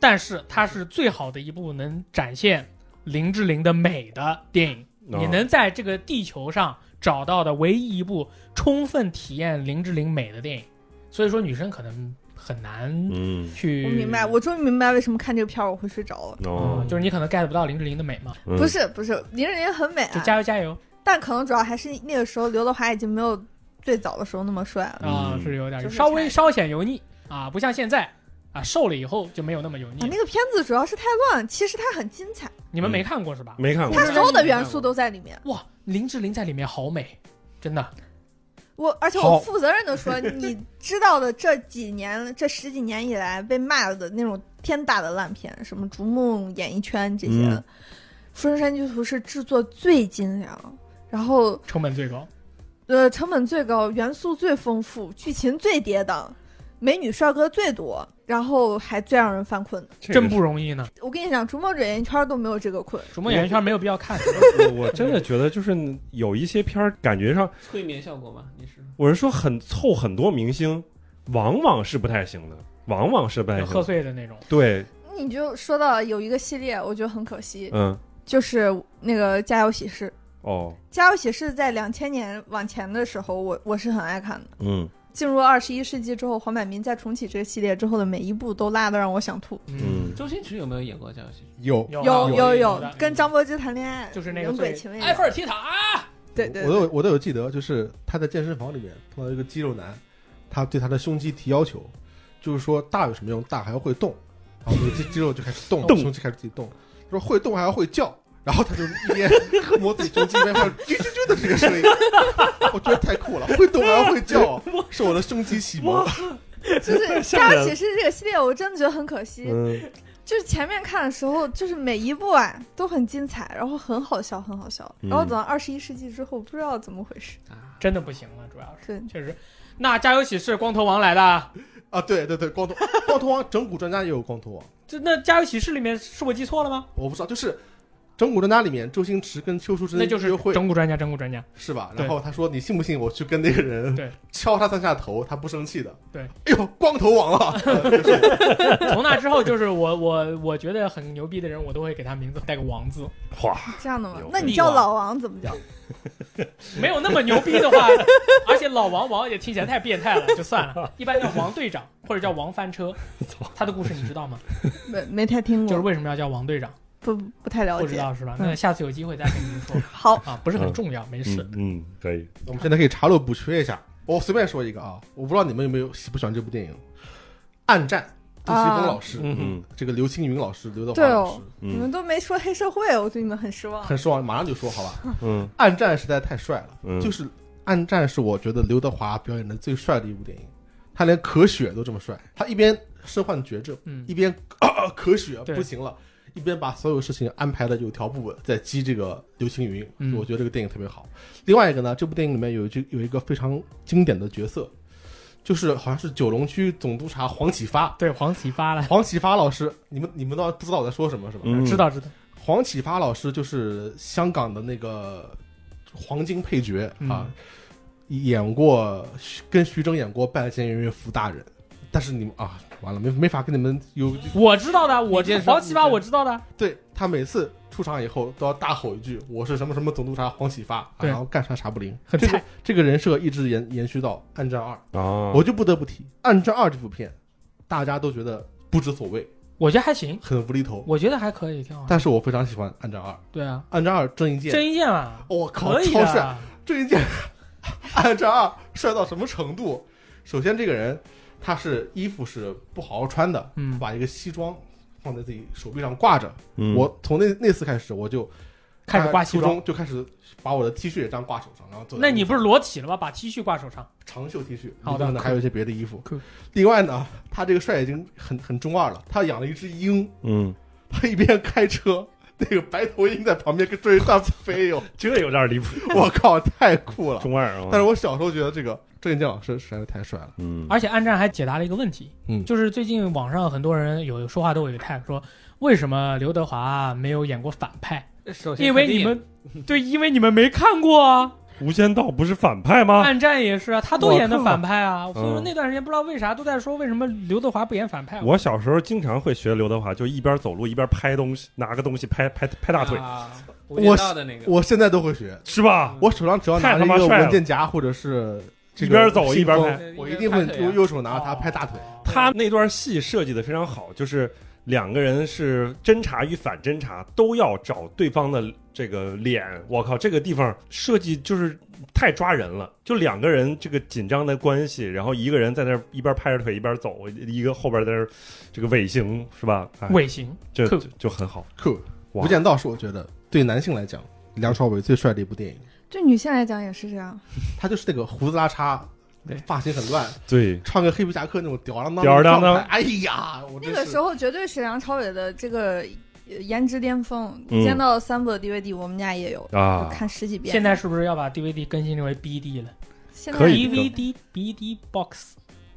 A: 但是它是最好的一部能展现林志玲的美的电影，
C: 啊
A: 你能在这个地球上找到的唯一一部充分体验林志玲美的电影。所以说，女生可能很难
C: 嗯
A: 去。
B: 我明白，我终于明白为什么看这个片儿我会睡着了。
C: 哦
A: 嗯，就是你可能 get 不到林志玲的美嘛，
C: 嗯
B: 不是不是，林志玲很美
A: 就
B: 啊，
A: 加油加油
B: 但可能主要还是那个时候刘德华已经没有最早的时候那么帅了。
A: 啊、
C: 嗯
A: 是有点
B: 就是
A: 稍微
B: 菜
A: 稍显油腻啊，不像现在啊，瘦了以后就没有那么油腻
B: 啊，
C: 嗯
A: 了。
B: 那个片子主要是太乱，其实它很精彩，
A: 你们没看过是吧？
C: 没看过
B: 它所有的元素都在里面。
A: 哇，林志玲在里面好美，真的。
B: 我而且
A: 好
B: 我负责任的 说，你知道的这几年这十几年以来被骂的那种天大的烂片，什么《逐梦演艺圈》这些，
C: 嗯
B: 富春山居图》是制作最精良，然后
A: 成本最高，
B: 呃成本最高，元素最丰富，剧情最跌宕，美女帅哥最多，然后还最让人犯困的。
C: 这个
A: 真不容易呢。
B: 我跟你讲，《逐梦者演艺圈》都没有这个困。
A: 逐梦演艺圈没有必要看，
C: 我我真的觉得就是有一些片儿，感觉上
E: 催眠效果嘛，你是
C: 我是说很凑很多明星，往往是不太行的，往往是不 太
A: 贺
C: 行。
A: 岁的那种。
C: 对，
B: 你就说到有一个系列，我觉得很可惜，
C: 嗯，
B: 就是那个《家有喜事》。
C: 哦，
B: 《家有喜事》在两千年往前的时候，我我是很爱看的。
C: 嗯
B: 进入二十一世纪之后，黄百鸣在重启这个系列之后的每一部都辣得让我想吐。
C: 嗯，
E: 周星驰有没有演过这游戏？
D: 有，
A: 有啊
B: 有
A: 有
B: 有
A: 的，
B: 跟张柏芝谈恋爱，
A: 就是那个
B: 人鬼
A: 最
B: 情未
E: 哎
A: 埃菲
B: 了。
A: 尔铁塔啊，
B: 对对
D: 我都
B: 对，
D: 有我都有记得，就是他在健身房里面碰到一个肌肉男，他对他的胸肌提要求，就是说大有什么用？大还要会动，然后那个肌肌肉就开始动，
C: 动
D: 胸肌开始自己动，说会动还要会叫，然后他就一边摸自己胸肌，一边发出 啾啾啾的这个声音，我觉得太酷了，会动还要会叫，受我的胸肌启蒙。
B: 就是《
C: 吓
B: 家
C: 人
B: 有喜事》这个系列，我真的觉得很可惜。
C: 嗯，
B: 就是前面看的时候，就是每一部啊都很精彩，然后很好笑，很好笑。
C: 嗯
B: 然后等到二十一世纪之后，不知道怎么回事。
E: 啊，
A: 真的不行了，主要是
B: 对，
A: 确实。那《家有喜事》光头王来了，
D: 啊，对对对，光头光头王整蛊专家也有光头王，
A: 这那《家有喜事》里面是我记错了吗？
D: 我不知道，就是整蛊专家里面周星驰跟邱淑贞
A: 那就是
D: 约会，
A: 整蛊专家，整蛊专家。
D: 是吧？
A: 对
D: 然后他说：“你信不信我去跟那个人
A: 对
D: 敲他三下头，他不生气的。”
A: 对，
D: 哎呦，光头王啊！
A: 从那之后，就是我我我觉得很牛逼的人，我都会给他名字带个王字。
C: 哇，
B: 这样的吗
C: 有？
B: 那你
E: 力
B: 叫
E: 望
B: 老王怎么 叫？
A: 没有那么牛逼的话， 而且老王王也听起来太变态了，就算了。一般叫王队长或者叫王翻车，他的故事你知道吗？
B: 没没太听
A: 就是
B: 过，
A: 为什么要叫王队长，
B: 不不太了
A: 不知
B: 解。
A: 道是吧？
B: 嗯
A: 那下次有机会再跟你们说
B: 好，
A: 啊，不是很重要，没事。
C: 嗯嗯，可以，
D: 我们现在可以查漏补缺一下。我随便说一个啊，我不知道你们有没有喜不喜欢这部电影，《暗战》，杜琪峰老师，
C: 嗯
D: 这个刘青云老师，刘
B: 啊
D: 德华
B: 对哦
D: 老师，
B: 你们
C: 嗯
B: 都没说黑社会，我对你们很失望。
D: 很失望，马上就说好吧，《
C: 嗯
D: 暗战》实在太帅了，
C: 嗯，
D: 就是是《暗战》是我觉得刘德华表演的最帅的一部电影，他连咳血都这么帅，他一边身患绝症。
A: 嗯，
D: 一边 咳咳咳血
A: 对
D: 不行了，一边把所有事情安排的有条不紊，在激这个刘青云。
A: 嗯
D: 我觉得这个电影特别好。另外一个呢，这部电影里面有一句有一个非常经典的角色，就是好像是九龙区总督察黄启发。
A: 对黄启发了，
D: 黄启发老师，你们你们倒不知道我在说什么是吧？
C: 嗯
A: 知道知道，
D: 黄启发老师就是香港的那个黄金配角、
A: 嗯
D: 啊，演过跟徐峥演过《拜监岳父大人》，但是你们啊，完了没没法跟你们有
A: 我知道的，我
E: 你接
A: 知
E: 着说
A: 黄启发我知道的，
D: 对他每次出场以后都要大吼一句：“我是什么什么总督察黄启发，啊
A: 对
D: 然后干啥啥不灵。”
A: 很
D: 这
A: 菜
D: 个这个人设一直延延续到《暗战二》，
C: 啊，
D: 我就不得不提《暗战二》这部片，大家都觉得不知所谓，
A: 我觉得还行，
D: 很无厘头，
A: 我觉得还可以，挺好的。
D: 但是我非常喜欢《暗战二》，《
A: 对啊，
D: 暗战二》郑伊
A: 郑
D: 健，
A: 伊健啊，
D: 我靠，
A: 可以
D: 超帅！
A: 的，
D: 郑伊健， 《暗战二》帅到什么程度？首先，这个人他是衣服是不好好穿的，
A: 嗯，
D: 把一个西装放在自己手臂上挂着。
C: 嗯
D: 我从那那次开始，我就
A: 开始挂西
D: 初
A: 装。
D: 中就开始把我的 T 恤也这样挂手上，然后走。
A: 那你不是裸体了吗？把 T 恤挂手上，
D: 长袖 T 恤，
A: 好的
D: 里面呢
A: 可以
D: 还有一些别的衣服
A: 可以。
D: 另外呢，他这个帅已经很很中二了，他养了一只鹰，
C: 嗯，
D: 他一边开车，那个白头鹰在旁边跟追着他飞哟，
C: 这有点离谱，
D: 我靠，太酷了！
C: 中二啊，
D: 但是我小时候觉得这个郑伊健老师实在是太帅了，
C: 嗯，
A: 而且暗战还解答了一个问题，
D: 嗯
A: 就是最近网上很多人有说话都有一个 tag 说，为什么刘德华没有演过反派？
E: 首先
A: 因为
E: 肯定
D: 嗯
A: 你们对，因为你们没看过啊。
C: 无间道不是反派吗？
A: 暗战也是啊，他都演的反派啊，所以说
C: 嗯
A: 那段时间不知道为啥都在说为什么刘德华不演反派啊，
C: 我小时候经常会学刘德华，就一边走路一边拍东西，拿个东西拍拍拍大腿，
E: 啊，无间道的那个，
D: 我现在都会学，
C: 是吧？
A: 嗯
D: 我手上只要拿着
C: 太他
D: 一
C: 妈
D: 个
C: 帅了
D: 文件夹或者是这
C: 一
D: 个
C: 边走一边
D: 信封
C: 拍
D: 我一定会用右手拿它
A: 哦
D: 拍大腿。
C: 他那段戏设计的非常好，就是两个人是侦查与反侦查都要找对方的这个脸。我靠，这个地方设计就是太抓人了，就两个人这个紧张的关系，然后一个人在那儿一边拍着腿一边走，一个后边在那儿这个尾行是吧？
D: 嗯
C: 哎、
A: 尾行，
C: 这
A: 酷
C: 就就很好。
D: 酷，
C: 哇
D: 无间道是我觉得对男性来讲，梁朝伟最帅的一部电影。
B: 对女性来讲也是这样。
D: 他就是那个胡子拉碴
E: 对，
D: 发型很乱，
C: 对，
D: 穿个黑皮夹克那种吊儿郎当的
C: 吊儿郎当
D: 状态哎呀，我
B: 那个时
D: 候
B: 候绝对是梁朝伟的这个呃颜值巅峰，
C: 嗯
B: 见到三部的 DVD，我们家也有，
C: 啊
B: 我，看十几遍。
A: 现在是不是要把 DVD 更新成为 BD 了
B: 现在
C: 可以
A: ？DVD BD box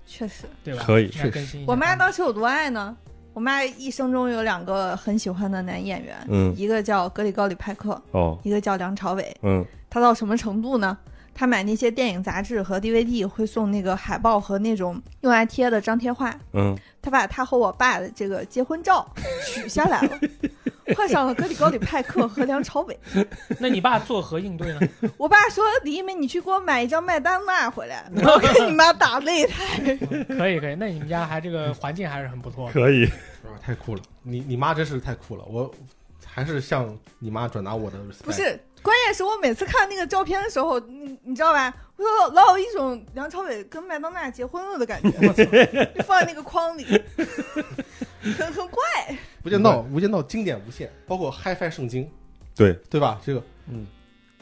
B: 确实，
A: 对吧？
C: 可以
A: 应该更新一下。
B: 我妈当时有多爱呢？我妈一生中有两个很喜欢的男演员，
C: 嗯，
B: 一个叫格里高里派克，
C: 哦，
B: 一个叫梁朝伟。
C: 嗯，
B: 他到什么程度呢？他买那些电影杂志和 DVD 会送那个海报和那种用来贴的张贴画，
C: 嗯，
B: 他把他和我爸的这个结婚照取下来了，换上了格里高里派克和梁朝伟。
A: 那你爸作何应 对呢？
B: 我爸说：“李一梅，你去给我买一张麦当娜回来，我给你妈打擂台。
A: 可以可以，那你们家还这个环境还是很不错的。
C: 可以，
D: 啊，太酷了！你你妈真是太酷了，我还是向你妈转达我的 respect。”
B: 不是，关键是我每次看那个照片的时候，你你知道吧？我老老有一种梁朝伟跟麦当娜结婚了的感觉， 我操就放在那个框里，很很怪。
D: 无间道，无间道经典无限，包括 HiFi 圣经，
C: 对
D: 对吧？这个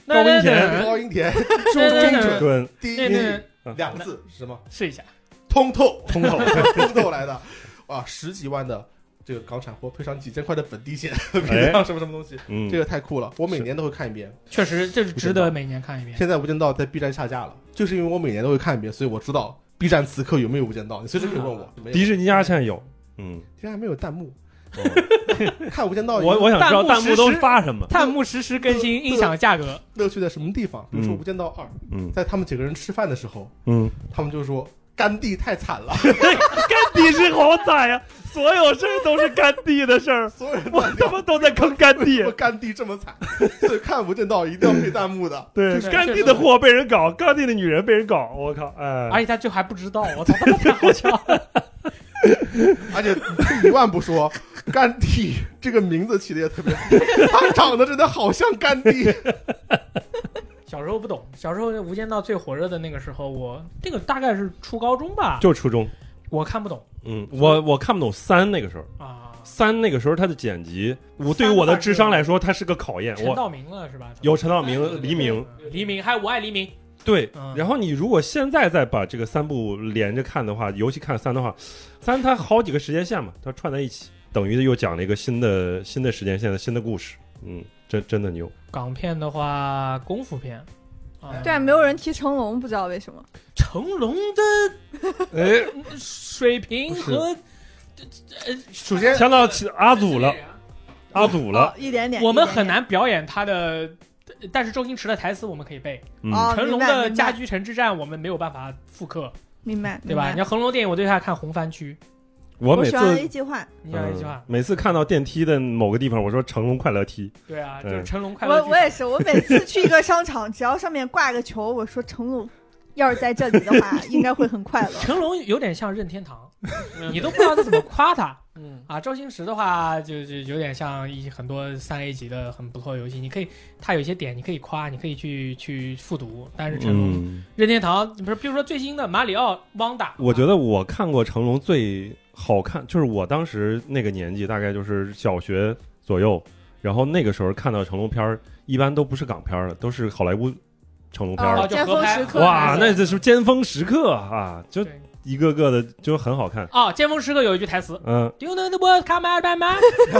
A: 那
C: 高音田
A: 那
D: 高音田
A: 那那
D: 精
A: 那
D: 准
C: 对，
D: 低
A: 嗯那
D: 音
A: 那
D: 两个字是什么？
A: 试一下，
D: 通透，通透， 通透来的，哇，十几万的这个港产货配上几千块的本地线，配上什么什么东西，
C: 嗯
D: 这，个太酷了！我每年都会看一遍。
A: 确实这是值得每年看一遍。
D: 现在《无间道》在 B 站下架了，就是因为我每年都会看一遍，所以我知道 B 站此刻有没有《无间道》。你随时可以问我，没有，
C: 嗯迪士尼家现在有，嗯，
D: 竟然还没有弹幕。 看《无间道》
C: 哦我我想知道
A: 弹幕
C: 弹幕都
A: 实时
C: 发什么，
A: 弹幕实时更新，音响价格
D: 乐趣在什么地方？比如说
C: 嗯
D: 《无间道二》，
C: 嗯
D: 在他们几个人吃饭的时候，
C: 嗯。
D: 他们就说甘地太惨了，
C: 甘地是好惨呀，所有事儿都是甘地的事儿，
D: 所有人
C: 我他妈都在坑甘
D: 为
C: 地
D: 什么。甘地这么惨？所以看《无间道》一定要配弹幕的。
C: 对，
A: 对
C: 甘地的货被人搞，甘地的女人被人搞，我靠，哎，
A: 而且他就还不知道，我操，他妈太好笑 了！
D: 而且退一万步说，甘地这个名字起的也特别好，他长得真的好像甘地。
A: 小时候不懂，小时候《无间道》最火热的那个时候，我这个大概是初高中吧，
C: 就初中，
A: 我看不懂
C: 嗯，我我看不懂三那个时候，
A: 啊。
C: 三那个时候他的剪辑，我对于
A: 三
C: 我的
A: 大致
C: 智商来说，它是个考验。
A: 陈
C: 我
A: 道明了是吧？嗯
C: 有陈道
E: 对对
C: 明、
E: 对
C: 黎明，
A: 黎明，还有我爱黎明，
C: 对
A: 嗯。
C: 然后你如果现在再把这个三部连着看的话，尤其看三的话，三它好几个时间线嘛，它串在一起，等于又讲了一个新的新的时间线的新的故事，嗯，真真的牛。
A: 港片的话，功夫片啊，
B: 对啊，没有人提成龙，不知道为什么。
A: 成龙的
C: 哎，
A: 水平和
D: 首先，
C: 想到其阿祖了，阿祖了
A: 啊
B: 哦，一点点，
A: 我们
B: 一点
A: 很
B: 点。
A: 难表演他的，但是周星驰的台词我们可以背，
C: 嗯，
B: 哦，
A: 成龙
B: 明白
A: 的《家，居城之战》我们没有办法复刻，
B: 明白，
A: 对吧？
B: 明
A: 你
B: 白
A: 看成龙电影，我最爱看《红番区
C: 我
B: 我
C: 每
B: 喜欢
C: 次呃
B: A 计划，》，
A: 你想一
C: 嗯
A: 句话，
C: 每次看到电梯的某个地方，我说成龙快乐梯，
A: 对啊，就
C: 嗯
A: 是成龙快乐
B: 我
A: 剧
B: 我也是，我每次去一个商场，只要上面挂个球，我说成龙要是在这里的话，应该会很快 乐。
A: 成龙有点像任天堂，你都不知道怎么夸他
E: 嗯，
A: 啊。周星驰的话，就就有点像一很多三 A 级的很不错的游戏，你可以他有一些点你可以夸，你可以去去复读，但是成龙、
C: 嗯，
A: 任天堂不是，比如说最新的马里奥汪达，
C: 我觉
A: 得
C: 得我看过成龙最好看，就是我当时那个年纪，大概就是小学左右，然后那个时候看到成龙片儿，一般都不是港片儿了，都是好莱坞成龙片儿
A: 啊
B: 哦，
C: 了。
A: 就
B: 尖
A: 合
B: 峰
A: 拍
B: 时刻，
C: 哇，
A: 对
C: 那这是尖峰时刻啊，就
A: 对
C: 一个个的就很好看，
A: 啊，尖峰时刻有一句台词。
C: 嗯，
A: Do you know the word come out by man？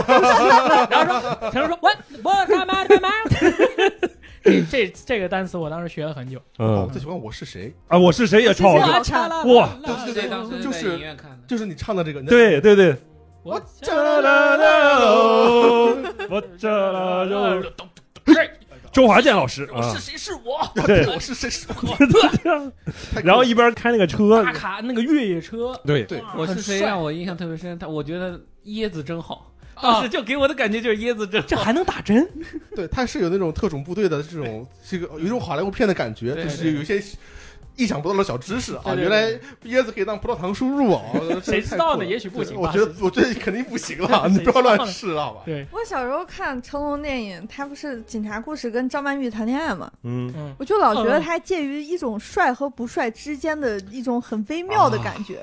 A: 然 后说，成龙说 What word come out by man？这 这这个单词我当时学了很久。
D: 我
C: 嗯
D: 最喜欢我是谁，
C: 啊，我是谁也超
B: 我
C: 了，
B: 好看
C: 哇
D: 对对对
E: 当时
D: 就
E: 在
D: 是
E: 影院看的，
D: 就是你唱的这个。，
C: 对对对，
A: 我
D: 这啦啦啦哦
C: 我这啦啦啦
A: 对
C: 周华健老师
A: 我
C: 啊
A: 哦是，谁是我，
C: 对
A: 我是谁是我，
D: 太
C: 然后一边开那个车
A: 大，卡那个越野车，
C: 对
D: 对
A: 哇
E: 嗯我是
A: 很
E: 谁
A: 帅
E: 让我印象特别深？他我觉得椰子真好，当
A: 啊
E: 时，就给我的感觉就是椰子真
A: 这
E: 好。
A: 还能打 针？
D: 对，他是有那种特种部队的这种这个有一种好莱坞片的感觉，
E: 对
D: 就是有一些意想不到的小知识啊。
A: 对对
D: 原来椰子可以当葡萄糖输入啊，
A: 谁知道呢？也
D: 许
A: 许不行
D: 我
A: 吧。
D: 觉得我这肯定不行了，
A: 谁
D: 你不
A: 知
D: 要
A: 道
D: 乱
A: 呢
D: 试，啊好吧？
A: 对，
B: 我小时候看成龙电影，他不是警察故事跟张曼玉谈恋爱嘛，
C: 嗯，
A: 嗯，
B: 我就老觉得
A: 嗯
B: 他介于一种帅和不帅之间的一种很微妙的感觉。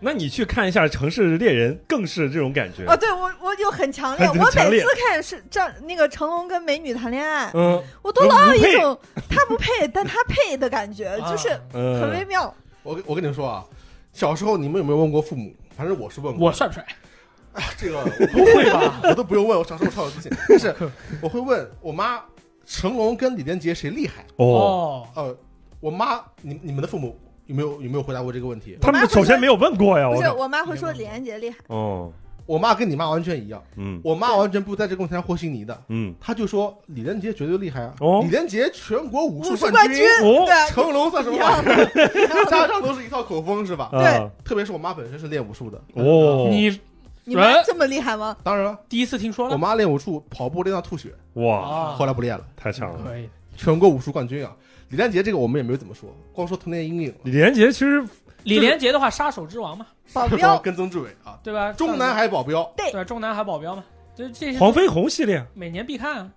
C: 那你去看一下《城市猎人》，更是这种感觉
B: 哦，。对我我有很强烈，
C: 啊很
B: 我
C: 强
B: 每
C: 烈
B: 次看是张那个成龙跟美女谈恋爱，
C: 嗯
B: 我都老有
C: 不
B: 一
C: 配
B: 种他不配，但他配的感
D: 呃
B: 觉，就是
A: 啊
B: 很微
C: 嗯，
B: 妙。
D: 我跟我跟你说啊，小时候你们有没有问过父母？反正我是问过，
A: 我帅不帅？
D: 这个我不会吧？我都不用问，我小时候我超有自信，但是我会问我妈，成龙跟李连杰谁厉害？
C: 哦，
A: 哦，
D: 呃，我妈，你你们的父母有没有有没有回答过这个问题？
C: 他们首先没有问过呀，
B: 不
C: 啊我
B: 是，
C: 靠，
B: 我妈会说李安杰厉害，
C: 哦，
D: 我妈跟你妈完全一样，
C: 嗯
D: 我妈完全不在这个问题上和稀泥的，
C: 嗯，
D: 她就说李连杰绝对厉害啊，
C: 哦
D: 李连杰全国武
B: 武
D: 术
B: 术
D: 冠
B: 冠军，
C: 哦
B: 对，啊
D: 成龙算什么
B: 一
D: 玩
B: 样
D: 意
B: 的
D: 儿？ 家长都是一套口风是吧？
C: 啊
D: 特别是我妈本身是练武术的，
C: 哦，
A: 你
B: 你妈这么厉害吗？
D: 当然了，
A: 第一次听说
D: 我哦
A: 了？
D: 妈练武术跑步练到吐血，
C: 哇，
A: 啊
D: 后，来不练了。
C: 太强了！
A: 可以，
D: 全国武术冠军啊！李连杰这个我们也没有怎么说，光说童年阴影了。
C: 李连杰其实
A: 李连杰的话，杀手之王嘛，
C: 哎
B: 保
D: 是吧
B: 镖，
D: 跟曾志伟啊，
A: 对吧？
D: 中南海保镖
A: 对中南海保镖嘛，就是这些
C: 黄飞鸿系列，
A: 每年必看啊。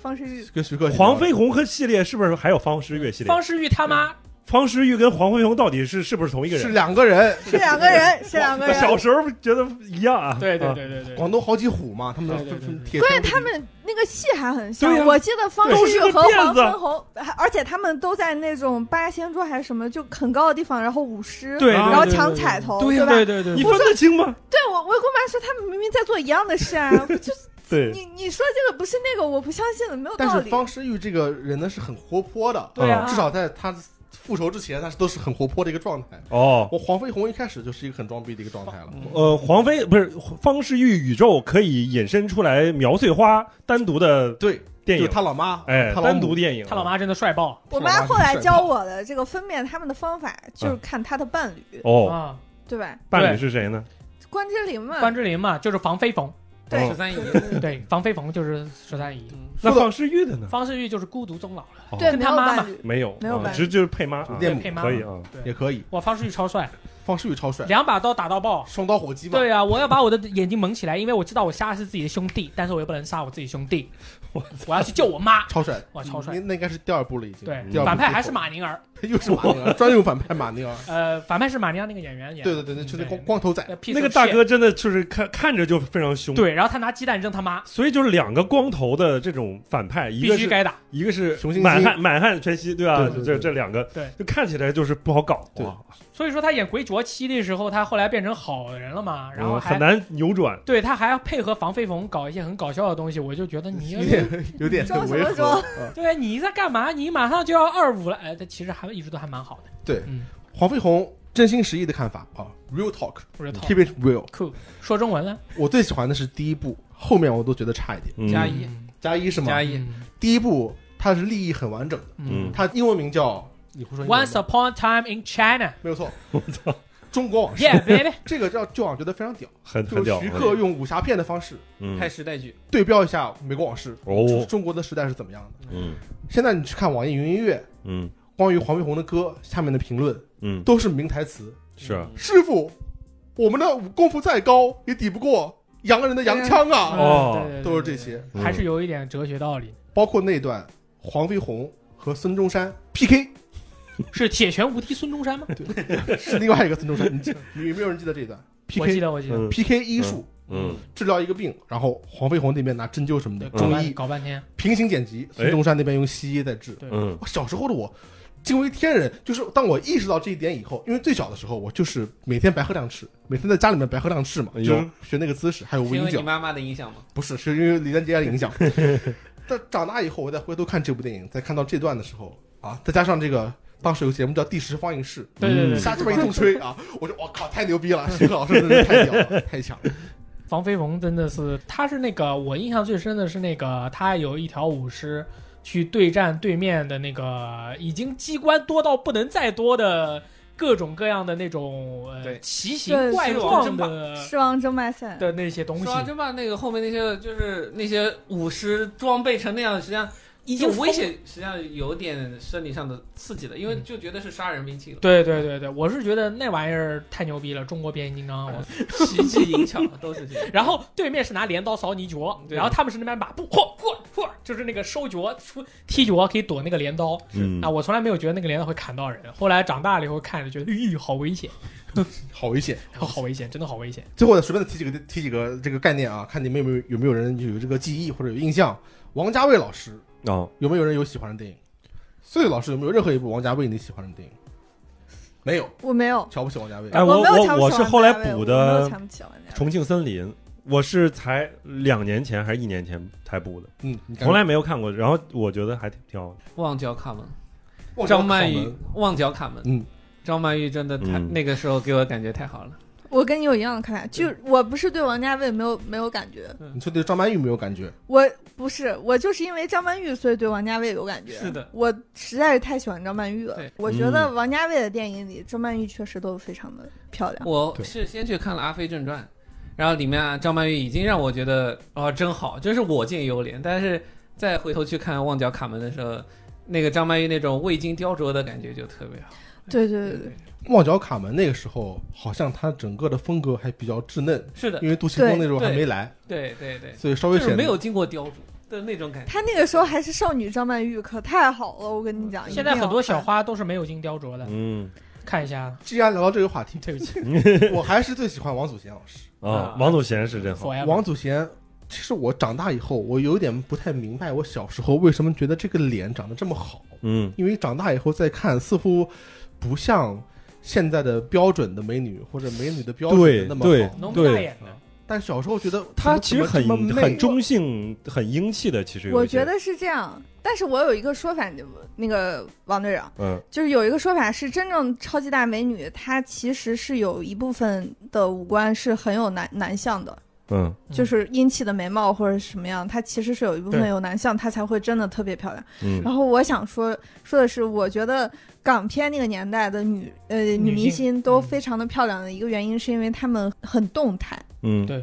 B: 方世玉，
D: 跟徐克写的
C: 黄飞鸿和系列是不是还有方世玉系列？
A: 方世玉他妈
C: 方世玉跟黄飞鸿到底是是不是同一个
D: 是
C: 人？
D: 两个人，
B: 是啊两个人，是两个
C: 我小
B: 人。
C: 时候觉得一样啊。
A: 对对
C: 啊，
A: 对对对，
D: 广东好几虎嘛，他们
A: 对对对对
D: 铁
B: 关键
D: 拳
B: 他们那个戏还很
C: 对
B: 像，
C: 呀
B: 我记得方
C: 对
B: 世玉
C: 都是
B: 和
C: 个
B: 黄
C: 辫子
B: 飞鸿，还而且他们都在那种八仙桌还是什么，就很高的地方，然后舞狮，
A: 对，
B: 然后抢彩头，
A: 对啊
B: 吧？
A: 对对对，
C: 你分得清吗？
B: 对我，我跟我妈说，他们明明在做一样的事啊，就是
C: 对，
B: 你你说这个不是那个，我不相信的，没有
D: 但
B: 道
D: 是
B: 理。
D: 方世玉这个人呢是很活泼的，
A: 对啊，
D: 至少在他复仇之前，他是都是很活泼的一个状态。
C: 哦，
D: 我黄飞鸿一开始就是一个很装逼的一个状态了，
C: 呃，黄飞不是方世玉宇宙可以引申出来苗穗花单独的
D: 对，
C: 电
D: 就是
C: 影，
D: 他老妈，
C: 哎，
D: 啊他老
C: 单
D: 母
C: 独电影。
A: 他老妈真的帅爆
B: 我
D: 是
B: 妈
D: 吧
B: 后来教我的这个分辨他们的方法，
C: 嗯
B: 就是看他的伴侣，
C: 哦，
A: 啊！
B: 对吧？
C: 伴侣是谁呢？
B: 关之琳嘛，
A: 关之琳嘛，就是黄飞鸿，
B: 对
E: 十三姨，
A: 对，黄飞鸿就是十三姨，
E: 嗯
C: 那方世玉的呢？
A: 方世玉就是孤独终老了。
C: 哦
B: 对，
A: 跟
B: 没
A: 他
B: 有
A: 妈妈
B: 伴侣，
C: 没有，
B: 没有
C: 啊
B: 伴侣
C: 只就是配妈啊，
D: 恋
A: 配
D: 母
A: 妈
C: 可以啊。
D: 也可以，
A: 哇，方世玉超帅，
D: 方世玉超帅，
A: 两把刀打到爆。
D: 双刀火鸡嘛，
A: 对啊，我要把我的眼睛蒙起来，因为我知道我杀的是自己的兄弟，但是我又不能杀我自己兄 弟，我要去救我妈。
D: 超帅，
A: 哇超帅
D: 那那应该是第二部了已经，
A: 对，
D: 第二部
A: 反派
D: 最
A: 还是
D: 火
A: 马宁儿，
D: 又是马宁儿，专用反派马宁儿。
A: 呃，反派是马宁儿那个演员演
D: 对
A: 的。
D: 对对对，就
A: 对
D: 那光光头仔，
A: piece
C: 那
A: of
C: 个大
A: shit
C: 哥真的就是看看着就非常凶，，
A: 对，然后他拿鸡蛋扔他妈，
C: 所以就是两个光头的这种反派，一
A: 必
C: 个
A: 须
C: 是
A: 该打。
C: 一个是
D: 熊猩猩
C: 满汉满汉全席，对吧
D: 对？对
C: 这
D: 对
C: 这两个，
A: 对，
C: 就看起来就是不好搞，啊
D: 对
C: 哇
A: 所以说他演鬼啜七的时候，他后来变成好人了嘛，然后
C: 嗯
A: 还
C: 很难扭转。
A: 对他还要配合黄飞鸿搞一些很搞笑的东西，我就觉得你
D: 有点有点
B: 装什
D: 违
B: 么
D: 和。
B: 装
D: 啊
A: 对你在干嘛？你马上就要二五了，哎，他其实还一直都还蛮好的，
D: 对
A: 嗯，
D: 黄飞鸿真心实意的看法啊，real
A: 或者套
D: talk，keep it real。
A: 酷说中文了，
D: 我最喜欢的是第一部，后面我都觉得差一点。
C: 嗯
E: 加一
D: 加 一是吗？
E: 加一，
A: 嗯
D: 第一部它是立意很完整的，
C: 嗯
D: 它英文名叫你会说英文吗
A: Once upon a time in China，yeah
D: 没有 错，我操，中国往事
A: baby，
D: 这个叫就往觉得非常屌，
C: 很
D: 就
C: 很
D: 是
C: 屌。
D: 徐克用武侠片的方式
C: 嗯
E: 拍时代剧，
D: 对标一下美国往事，就是
C: 哦，
D: 中国的时代是怎么样的。
C: 嗯
D: 现在你去看网易云音乐
C: 嗯
D: 关于黄飞鸿的歌下面的评论
C: 嗯，
D: 都是名台词，
C: 是啊
E: 嗯
D: 师傅，我们的功夫再高也抵不过洋人的洋 枪啊！
C: 哦
A: 嗯对对对
D: 都是这些，
A: 对还是有一点哲学道理，
D: 包括那段黄飞鸿和孙中山 PK
A: 是铁拳无敌孙中山吗？
D: 是另外一个孙中山，你记你有没有人记得这一段
A: 我记
D: PK
A: 得我记得，
C: 嗯
D: PK 医术？
C: 嗯，
D: 治疗一个病，然后黄飞鸿那边拿针灸什么的，
A: 搞
D: 中
A: 半
D: 医嗯
A: 搞半天，
D: 平行剪辑，
E: 哎
D: 孙中山那边用西医在治。
A: 对
C: 嗯
D: 我小时候的我惊为天人，就是当我意识到这一点以后，因为最小的时候我就是每天白喝两匙，每天在家里面白喝两匙嘛，
C: 哎
D: 就
C: 呦
D: 是学那个姿势，还有无
E: 是因
D: 影
E: 为
D: 脚
E: 你，妈妈的影响吗？
D: 不是，是因为李连杰的 影响。但长大以后，我再回头看这部电影，再看到这段的时候啊，再加上这个当时有个节目叫《第十放 映室
A: 对对对》，
D: 瞎鸡巴一通吹啊，我就我靠，太牛逼了，徐克老师真是太屌了，太强了。
A: 黄飞鸿真的是，他是那个我印象最深的是那个他有一条舞狮，
F: 去对战对面的那个已经机关多到不能再多的各种各样的那种呃
E: 对
F: 奇形
B: 对
F: 怪
E: 狮王
F: 状
E: 争霸
F: 的
B: 狮王争霸赛，
F: 的那些东西
E: 说。啊真吧，那个后面那些就是那些武师装备成那样，实际上已
F: 经
E: 经
F: 疯
E: 危险，实际上有点生理上的刺激了，因为
F: 嗯
E: 就觉得是杀人兵器了，
F: 对对对对，我是觉得那玩意儿太牛逼了，中国变形金
E: 哎
F: 刚我。
E: 奇 技淫巧都是这样。
F: 然后对面是拿镰刀扫你脚，
E: 对
F: 然后他们是那边马步，嚯嚯嚯，就是那个收脚、出踢脚可以躲那个镰刀
C: 嗯
F: 啊。我从来没有觉得那个镰刀会砍到人，后来长大了以后看着觉得，咦，好危险，
D: 好危险。
F: 好危险，真的好危险。
D: 最后呢，随便的提几个提几个这个概念啊，看你们有没有有没有人有这个记忆或者有印象。王家卫老师
C: 哦，
D: 有没有人有喜欢的电影？穗穗老师有没有任何一部王家卫你喜欢的电影？没有，
B: 我没有，
D: 瞧不起王家卫。
E: 呃
C: 哎，我
B: 我没有
C: 我
B: 瞧不起
C: 我
B: 王
C: 是
B: 家
C: 后来
B: 卫
C: 补
B: 我没有啊
C: 的
B: 瞧不起王家
C: 《
B: 卫
C: 重庆森林》，我是才两年前还是一年前才补的，
D: 嗯，你看
C: 从来没有看过。然后我觉得还挺挺好的。
E: 旺角卡门，
D: 忘记了
E: 张曼
D: 考
E: 玉
D: 门，
E: 旺角卡门，
D: 嗯，
E: 张曼玉真的太、
C: 嗯
E: 那个时候给我感觉太好了。
B: 我跟你有一样的看法，就是我不是对王家卫没有没有感觉，
D: 你说对张曼玉没有感觉？
B: 我不是我就是因为张曼玉，所以对王家卫有感觉。
E: 是的，
B: 我实在是太喜欢张曼玉了
E: 对。
B: 我觉得王家卫的电影里，张曼玉确实都非常的漂亮。
E: 我
D: 对
E: 是先去看了《阿飞正传》，然后里面、啊、张曼玉已经让我觉得哦，真好，真是我见犹怜。但是再回头去看《旺角卡门》的时候，那个张曼玉那种未经雕琢的感觉就特别好。
B: 对对对对，
D: 旺角卡门那个时候，好像他整个的风格还比较稚嫩，
E: 是的，
D: 因为杜琪峰那时候还没来，
E: 对对对，
D: 所以稍微
E: 就
D: 显
E: 是没
D: 得
E: 有经过雕琢的那种感觉。
B: 她那个时候还是少女张曼玉，可太好了。我跟你讲，
F: 现在
B: 啊一定要
F: 很多小
B: 看
F: 花都是没有经雕琢的，
C: 嗯，
F: 看一下，
D: 既然聊到这个话题，
F: 对不起
D: 我还是最喜欢王祖贤老师。
C: 啊
F: 啊，
C: 王祖贤是真好。
F: ，forever，
D: 王祖贤，其实我长大以后，我有点不太明白，我小时候为什么觉得这个脸长得这么好，
C: 嗯
D: 因为长大以后再看，似乎不像现在的标准的美女或者美女的标准
C: 对
D: 的那么
C: 对
D: 好。
F: 浓眉大
C: 对，
F: 眼的，
D: 但小时候觉得
C: 他
D: 怎么
C: 其实
D: 怎
C: 很
D: 么这么媚
C: 很中性、很英气的。其实有
B: 我
C: 一些
B: 觉，得是这样，但是我有一个说法，那个王队长，
C: 嗯
B: 就是有一个说法是，真正超级大美女，她其实是有一部分的五官是很有男男相的，
C: 嗯
B: 就是英气的眉毛或者是什么样，她其实是有一部分
F: 对
B: 有男相，她才会真的特别漂亮。
C: 嗯
B: 然后我想说说的是，我觉得港片那个年代的女呃女明
F: 性
B: 星都
F: 嗯
B: 非常的漂亮的一个原因，是因为她们很动态，
C: 嗯，
F: 对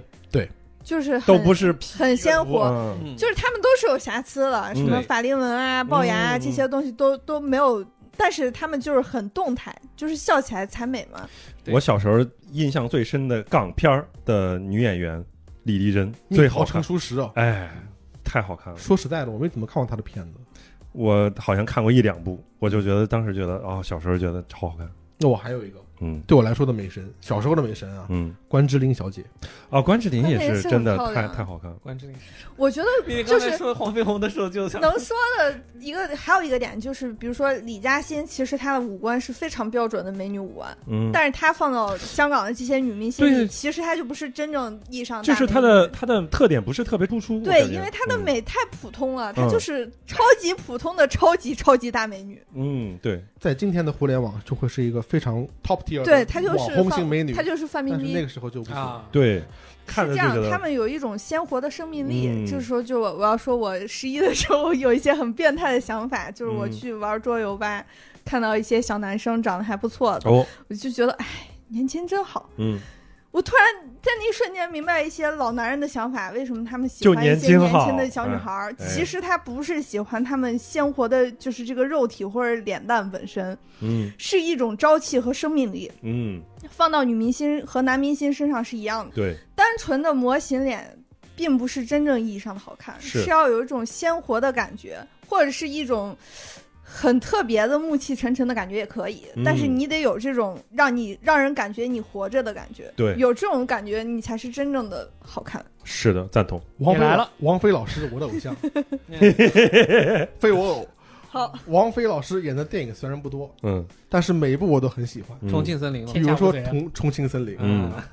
B: 就是很
C: 都不是啊
B: 很鲜活，
C: 我，
E: 嗯，
B: 就是他们都是有瑕疵的，
C: 嗯
B: 什么法令纹啊、龅牙啊
C: 嗯嗯
B: 这些东西都都没有，但是他们就是很动态，就是笑起来才美嘛。
C: 我小时候印象最深的港片儿的女演员李丽珍
D: 你
C: 最好
D: 成
C: 看，
D: 熟时啊。
C: 哎，太好看了。
D: 说实在的，我没怎么看过他的片子，
C: 我好像看过一两部，我就觉得当时觉得哦，小时候觉得超好看。
D: 那我还有一个
C: 嗯
D: 对我来说的美神，小时候的美神啊，
C: 嗯，
D: 关之琳小姐。
C: 啊，关之琳也
B: 关之琳是
C: 真的
B: 很漂
C: 太
B: 亮
C: 太好看了。
E: 关之琳，
B: 我觉得
E: 你
B: 就
E: 刚
B: 是
E: 才说黄飞鸿的时候 就想，
B: 能说的一个还有一个点就是，比如说李嘉欣，其实她的五官是非常标准的美女五官，
C: 嗯，
B: 但是她放到香港的这些女明星
C: 对
B: 里，其实她就不是真正意义上大
C: 就是
B: 美
C: 她
B: 女
C: 的。她的特点不是特别突出。我
B: 对，
C: 感觉
B: 因为她的，美太普通了，她
C: 嗯
B: 就是超级普通的超级超级大美女。
C: 嗯，嗯对，
D: 在今天的互联网就会是一个非常 top tier 的
B: 对，她就是
D: 网红型
B: 范
D: 美
C: 嗯
D: 女，
B: 她就是范冰
D: 但是
B: 冰。
D: 那个时候就不行。
E: 啊，
C: 对，看着
B: 是
C: 就
B: 这
C: 觉
B: 样，他
C: 得
B: 们有一种鲜活的生命力。
C: 嗯
B: 这时候就我我要说，我十一的时候有一些很变态的想法，就是我
C: 嗯
B: 去玩桌游吧，看到一些小男生长得还不错的，
C: 哦，
B: 我就觉得哎，年轻真好。
C: 嗯，
B: 我突然在那一瞬间明白一些老男人的想法，为什么他们喜
C: 就
B: 欢一
C: 年
B: 些
C: 轻
B: 年
C: 好
B: 轻的小女孩儿？
C: 哎
B: 其实他不是喜欢他们鲜活的，就是这个肉体或者脸蛋本身，
C: 嗯
B: 是一种朝气和生命力，
C: 嗯，
B: 放到女明星和男明星身上是一样的。
C: 对，
B: 单纯的模型脸，并不是真正意义上的好看，
C: 是
B: 要有一种鲜活的感觉，或者是一种很特别的暮气沉沉的感觉也可以。
C: 嗯
B: 但是你得有这种让你让人感觉你活着的感觉，
C: 对
B: 有这种感觉，你才是真正的好看。
C: 是的，赞同。
D: 王菲
F: 也来了，
D: 王菲老师我的偶像，非我偶。
B: 好，
D: 王菲老师演的电影虽然不多，
C: 嗯，
D: 但是每一部我都很喜欢。
C: 嗯
E: 重庆森林嘛
D: 比
F: 天，
D: 如说
F: 下无贼
D: 《
F: 啊
D: 重重庆森林》，
C: 嗯
E: 啊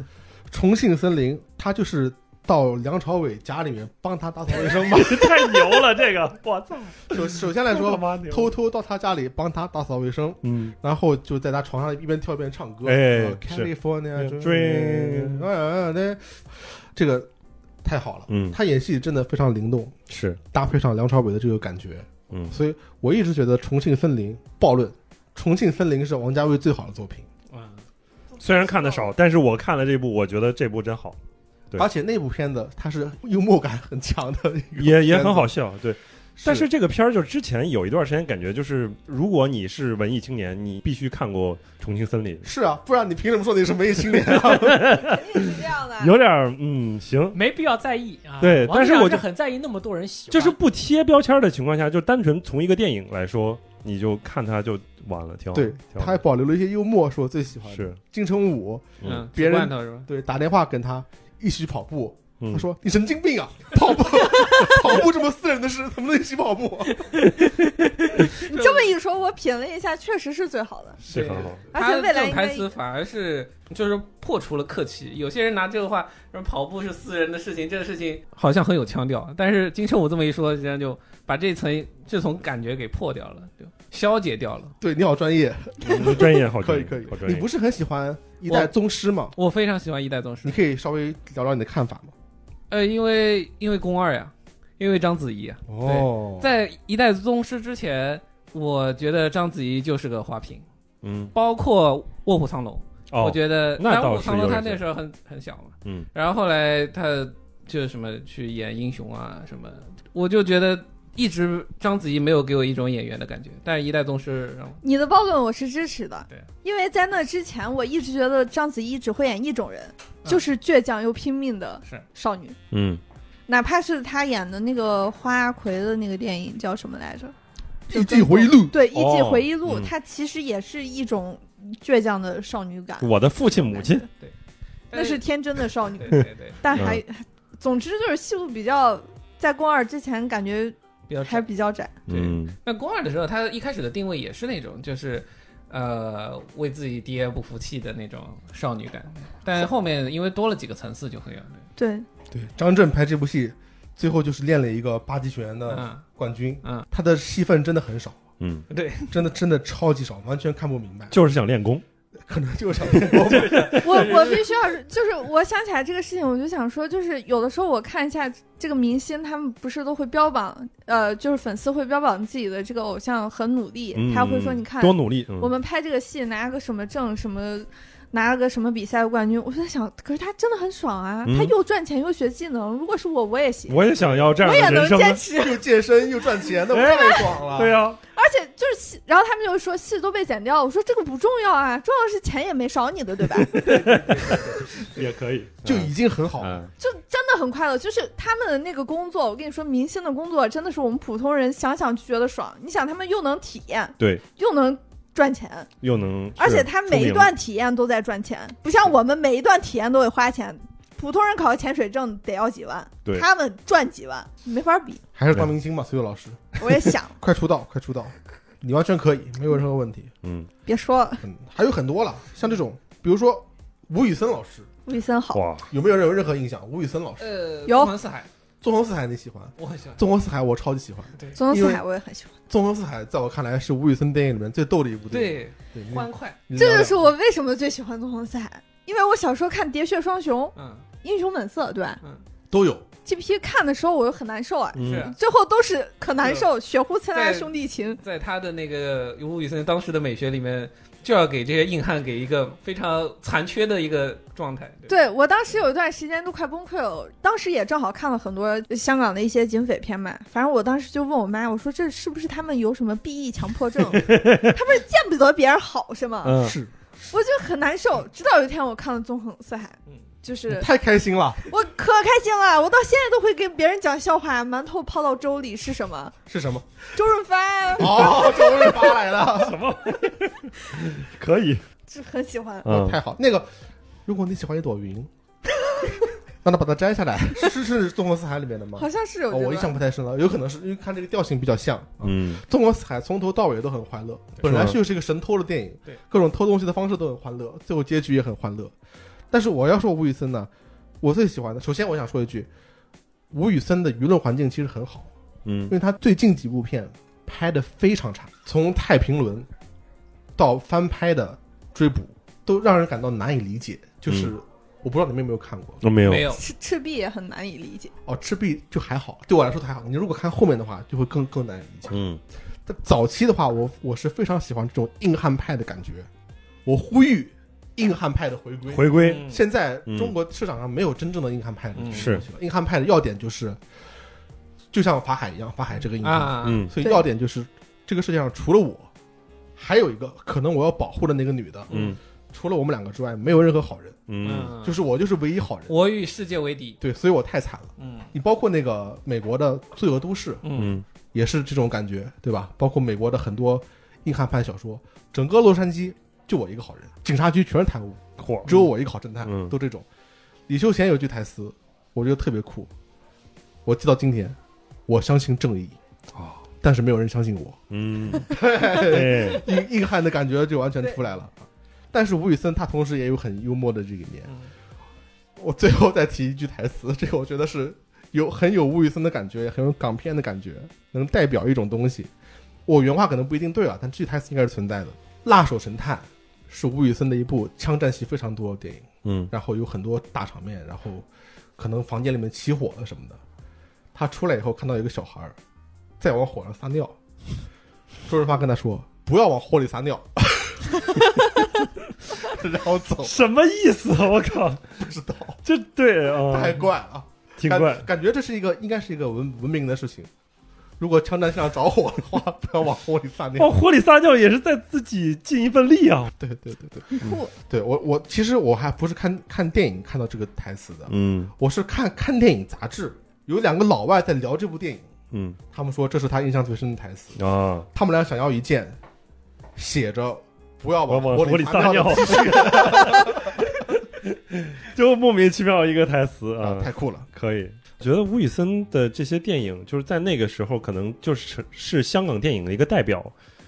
D: 重庆森林》他就是到梁朝伟家里面帮他打扫卫生吧。
C: 太牛了，这个，我操，
D: 首首先来
C: 他
D: 说，
C: 妈牛
D: 偷，偷到他家里帮他打扫卫生，
C: 嗯，
D: 然后就在他床上一边跳一边唱歌。
C: 哎
D: 呃
C: 是
D: ，California
C: Dream
D: Dream，哎哎哎，这个太好了。
C: 嗯
D: 他演戏真的非常灵动，
C: 是，
D: 搭配上梁朝伟的这个感觉，
C: 嗯
D: 所以我一直觉得《重庆森林》暴论，《重庆森林》是王家卫最好的作品，
E: 嗯，
C: 虽然看的少，但是我看了这部，我觉得这部 真好，对
D: 而且那部片子它是幽默感很强的一个
C: 也也
D: 片子
C: 很好，笑，对。但
D: 是
C: 是这个片儿就是之前有一段时间感觉就是，如果你是文艺青年，你必须看过《重庆森林》，
D: 是啊，不然你凭什么说你是文艺青 年啊？
B: 肯定是这样的。
C: 有点儿嗯行，
F: 没必要在意啊。
C: 对
F: 王
C: 但是
F: 队长
C: 我
F: 是
C: 就
F: 很在意那么多人喜欢，
C: 就是不贴标签儿的情况下，就单纯从一个电影来说，你就看它就完了，挺好。
D: 对
C: 挺，
D: 他
C: 好
D: 还保留了一些幽默，是我最喜欢的。
C: 是
D: 金城武
E: 嗯，
D: 别人
E: 吃罐头是吧？
D: 对打电话跟他一起跑步，
C: 嗯
D: 他说：“你神经病啊，跑步 跑步这么私人的事，怎么能一起跑步。
B: 你这么一说，我品了一下，确实是最好的。
C: 是很好，
B: 而且未来
E: 他这
B: 应
E: 种
B: 该
E: 台词反而是就是破除了客气。有些人拿这个话说跑步是私人的事情，这个事情好像很有腔调，但是金城武这么一说，人家就把这层这层感觉给破掉了，就消解掉了？”
D: 对你好专业，
C: 嗯专业好
D: 可
C: 专
D: 以
C: 业，
D: 可以
C: 好。专
D: 你
C: 业。
D: 不是很喜欢一代
E: 我
D: 宗师吗？
E: 我非常喜欢一代宗师
D: 你，可以稍微聊聊你的看法吗？
E: 呃，因为因为宫二呀，因为章子怡啊，
D: 哦，
E: 在一代宗师之前，我觉得章子怡就是个花瓶，
C: 嗯
E: 包括卧虎藏龙，我
C: 哦，
E: 觉得
C: 那
E: 但
C: 倒
E: 卧虎
C: 是
E: 藏龙
C: 有
E: 他
C: 一些
E: 那时候很很小嘛，
C: 嗯，
E: 然后后来他就什么去演英雄啊什么，我就觉得一直章子怡没有给我一种演员的感觉，但是一代宗师让我
B: 你的暴论我是支持的，
E: 对，
B: 因为在那之前，我一直觉得章子怡只会演一种人，就是倔强又拼命的
E: 是
B: 少女，
C: 嗯，
B: 哪怕是她演的那个花魁的那个电影叫什么来着？
D: 《艺伎回忆录》
B: 对，《艺伎回忆录》
C: 嗯
B: 她其实也是一种倔强的少女感，
C: 我的父亲母亲，
B: 那是天真的少女
E: 对，对对对，
C: 嗯
B: 但还， 总之就是戏路比较，在宫二之前感觉
E: 比较
B: 还比较窄，
E: 对
C: 嗯，
E: 那宫二的时候，他一开始的定位也是那种，就是，呃，为自己爹不服气的那种少女感。但后面因为多了几个层次，就很有那
B: 对，
D: 对，张震拍这部戏，最后就是练了一个八极拳
E: 种
D: 的
E: 嗯
D: 冠军，
E: 嗯，
D: 他的戏份真的很少，
C: 嗯，
D: 真的真的超级少，完全看不明白，
C: 就是想练功，
D: 可 能就是想练功吧
B: 我我必须要，就是我想起来这个事情，我就想说，就是有的时候我看一下这个明星，他们不是都会标榜，呃，就是粉丝会标榜自己的这个偶像很努力，
C: 嗯
B: 他会说，
C: 嗯
B: 你看
C: 多努力，
B: 我
C: 嗯，
B: 们拍这个戏拿个什么证什么。拿了个什么比赛冠军，我就在想，可是他真的很爽啊！
C: 嗯
B: 他又赚钱又学技能，如果是我，我也行，
C: 我也想要这样
B: 我也
C: 的
B: 能
C: 人生啊
B: 坚，持。
D: 又健身又赚钱，那不太爽了。
C: 对啊呀，
B: 而且就是戏，然后他们就说戏都被剪掉了，我说这个不重要啊，重要是钱也没少你的， 对吧？
C: 也可以，
D: 就已经很好了。
C: 嗯
B: 就真的很快乐，就是他们的那个工作，我跟你说，明星的工作真的是我们普通人想想就觉得爽。你想，他们又能体验，
C: 对，
B: 又能赚钱，
C: 又能，
B: 而且
C: 是
B: 他
C: 出
B: 每一
C: 名
B: 段体验都在赚钱，不像我们每一段体验都得花钱。普通人考个潜水证得要几万
C: 对，
B: 他们赚几万，没法比。
D: 还是当明星吧，崔佑老师，
B: 我也 想，
D: 快出道，快出道，你完全可以，没有任何问题。
C: 嗯，
B: 别说了，
D: 嗯，还有很多了，像这种，比如说吴宇森老师，
B: 吴宇森好，
C: 哇，
D: 有没有人有任何印象？吴宇森老师，
E: 呃，
B: 有
E: 纵横四海，
D: 纵横四海你喜欢？
E: 我很喜欢。
D: 纵横四海我超级喜欢。
B: 纵横四
D: 因
B: 海我也很喜欢。
D: 纵横四海在我看来是吴宇森电影里面最逗的一部电影。
E: 对，
D: 对，
C: 嗯
E: 欢快，
D: 你
B: 这就
D: 聊
B: 是我为什么最喜欢纵横四海，因为我小时候看《喋血双雄》《
E: 嗯
B: 英雄本色》，对吧
E: 嗯，
D: 都有，
B: 这批看的时候我就很难受啊，
C: 嗯
E: 是啊
B: 最后都是可难受，血湖参加兄弟情。
E: 在他的那个吴宇森当时的美学里面，就要给这些硬汉给一个非常残缺的一个状态。对吧
B: 对我当时有一段时间都快崩溃了，当时也正好看了很多香港的一些警匪片嘛。反正我当时就问我妈，我说这是不是他们有什么 BE 强迫症？他们是见不得别人好是吗？
C: 嗯，
D: 是
B: 我就很难受。直到有一天我看了《纵横四海》
E: 嗯，
B: 就是
D: 太开心了，
B: 我可开心了，我到现在都会跟别人讲笑话，馒头泡到粥里是什么？
D: 是什么？
B: 周润发呀，
D: 哦，周润发来 了，
C: 可以，
B: 就很喜欢。
C: 嗯，
D: 太好。那个，如果你喜欢一朵云， 让他把它摘下来，是是纵横四海里面的吗？
B: 好像是有
D: 哦，
B: 这
D: 我印
B: 个，
D: 象不太深了，有可能是因为看这个调性比较像。 啊
C: 嗯，
D: 纵横四海从头到尾都很欢乐，本来就是一个神偷的电影，
E: 对，
D: 各种偷东西的方式都很欢乐，最后结局也很欢乐。但是我要说吴宇森呢，我最喜欢的，首先我想说一句，吴宇森的舆论环境其实很好，
C: 嗯
D: 因，为他最近几部片拍的非常差，从《太平轮》
C: 嗯
D: 到翻拍的《追捕》，都让人感到难以理解，就是我不知道你们有没有看过
C: 我哦没有
E: 没有，
B: 赤赤壁也很难以理解，
D: 哦，赤壁就还好，对我来说还好。你如果看后面的话，就会更更难以理解。
C: 嗯，
D: 但早期的话，我我是非常喜欢这种硬汉派的感觉，我呼吁硬汉派的回归。
C: 回归
E: 嗯
D: 现在
C: 嗯
D: 中国市场上没有真正的硬汉派的这种
E: 嗯
D: 东西
C: 是
D: 了，硬汉派的要点就是，就像法海一样，法海这个硬汉，
E: 啊，
C: 嗯
D: 所以
B: 对
D: 要点就是这个世界上除了我，还有一个可能我要保护的那个女的，
C: 嗯
D: 除了我们两个之外，没有任何好人，
C: 嗯
E: 嗯，
D: 就是我就是唯一好人。
E: 我与世界为敌，
D: 对，所以我太惨了。
E: 嗯
D: 你包括那个美国的《罪恶都市》，
E: 嗯
C: 嗯
D: 也是这种感觉，对吧？包括美国的很多硬汉派小说，整个洛杉矶就我一个好人，警察局全是贪污，
C: 火
D: 只有我一个好侦探，
C: 嗯
D: 都这种。李修贤有句台词，我觉得特别酷，我记到今天，我相信正义
C: 哦
D: 啊，但是没有人相信我。
C: 嗯，对，
D: 硬硬汉的感觉就完全出来了。但是吴宇森他同时也有很幽默的这一面。
E: 嗯
D: 我最后再提一句台词，这个我觉得是有很有吴宇森的感觉，也很有港片的感觉，能代表一种东西。我原话可能不一定对啊，但这句台词应该是存在的。《辣手神探》是吴宇森的一部枪战戏非常多的电影，
C: 嗯
D: 然后有很多大场面，然后可能房间里面起火了什么的。他出来以后看到一个小孩儿在往火上撒尿， 周润发跟他说：“不要往火里撒尿。” 然后走，
C: 什么意思？我靠，
D: 不知道，
C: 这对
D: 太
C: 啊，
D: 怪了啊！
C: 挺
D: 感
C: 怪，
D: 感觉这是一个应该是一个文文明的事情。如果枪战现场着火的话， 不要往火里撒尿。
C: 往哦火里撒尿也是在自己尽一份力啊。
D: 对对对对，
B: 很酷。
D: 对我我其实我还不是看看电影看到这个台词的，
C: 嗯
D: 我是看看电影杂志，有两个老外在聊这部电影，
C: 嗯
D: 他们说这是他印象最深的台词，
C: 啊，
D: 他们俩想要一件写着“不要
C: 我
D: 往
C: 往
D: 火
C: 火里撒
D: 撒
C: 尿
D: 的 T 恤，
C: 就莫名其妙一个台词啊
D: 啊，，太酷了。
C: 可以。觉得吴宇森的这些电影，就是在那个时候，可能就是是香港电影的一个代表。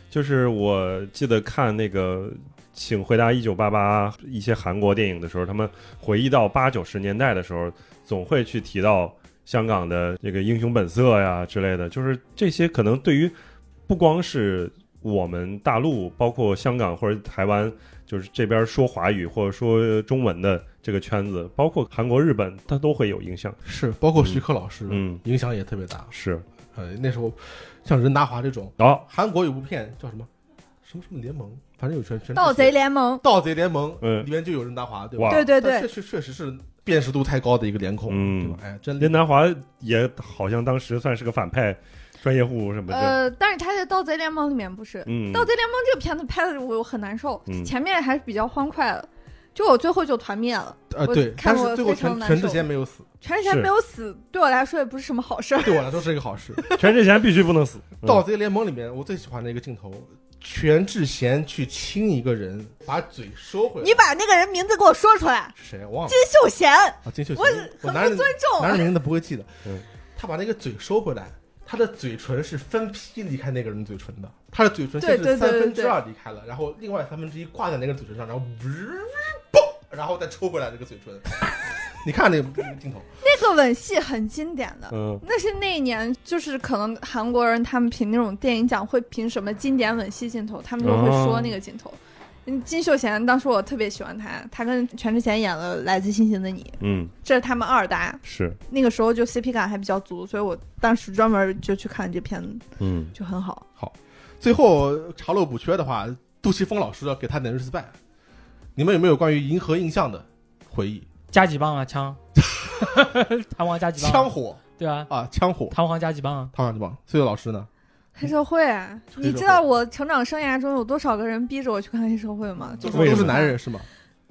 C: 就是我记得看那个《请回答一九八八》一些韩国电影的时候，他们回忆到八九十年代的时候，总会去提到香港的这个《英雄本色》呀之类的，就是这些可能对于不光是我们大陆，包括香港或者台湾，就是这边说华语或者说中文的这个圈子，包括韩国、日本，它都会有影响。
D: 是，包括徐克老师，
C: 嗯，
D: 影响也特别大。
C: 是。哦
D: 呃，那时候像任达华这种，
C: 然后，
D: 韩国有部片叫什么什么什么联盟，反正有全全是
B: 盗贼联盟，
D: 盗贼联盟，
C: 嗯
D: 里面就有任达华，对
C: 哇
D: 吧？
B: 对对
D: 但
B: 对
D: 确，确确实是辨识度太高的一个脸孔，
C: 嗯
D: 对吧？哎，真
C: 任达华也好像当时算是个反派专业户什
D: 嗯
C: 么的。
B: 呃，但是他在盗贼联盟里面不是，
C: 嗯，
B: 盗贼联盟这个片子拍的我很难受，
C: 嗯
B: 前面还是比较欢快的，就我最后就团灭了，
D: 呃
B: 我
D: 对，
B: 看
D: 但
B: 过
D: 是最后
B: 非常
D: 全
B: 难
D: 全智
B: 受
D: 贤没有死，
B: 全智贤
C: 是
B: 没有死，对我来说也不是什么好事儿。
D: 对我来说是一个好事。
C: 全智贤必须不能死。嗯
D: 盗贼联盟里面我最喜欢的一个镜头，全智贤去亲一个人，把嘴收回来，
B: 你把那个人名字给我说出来，
D: 是谁忘了
B: 金秀贤，
D: 啊？金秀
B: 我
D: 贤，我
B: 很
D: 男
B: 不
D: 人
B: 尊重
D: 男。人名字不会记得
C: 嗯，
D: 他把那个嘴收回来。他的嘴唇是分批离开那个人嘴唇的，他的嘴唇
B: 对
D: 先
B: 对对
D: 是三
B: 对
D: 分
B: 对
D: 之二离开了，然后另外三分之一挂在那个嘴唇上，然后嘣，然后再抽回来这个嘴唇。 你看那个镜头，
B: 那个吻戏很经典的，
C: 嗯
B: 那是那一年，就是可能韩国人他们评那种电影奖会评什么经典吻戏镜头，他们就会说那个镜头。嗯，金秀贤当时我特别喜欢他，他跟全智贤演了《来自星星的你》，
C: 嗯，
B: 这是他们二搭。
C: 是
B: 那个时候就 CP 感还比较足，所以我当时专门就去看这片子，
C: 嗯
B: 就很好。
D: 最后查漏补缺的话，杜琪峰老师要给他点 respect。你们有没有关于银河印象的回忆？
F: 加几磅啊枪，弹簧加几磅啊、
D: 枪火
F: 对啊，
D: 啊，枪火，
F: 弹簧加几磅啊？
D: 唐小帮，岁月老师呢？
B: 黑社会啊，
D: 黑社会
B: 你知道我成长生涯中有多少个人逼着我去看黑社会吗？
D: 都
B: 就是
C: 为什
D: 都
C: 么
D: 是男人是吗？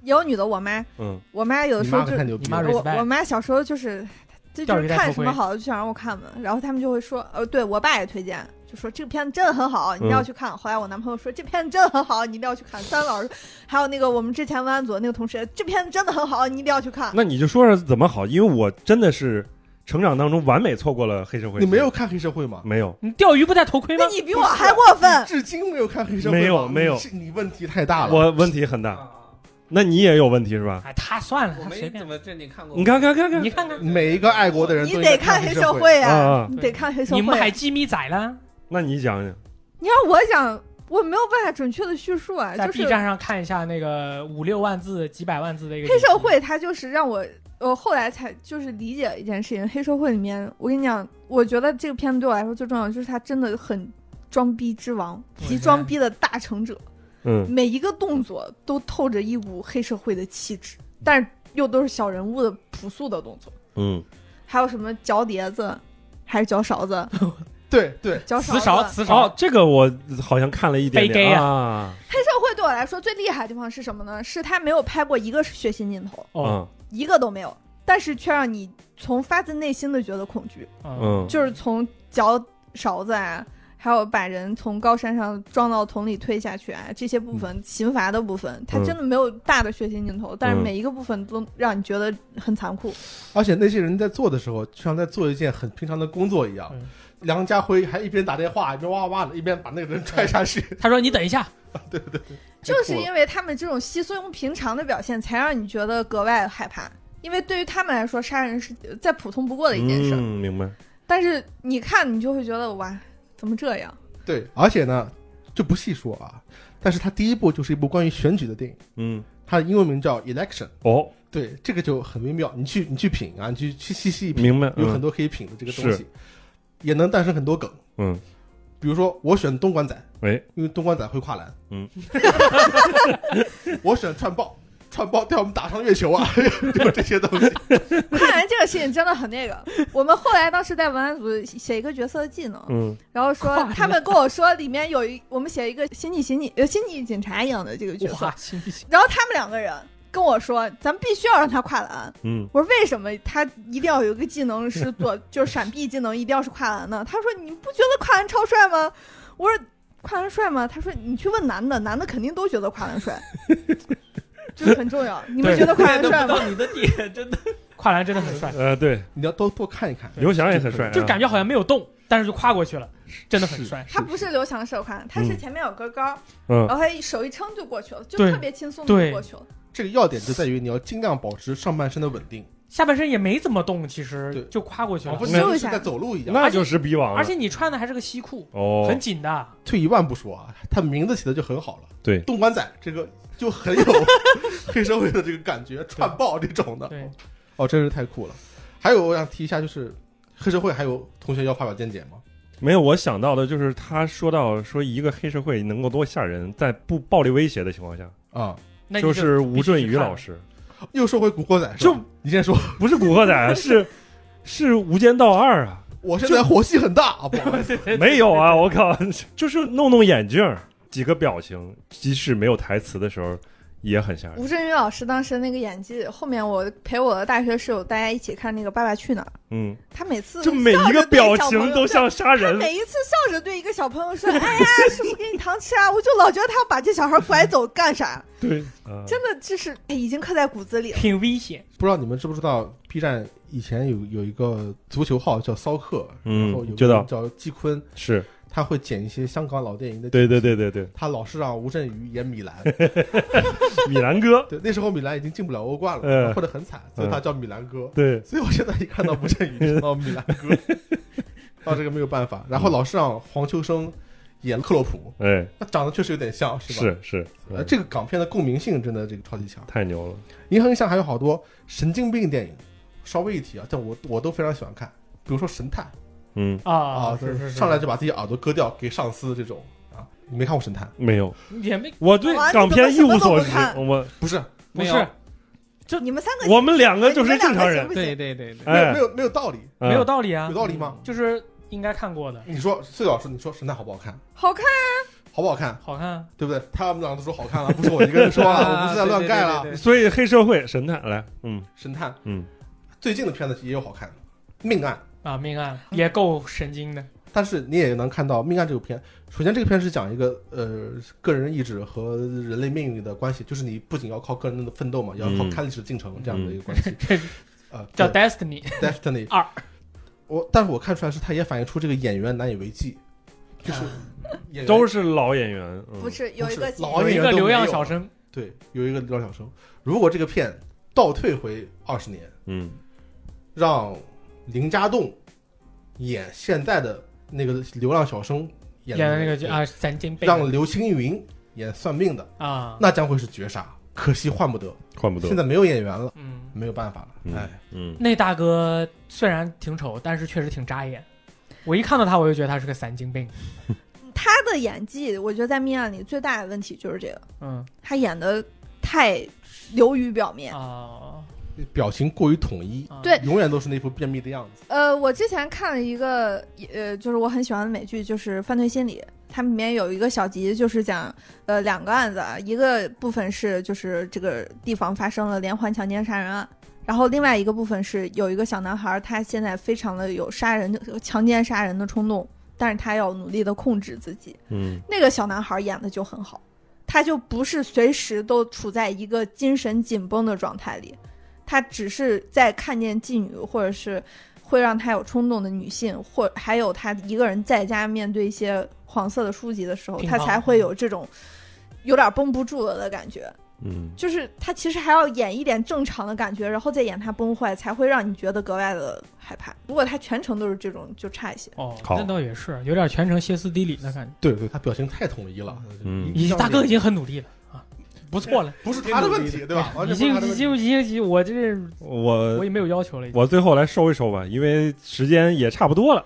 B: 有女的，我妈，
C: 嗯
B: 我妈有的
D: 你
B: 时候
D: 妈
B: 就
D: 可太牛逼
F: 你妈
D: 了！
F: 是
B: 我
F: respect
B: 我妈小时候就是，这就
F: 钓鱼
B: 是
F: 戴
B: 看
F: 头
B: 什
F: 盔
B: 么好的就想让我看嘛，然后他们就会说，呃，对我爸也推荐，就说这个片子真的很好，你一定要去看。后来我男朋友说这片子真的很好，你一定要去看。三老师，还有那个我们之前文案组的那个同事，这片子真的很好，你一定要去看。
C: 那你就说说怎么好，因为我真的是成长当中完美错过了黑社会。
D: 你没有看黑社会吗？
C: 没有？
F: 你钓鱼不戴头盔吗
B: 那？你比我还过分
D: 你，至今没有看黑社会吗？
C: 没有没有
D: 你是你问题太大了。
C: 我问题很大，那你也有问题是吧？
F: 哎，他算了，
E: 我
F: 他随
E: 没
F: 便
E: 怎。么正经看过，
C: 你看看看看
F: 你看看，
D: 每一个爱国的人
B: 你
D: 都应
B: 得
D: 该
B: 看
D: 黑
B: 黑社
D: 会。
B: 会
C: 啊，啊
B: 你得看黑社
F: 你们
B: 会
F: 还
B: 啊。
F: 鸡米仔了？
C: 那你讲讲，
B: 你让我讲，我没有办法准确的叙述啊，
F: 在
B: 就
F: B
B: 是
F: 站上看一下那个五六万字、几百万字的一个
B: 黑社
F: 解
B: 会，它就是让我我后来才就是理解一件事情，黑社会里面，我跟你讲，我觉得这个片子对我来说最重要的就是它真的很装逼之王，
F: 我
B: 集
F: 天
B: 装逼的大成者，
C: 嗯，
B: 每一个动作都透着一股黑社会的气质，但是又都是小人物的朴素的动作，
C: 嗯，
B: 还有什么嚼碟子，还是嚼勺 子，
D: 对对，
B: 嚼
F: 析。
B: 勺
F: 词勺
B: 子。
F: 词
C: 哦
F: 勺，，
C: 这个我好像看了一点
F: 飞
C: 点
F: 机啊
C: 啊，
B: 黑社会对我来说最厉害的地方是什么呢？是他没有拍过一个血腥镜头，
C: 嗯
F: 哦，
B: 一个都没有，但是却让你从发自内心的觉得恐惧。
F: 嗯，
C: 嗯，嗯，
B: 就是从嚼勺子啊，还有把人从高山上撞到桶里推下去啊，这些部分刑罚的部分，它
C: 嗯
B: 真的没有大的血腥镜头，但是
C: 嗯
B: 每一个部分都让你觉得很残酷。
D: 而且那些人在做的时候，就像在做一件很平常的工作一样。
F: 嗯
D: 梁家辉还一边打电话一边哇哇的，一边把那个人踹下去。
F: 他说你等一下，
B: 就是因为他们这种稀松平常的表现，才让你觉得格外害怕。因为对于他们来说，杀人是再普通不过的一件事，
C: 嗯，明白，
B: 但是你看，你就会觉得哇，怎么这样？
C: 嗯
D: 对，而且呢，就不细说啊。但是他第一部就是一部关于选举的电影，
C: 嗯，
D: 它的英文名叫《Election》。
C: 哦，
D: 对，这个就很微妙，你去你去品啊，你去去细细品，
C: 明白，
D: 有
C: 嗯
D: 很多可以品的这个东
C: 是
D: 西，也能诞生很多梗。
C: 嗯，
D: 比如说我选东莞仔，
C: 哎，
D: 因为东莞仔会跨栏。
C: 嗯，
D: 我选串爆，串爆带我们打上月球啊， 就是这些东西。
B: 看来这个事情真的很那 个。我们后来当时在文案组写一个角色的技能，
C: 嗯，
B: 然后说
F: 跨年
B: 他们跟我说里面有一我们写一个星际刑警呃星际警察一样的这个角色
F: 哇，，新地形
B: 然后他们两个人跟我说，咱们必须要让他跨栏。
C: 嗯，
B: 我说为什么他一定要有一个技能是做就是闪避技能一定要是跨 栏呢？他说你不觉得跨栏超帅吗？我说跨栏帅吗？他说你去问男的，男的肯定都觉得跨栏帅， 这个很重要。你们觉得跨栏帅吗？
E: 你的点真的
F: 跨栏真的很帅，
C: 呃，对，
D: 你要多多看一看，
C: 刘翔也很帅啊，
F: 就感觉好像没有动，但是就跨过去了，真的很
D: 是
F: 帅。
B: 他不是刘翔射跨栏，他是
C: 嗯
B: 前面有根杆儿，
C: 嗯
B: 然后他一手一撑就过去了，就
F: 对
B: 特别轻松
F: 对
B: 的过去了。
D: 这个要点就在于你要尽量保持上半身的稳定，
F: 下半身也没怎么动，其
D: 对哦
F: 实就跨过去
D: 仿
F: 了
D: 佛。
B: 那
D: 你是在走路一样。
C: 那就是比王了，
F: 而且你穿的还是个西裤，
C: 哦，
F: 很紧的。
D: 退一万步说啊，他名字起的就很好了，
C: 对
D: 东莞仔这个就很有 黑社会的这个感觉， 串爆这种的，
F: 对，
D: 哦，真是太酷了。还有我想提一下，就是黑社会还有同学要发表见解吗？
C: 没有，我想到的就是他说到说一个黑社会能够多吓人，在不暴力威胁的情况下，
D: 啊、
F: 那你
C: 就是
F: 必须
C: 吴镇
F: 去
C: 宇
F: 看
C: 老师，
D: 又说回古惑仔，
C: 就
D: 就你先说，
C: 不是《古惑仔》，啊是是《无间道二》啊，
D: 我现在火气很大啊，不好意思，
C: 没有啊，我靠，就是弄弄眼镜儿，几个表情，即使没有台词的时候也很吓人。
B: 吴镇宇老师当时那个演技，后面我陪我的大学室友大家一起看那个《爸爸去哪儿》，
C: 嗯，
B: 他每次
C: 就每一个表情都
B: 笑
C: 像杀
B: 着对小朋友。他
C: 人。
B: 每一次笑着对一个小朋友说：“哎呀，师傅给你糖吃啊！”我就老觉得他要把这小孩拐走干啥？
C: 对，
B: 真的就是哎已经刻在骨子里了。
F: 挺危险。
D: 不知道你们知不知道，B 站以前有有一个足球号叫骚客，
C: 嗯
D: 然后有
C: 知
D: 个
C: 道
D: 人叫季坤，
C: 是，
D: 他会剪一些香港老电影的，
C: 对对对对对，
D: 他老是让吴镇宇演米兰，
C: 米兰哥，
D: 对，那时候米兰已经进不了欧冠
C: 嗯
D: 了，混得很惨，所以他叫米兰哥。
C: 对，
D: 所以我现在一看到吴镇宇，就想到米兰哥，到这个没有办法。然后老是让黄秋生演克洛普，
C: 哎，
D: 他长得确实有点像，是吧？
C: 是是，
D: 呃，
C: 嗯
D: 这个港片的共鸣性真的这个超级强。
C: 太牛了。
D: 银河印象还有好多神经病电影，稍微一提啊，但我我都非常喜欢看，比如说《神探》
C: 嗯，
F: 啊，
D: 哦就是
F: 是是，
D: 上来就把自己耳朵割掉给上司这种啊，你没看过《神探
C: 没有，
F: 也没
C: 我对
B: 哇
C: 港片一无所
B: 你怎么什么都
C: 知
B: 不。看
C: 我》？
D: 不是，
F: 不
E: 没
F: 是
E: 有，
B: 你们三个
C: 我们两个就是正常
B: 你们两
C: 人，
B: 个行不
E: 对
B: 行？
E: 对对对，
D: 没有
C: 哎
D: 没，有没有道理。
C: 嗯
F: 没有道理啊，
D: 有道理吗
F: 就是应该看过的，
D: 你说穗老师，你说《神探》好不好看？
B: 好看，
D: 好不好看？
F: 好看啊。
D: 对不对？他们两个都说好看了，不是我一个人说 了，我不是在乱盖了。
E: 对对对对对
C: 所以黑社会神探来，嗯
D: 神探，
C: 嗯，
D: 最近的片子也有好看的，《命案》，
F: 啊，命案也够神经的，
D: 但是你也能看到《命案》这部片，首先这个片是讲一个呃个人意志和人类命运的关系，就是你不仅要靠个人的奋斗嘛，也要靠
C: 嗯
D: 看历史的进程这样的一个关系。呃，
F: 叫
D: 对
F: Destiny，
D: Destiny
F: 二，
D: 我但是我看出来是，它也反映出这个演员难以为继，就是演员
C: 都是老演员，嗯
B: 不是有一个
D: 不是老
F: 有一
D: 演员
F: 个
D: 哦都
F: 流
D: 没
F: 量
D: 有
F: 小生，
D: 对有一个刘晓生，如果这个片倒退回二十年，
C: 嗯
D: 让林家栋演现在的那个流浪小生演
F: 演
D: 的
F: 的那个
D: 角
F: 就
D: 色
F: 啊，咱金贝
D: 让刘青云演算命的，
F: 啊，
D: 那将会是绝杀，可惜换不得，
C: 换不得
D: 现。在没有演员了，
F: 嗯，
D: 没有办法了，
C: 嗯
D: 哎，
C: 嗯，
F: 那大哥虽然挺丑，但是确实挺扎眼。我一看到他，我就觉得他是个神经病。
B: 他的演技，我觉得在《命案》里最大的问题就是这个，
F: 嗯
B: 他演的太流于表面。
F: 啊，
D: 表情过于统一，
F: 啊
B: 对
D: 永远都是那副便秘的样子。
B: 呃，我之前看了一个，呃，就是我很喜欢的美剧，就是《犯罪心理》，它里面有一个小集，就是讲，呃，两个案子，啊，一个部分是就是这个地方发生了连环强奸杀人案，然后另外一个部分是有一个小男孩，他现在非常的有杀人、强奸杀人的冲动，但是他要努力的控制自己。
C: 嗯
B: 那个小男孩演的就很好，他就不是随时都处在一个精神紧绷的状态里，他只是在看见妓女或者是会让他有冲动的女性，或还有他一个人在家面对一些黄色的书籍的时候，
F: 乒乓
B: 他才会有这种有点绷不住了的感觉。
C: 嗯，
B: 就是他其实还要演一点正常的感觉，然后再演他崩坏，才会让你觉得格外的害怕。如果他全程都是这种，就差一些。
F: 哦，
C: 好
F: 那倒也是，有点全程歇斯底里的感觉。
D: 对对，他表情太统一了，
C: 嗯
D: 一
F: 已
D: 上
F: 大哥
D: 脸
F: 已经很努力了啊，不错了。
D: 不是他的问题，对吧？完
F: 已
D: 全不是
F: 经
D: 他的
F: 已
D: 问题
F: 经已经已经，我这是我
C: 我
F: 也没有要求了。已经
C: 我最后来收一收吧，因为时间也差不多了。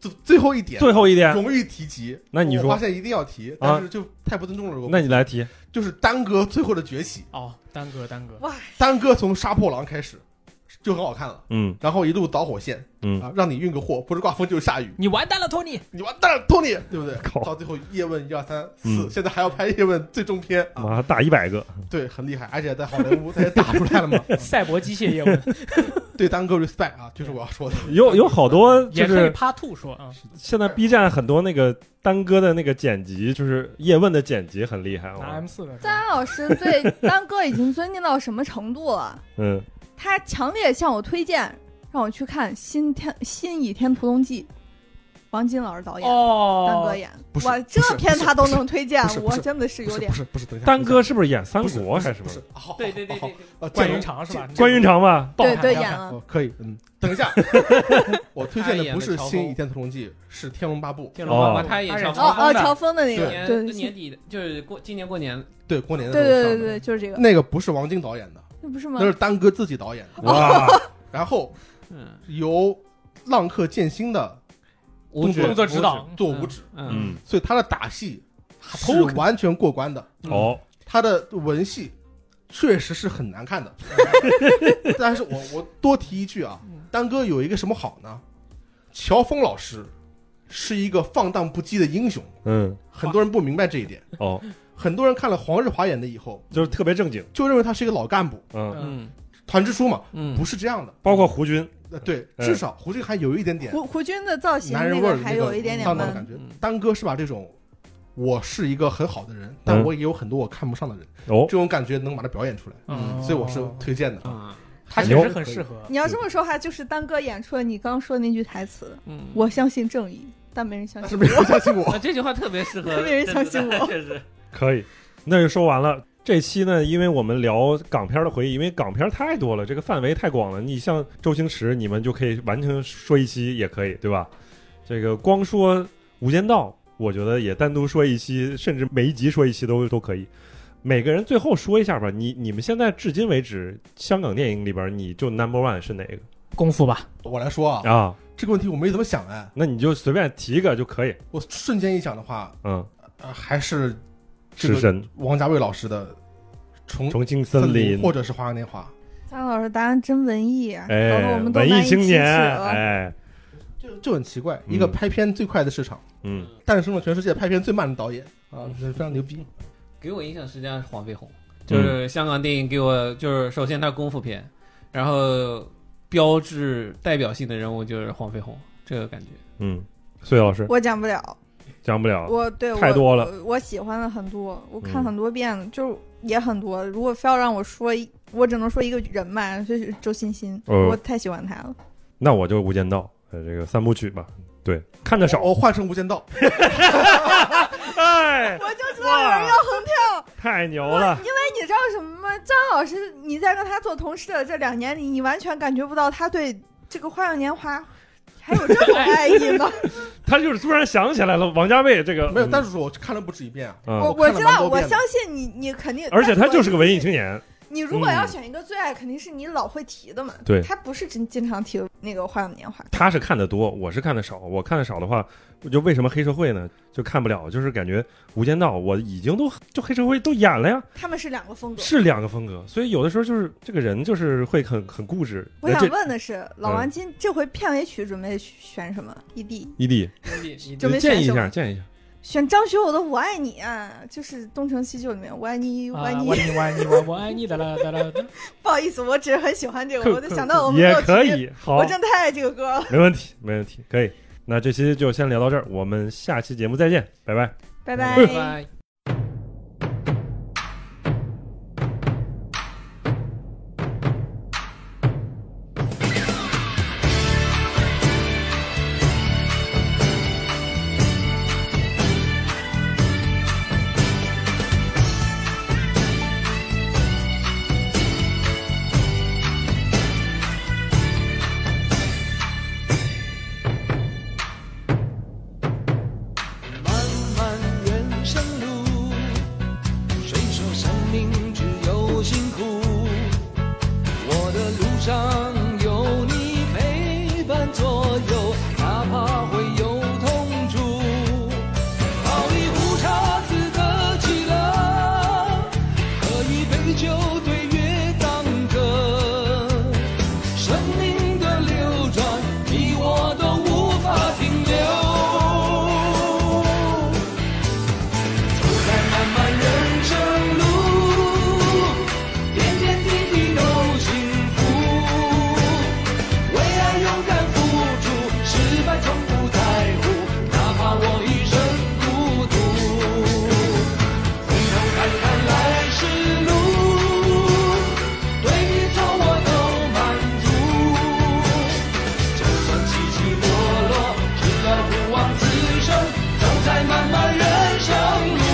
D: 最最后一点，
C: 最后一点，
D: 荣誉提及。
C: 那你
D: 我
C: 说
D: 发，现一定要
F: 啊
D: 提，但是就太不尊重了。我
C: 那你来提。
D: 就是丹哥最后的崛起，
F: 哦，耽搁耽搁，
D: 丹哥从杀破狼开始就很好看了，
C: 嗯
D: 然后一路导火线，
C: 嗯
D: 啊，让你运个货，不是刮风就是下雨，
F: 你完蛋了，托尼。
D: 你完蛋了，托尼，对 不对
C: 靠？
D: 到最后叶问一二三
C: 嗯
D: 四，现在还要拍叶问最终篇啊，
C: 妈打一百个，
D: 对，很厉害，而且在好莱坞他也打出来了 嘛。嗯
F: 赛博机械业务
D: 对丹哥 respect 啊，就是我要说的。
C: 有有好多就
F: 也可以
C: 是
F: p a 说啊，
C: 现在 B 站很多那个丹哥的那个剪辑，就是叶问的剪辑很厉害
F: 拿 M
A: 哎
C: 啊。
F: 四的时候
B: 丹老师对 丹哥已经尊敬到什么程度了？
C: 嗯，
B: 他强烈向我推荐，让我去看《新天新倚天屠龙记》，王晶老师导演，丹哥
F: 哦，
B: 演。
D: 不是
B: 哇，
D: 不
B: 这
D: 是
B: 片他都能推荐
D: 不是，不
B: 我
D: 是
B: 真的是有点
D: 不。是不是，等一下，
C: 丹哥是不是演三
D: 不是
C: 国还是
D: 是
C: 什
D: 不
C: 么
D: 是？ 好好好
E: 对对对
D: 好
E: 对，
D: 呃，
F: 关
D: 这
F: 云
D: 个
F: 长是吧？
C: 关云长吧？
F: 爆
B: 对
F: 汗
B: 对，
F: 爆
B: 演
F: 汗
B: 了
D: 哦，可以，嗯，等一下，我推荐的不是《新倚天屠龙记》，是《天龙八部》。
E: 天龙八部
C: 哦
E: 他也演
F: 他演
E: 乔
B: 哦哦，
E: 的
B: 乔峰的那
E: 去
B: 个，
E: 年
B: 对
E: 那
B: 对
E: 年底的就是过今年过年
D: 对，过年的时候
B: 对对
D: 上的
B: 对，就是这个，
D: 那个不是王晶导演的，
B: 那不是吗
D: 那？是丹哥自己导演的。
C: 哇，
D: 然后
E: 嗯，
D: 由浪客剑心的
E: 吴
D: 觉
F: 动作指导
D: 做五指，
E: 嗯
C: 嗯，
D: 所以他的打戏是
F: 偷看
D: 完全过关的，
C: 哦，
D: 他的文戏确实是很难 看的。但是我我多提一句啊，
F: 嗯
D: 丹哥有一个什么好呢？乔峰老师是一个放荡不羁的英雄，
C: 嗯，
D: 很多人不明白这一点。
C: 哦，
D: 很多人看了黄日华演的以后，
C: 就是特别正经，
D: 就认为他是一个老干部，
C: 嗯，
E: 嗯
D: 团支书嘛，
E: 嗯，
D: 不是这样的。
C: 包括胡军，
D: 呃对，
C: 嗯
D: 至少胡俊还有一点
F: 嗯
D: 点
B: 胡胡军的造型
D: 男人
B: 那
D: 味
B: 个
D: 儿的那个
B: 还有一点点
D: 浪
E: 漫
D: 荡的
B: 闷
D: 感，觉
E: 嗯。
D: 丹哥是把这种我是一个很好的人，但
C: 嗯
D: 我也有很多我看不上的人，
C: 哦
D: 这，种感觉能把它表演出来，
F: 嗯
D: 所以我是推荐的。
E: 啊，
F: 他确实很适合。
B: 你要这么说的话，就是丹哥演出了你刚说那句台词
E: 嗯：“，
B: 我相信正义，但没人相
D: 但是
B: 信
D: 没有人相信我，
E: 啊这句话特别适合，
B: 特别相信我
E: 确实，
C: 可以，那就说完了。这期呢，因为我们聊港片的回忆，因为港片太多了，这个范围太广了。你像周星驰，你们就可以完全说一期，也可以，对吧？这个光说《无间道》，我觉得也单独说一期，甚至每一集说一期都都可以。每个人最后说一下吧，你你们现在至今为止，香港电影里边你就 number one 是哪个
F: 功夫吧，
D: 我来说啊，
C: 啊？
D: 这个问题我没怎么想哎，
C: 那你就随便提一个就可以，
D: 我瞬间一想的话，
C: 嗯，
D: 呃还是这
C: 食
D: 个
C: 神、
D: 王家卫老师的《重
C: 重庆森
D: 森林
C: 林》，
D: 或者是《花样年华》。
B: 张老师答案真文艺啊，搞得
C: 哎
B: 我，们都
C: 文
B: 难
C: 艺
B: 以
C: 青
B: 启齿
C: 年，
B: 了
C: 哎，
D: 就就很奇怪，
C: 嗯
D: 一个拍片最快的市场，
C: 嗯，
D: 诞生了全世界拍片最慢的导演啊，这非常牛逼。
E: 给我印象实际上是黄飞鸿，就是香港电影给我就是首先他是功夫片，然后标志代表性的人物就是黄飞鸿，这个感觉。
C: 嗯，孙老师
B: 我讲不了，
C: 讲不了，
B: 我对
C: 啊太
B: 我
C: 多了
B: 我我喜欢的很多，我看
C: 嗯
B: 很多遍，就也很多。如果非要让我说一，我只能说一个人嘛，就是周欣欣，
C: 哦
B: 我太喜欢他了。
C: 那我就《无间道》呃这个三部曲吧。对，看的少，
D: 我换哦成《无间道》，
C: 哎，
B: 我就知道有
C: 哇
B: 人要横跳，
C: 太牛了！
B: 哎，你知道什么吗？张老师，你在跟他做同事的这两年里，你 完全感觉不到他对这个《花样年华》还有这种爱意呢。
C: 他就是突然想起来了王家卫这个
D: 没有，但
C: 是
D: 是说我看了不止一遍啊，
B: 我
C: 嗯，
B: 我
D: 看了
B: 知
D: 蛮
B: 道，
D: 多
B: 我
D: 遍的
B: 相信你，你肯定。
C: 而且
B: 哦
C: 他
B: 但
C: 就是个文艺青
B: 年。
C: 年，
B: 你如果
C: 嗯
B: 要选一个最爱，肯定是你老会提的嘛。
C: 对
B: 他不是真经常提那个《花样年华》。
C: 他是看的多，我是看的少。我看的少的话，我就为什么黑社会呢？就看不了，就是感觉《无间道》我已经都就黑社会都演了呀，
B: 他们是两个风格。
C: 是两个风格。所以有的时候就是这个人就是会很很固执。呃
B: 我想
C: 这
B: 问的是，老王今这回片尾曲准备选什么？ED？E
C: 伊利，
E: 你
B: 准备选
C: ，E 建议一
B: 什
C: 下，
B: 么？
C: 建议一下。
B: 选张学友的《我爱你》啊，就是《东成西就》里面“我爱你，我
F: 啊，
B: 爱你
F: 我爱”。你，我爱你，我我爱你的啦的啦的啦。
B: 不好意思，我只是很喜欢这个，我就想到我们没
C: 也
B: 有
C: 可
B: 提，
C: 以，好
B: 我，真太爱这个歌了。
C: 没问题，没问题，可以。那这期就先聊到这儿，我们下期节目再见，拜嗯拜。
B: 拜
E: 拜拜。
H: 漫漫人生路，谁说生命只有辛苦？我的路上有你陪伴左右，哪怕会有痛楚。泡一壶茶，自得其乐；喝一杯酒，对月当歌。生命的流转，你我都无法停留。走在漫漫人生路，点点滴滴都幸福。为爱勇敢付出，失败从不在乎，哪怕我一身孤独。回头看看来时路，对与错我都满足。就算起起落落，只要不忘此生，走在漫漫人生路。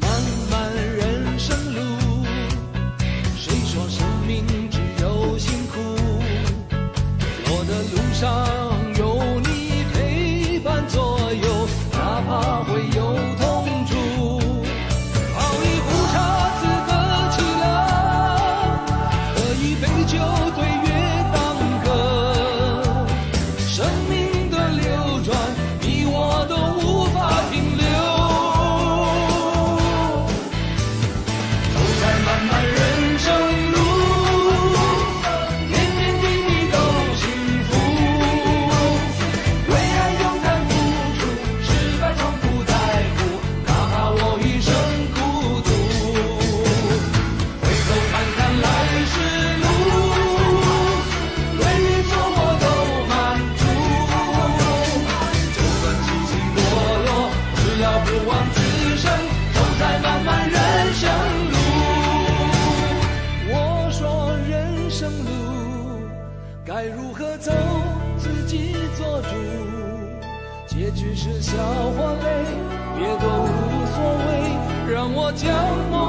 H: 漫漫人生路，谁说生命只有辛苦？我的路上有你陪伴左右，哪怕会有痛楚。泡一壶茶，自得其乐；喝一杯酒，对月当歌。生命的流转，你我都无法停留。走在漫漫人生路，点点滴滴都幸福。为爱勇敢付出，失败从不在乎，哪怕我一身孤独。回头看看来时路，对与错我都满足。就算起起落落，只要不忘此生，走在漫漫人生路。我说人生路该如何走，自己做主。结局是笑或泪，别多无所谓，让我将我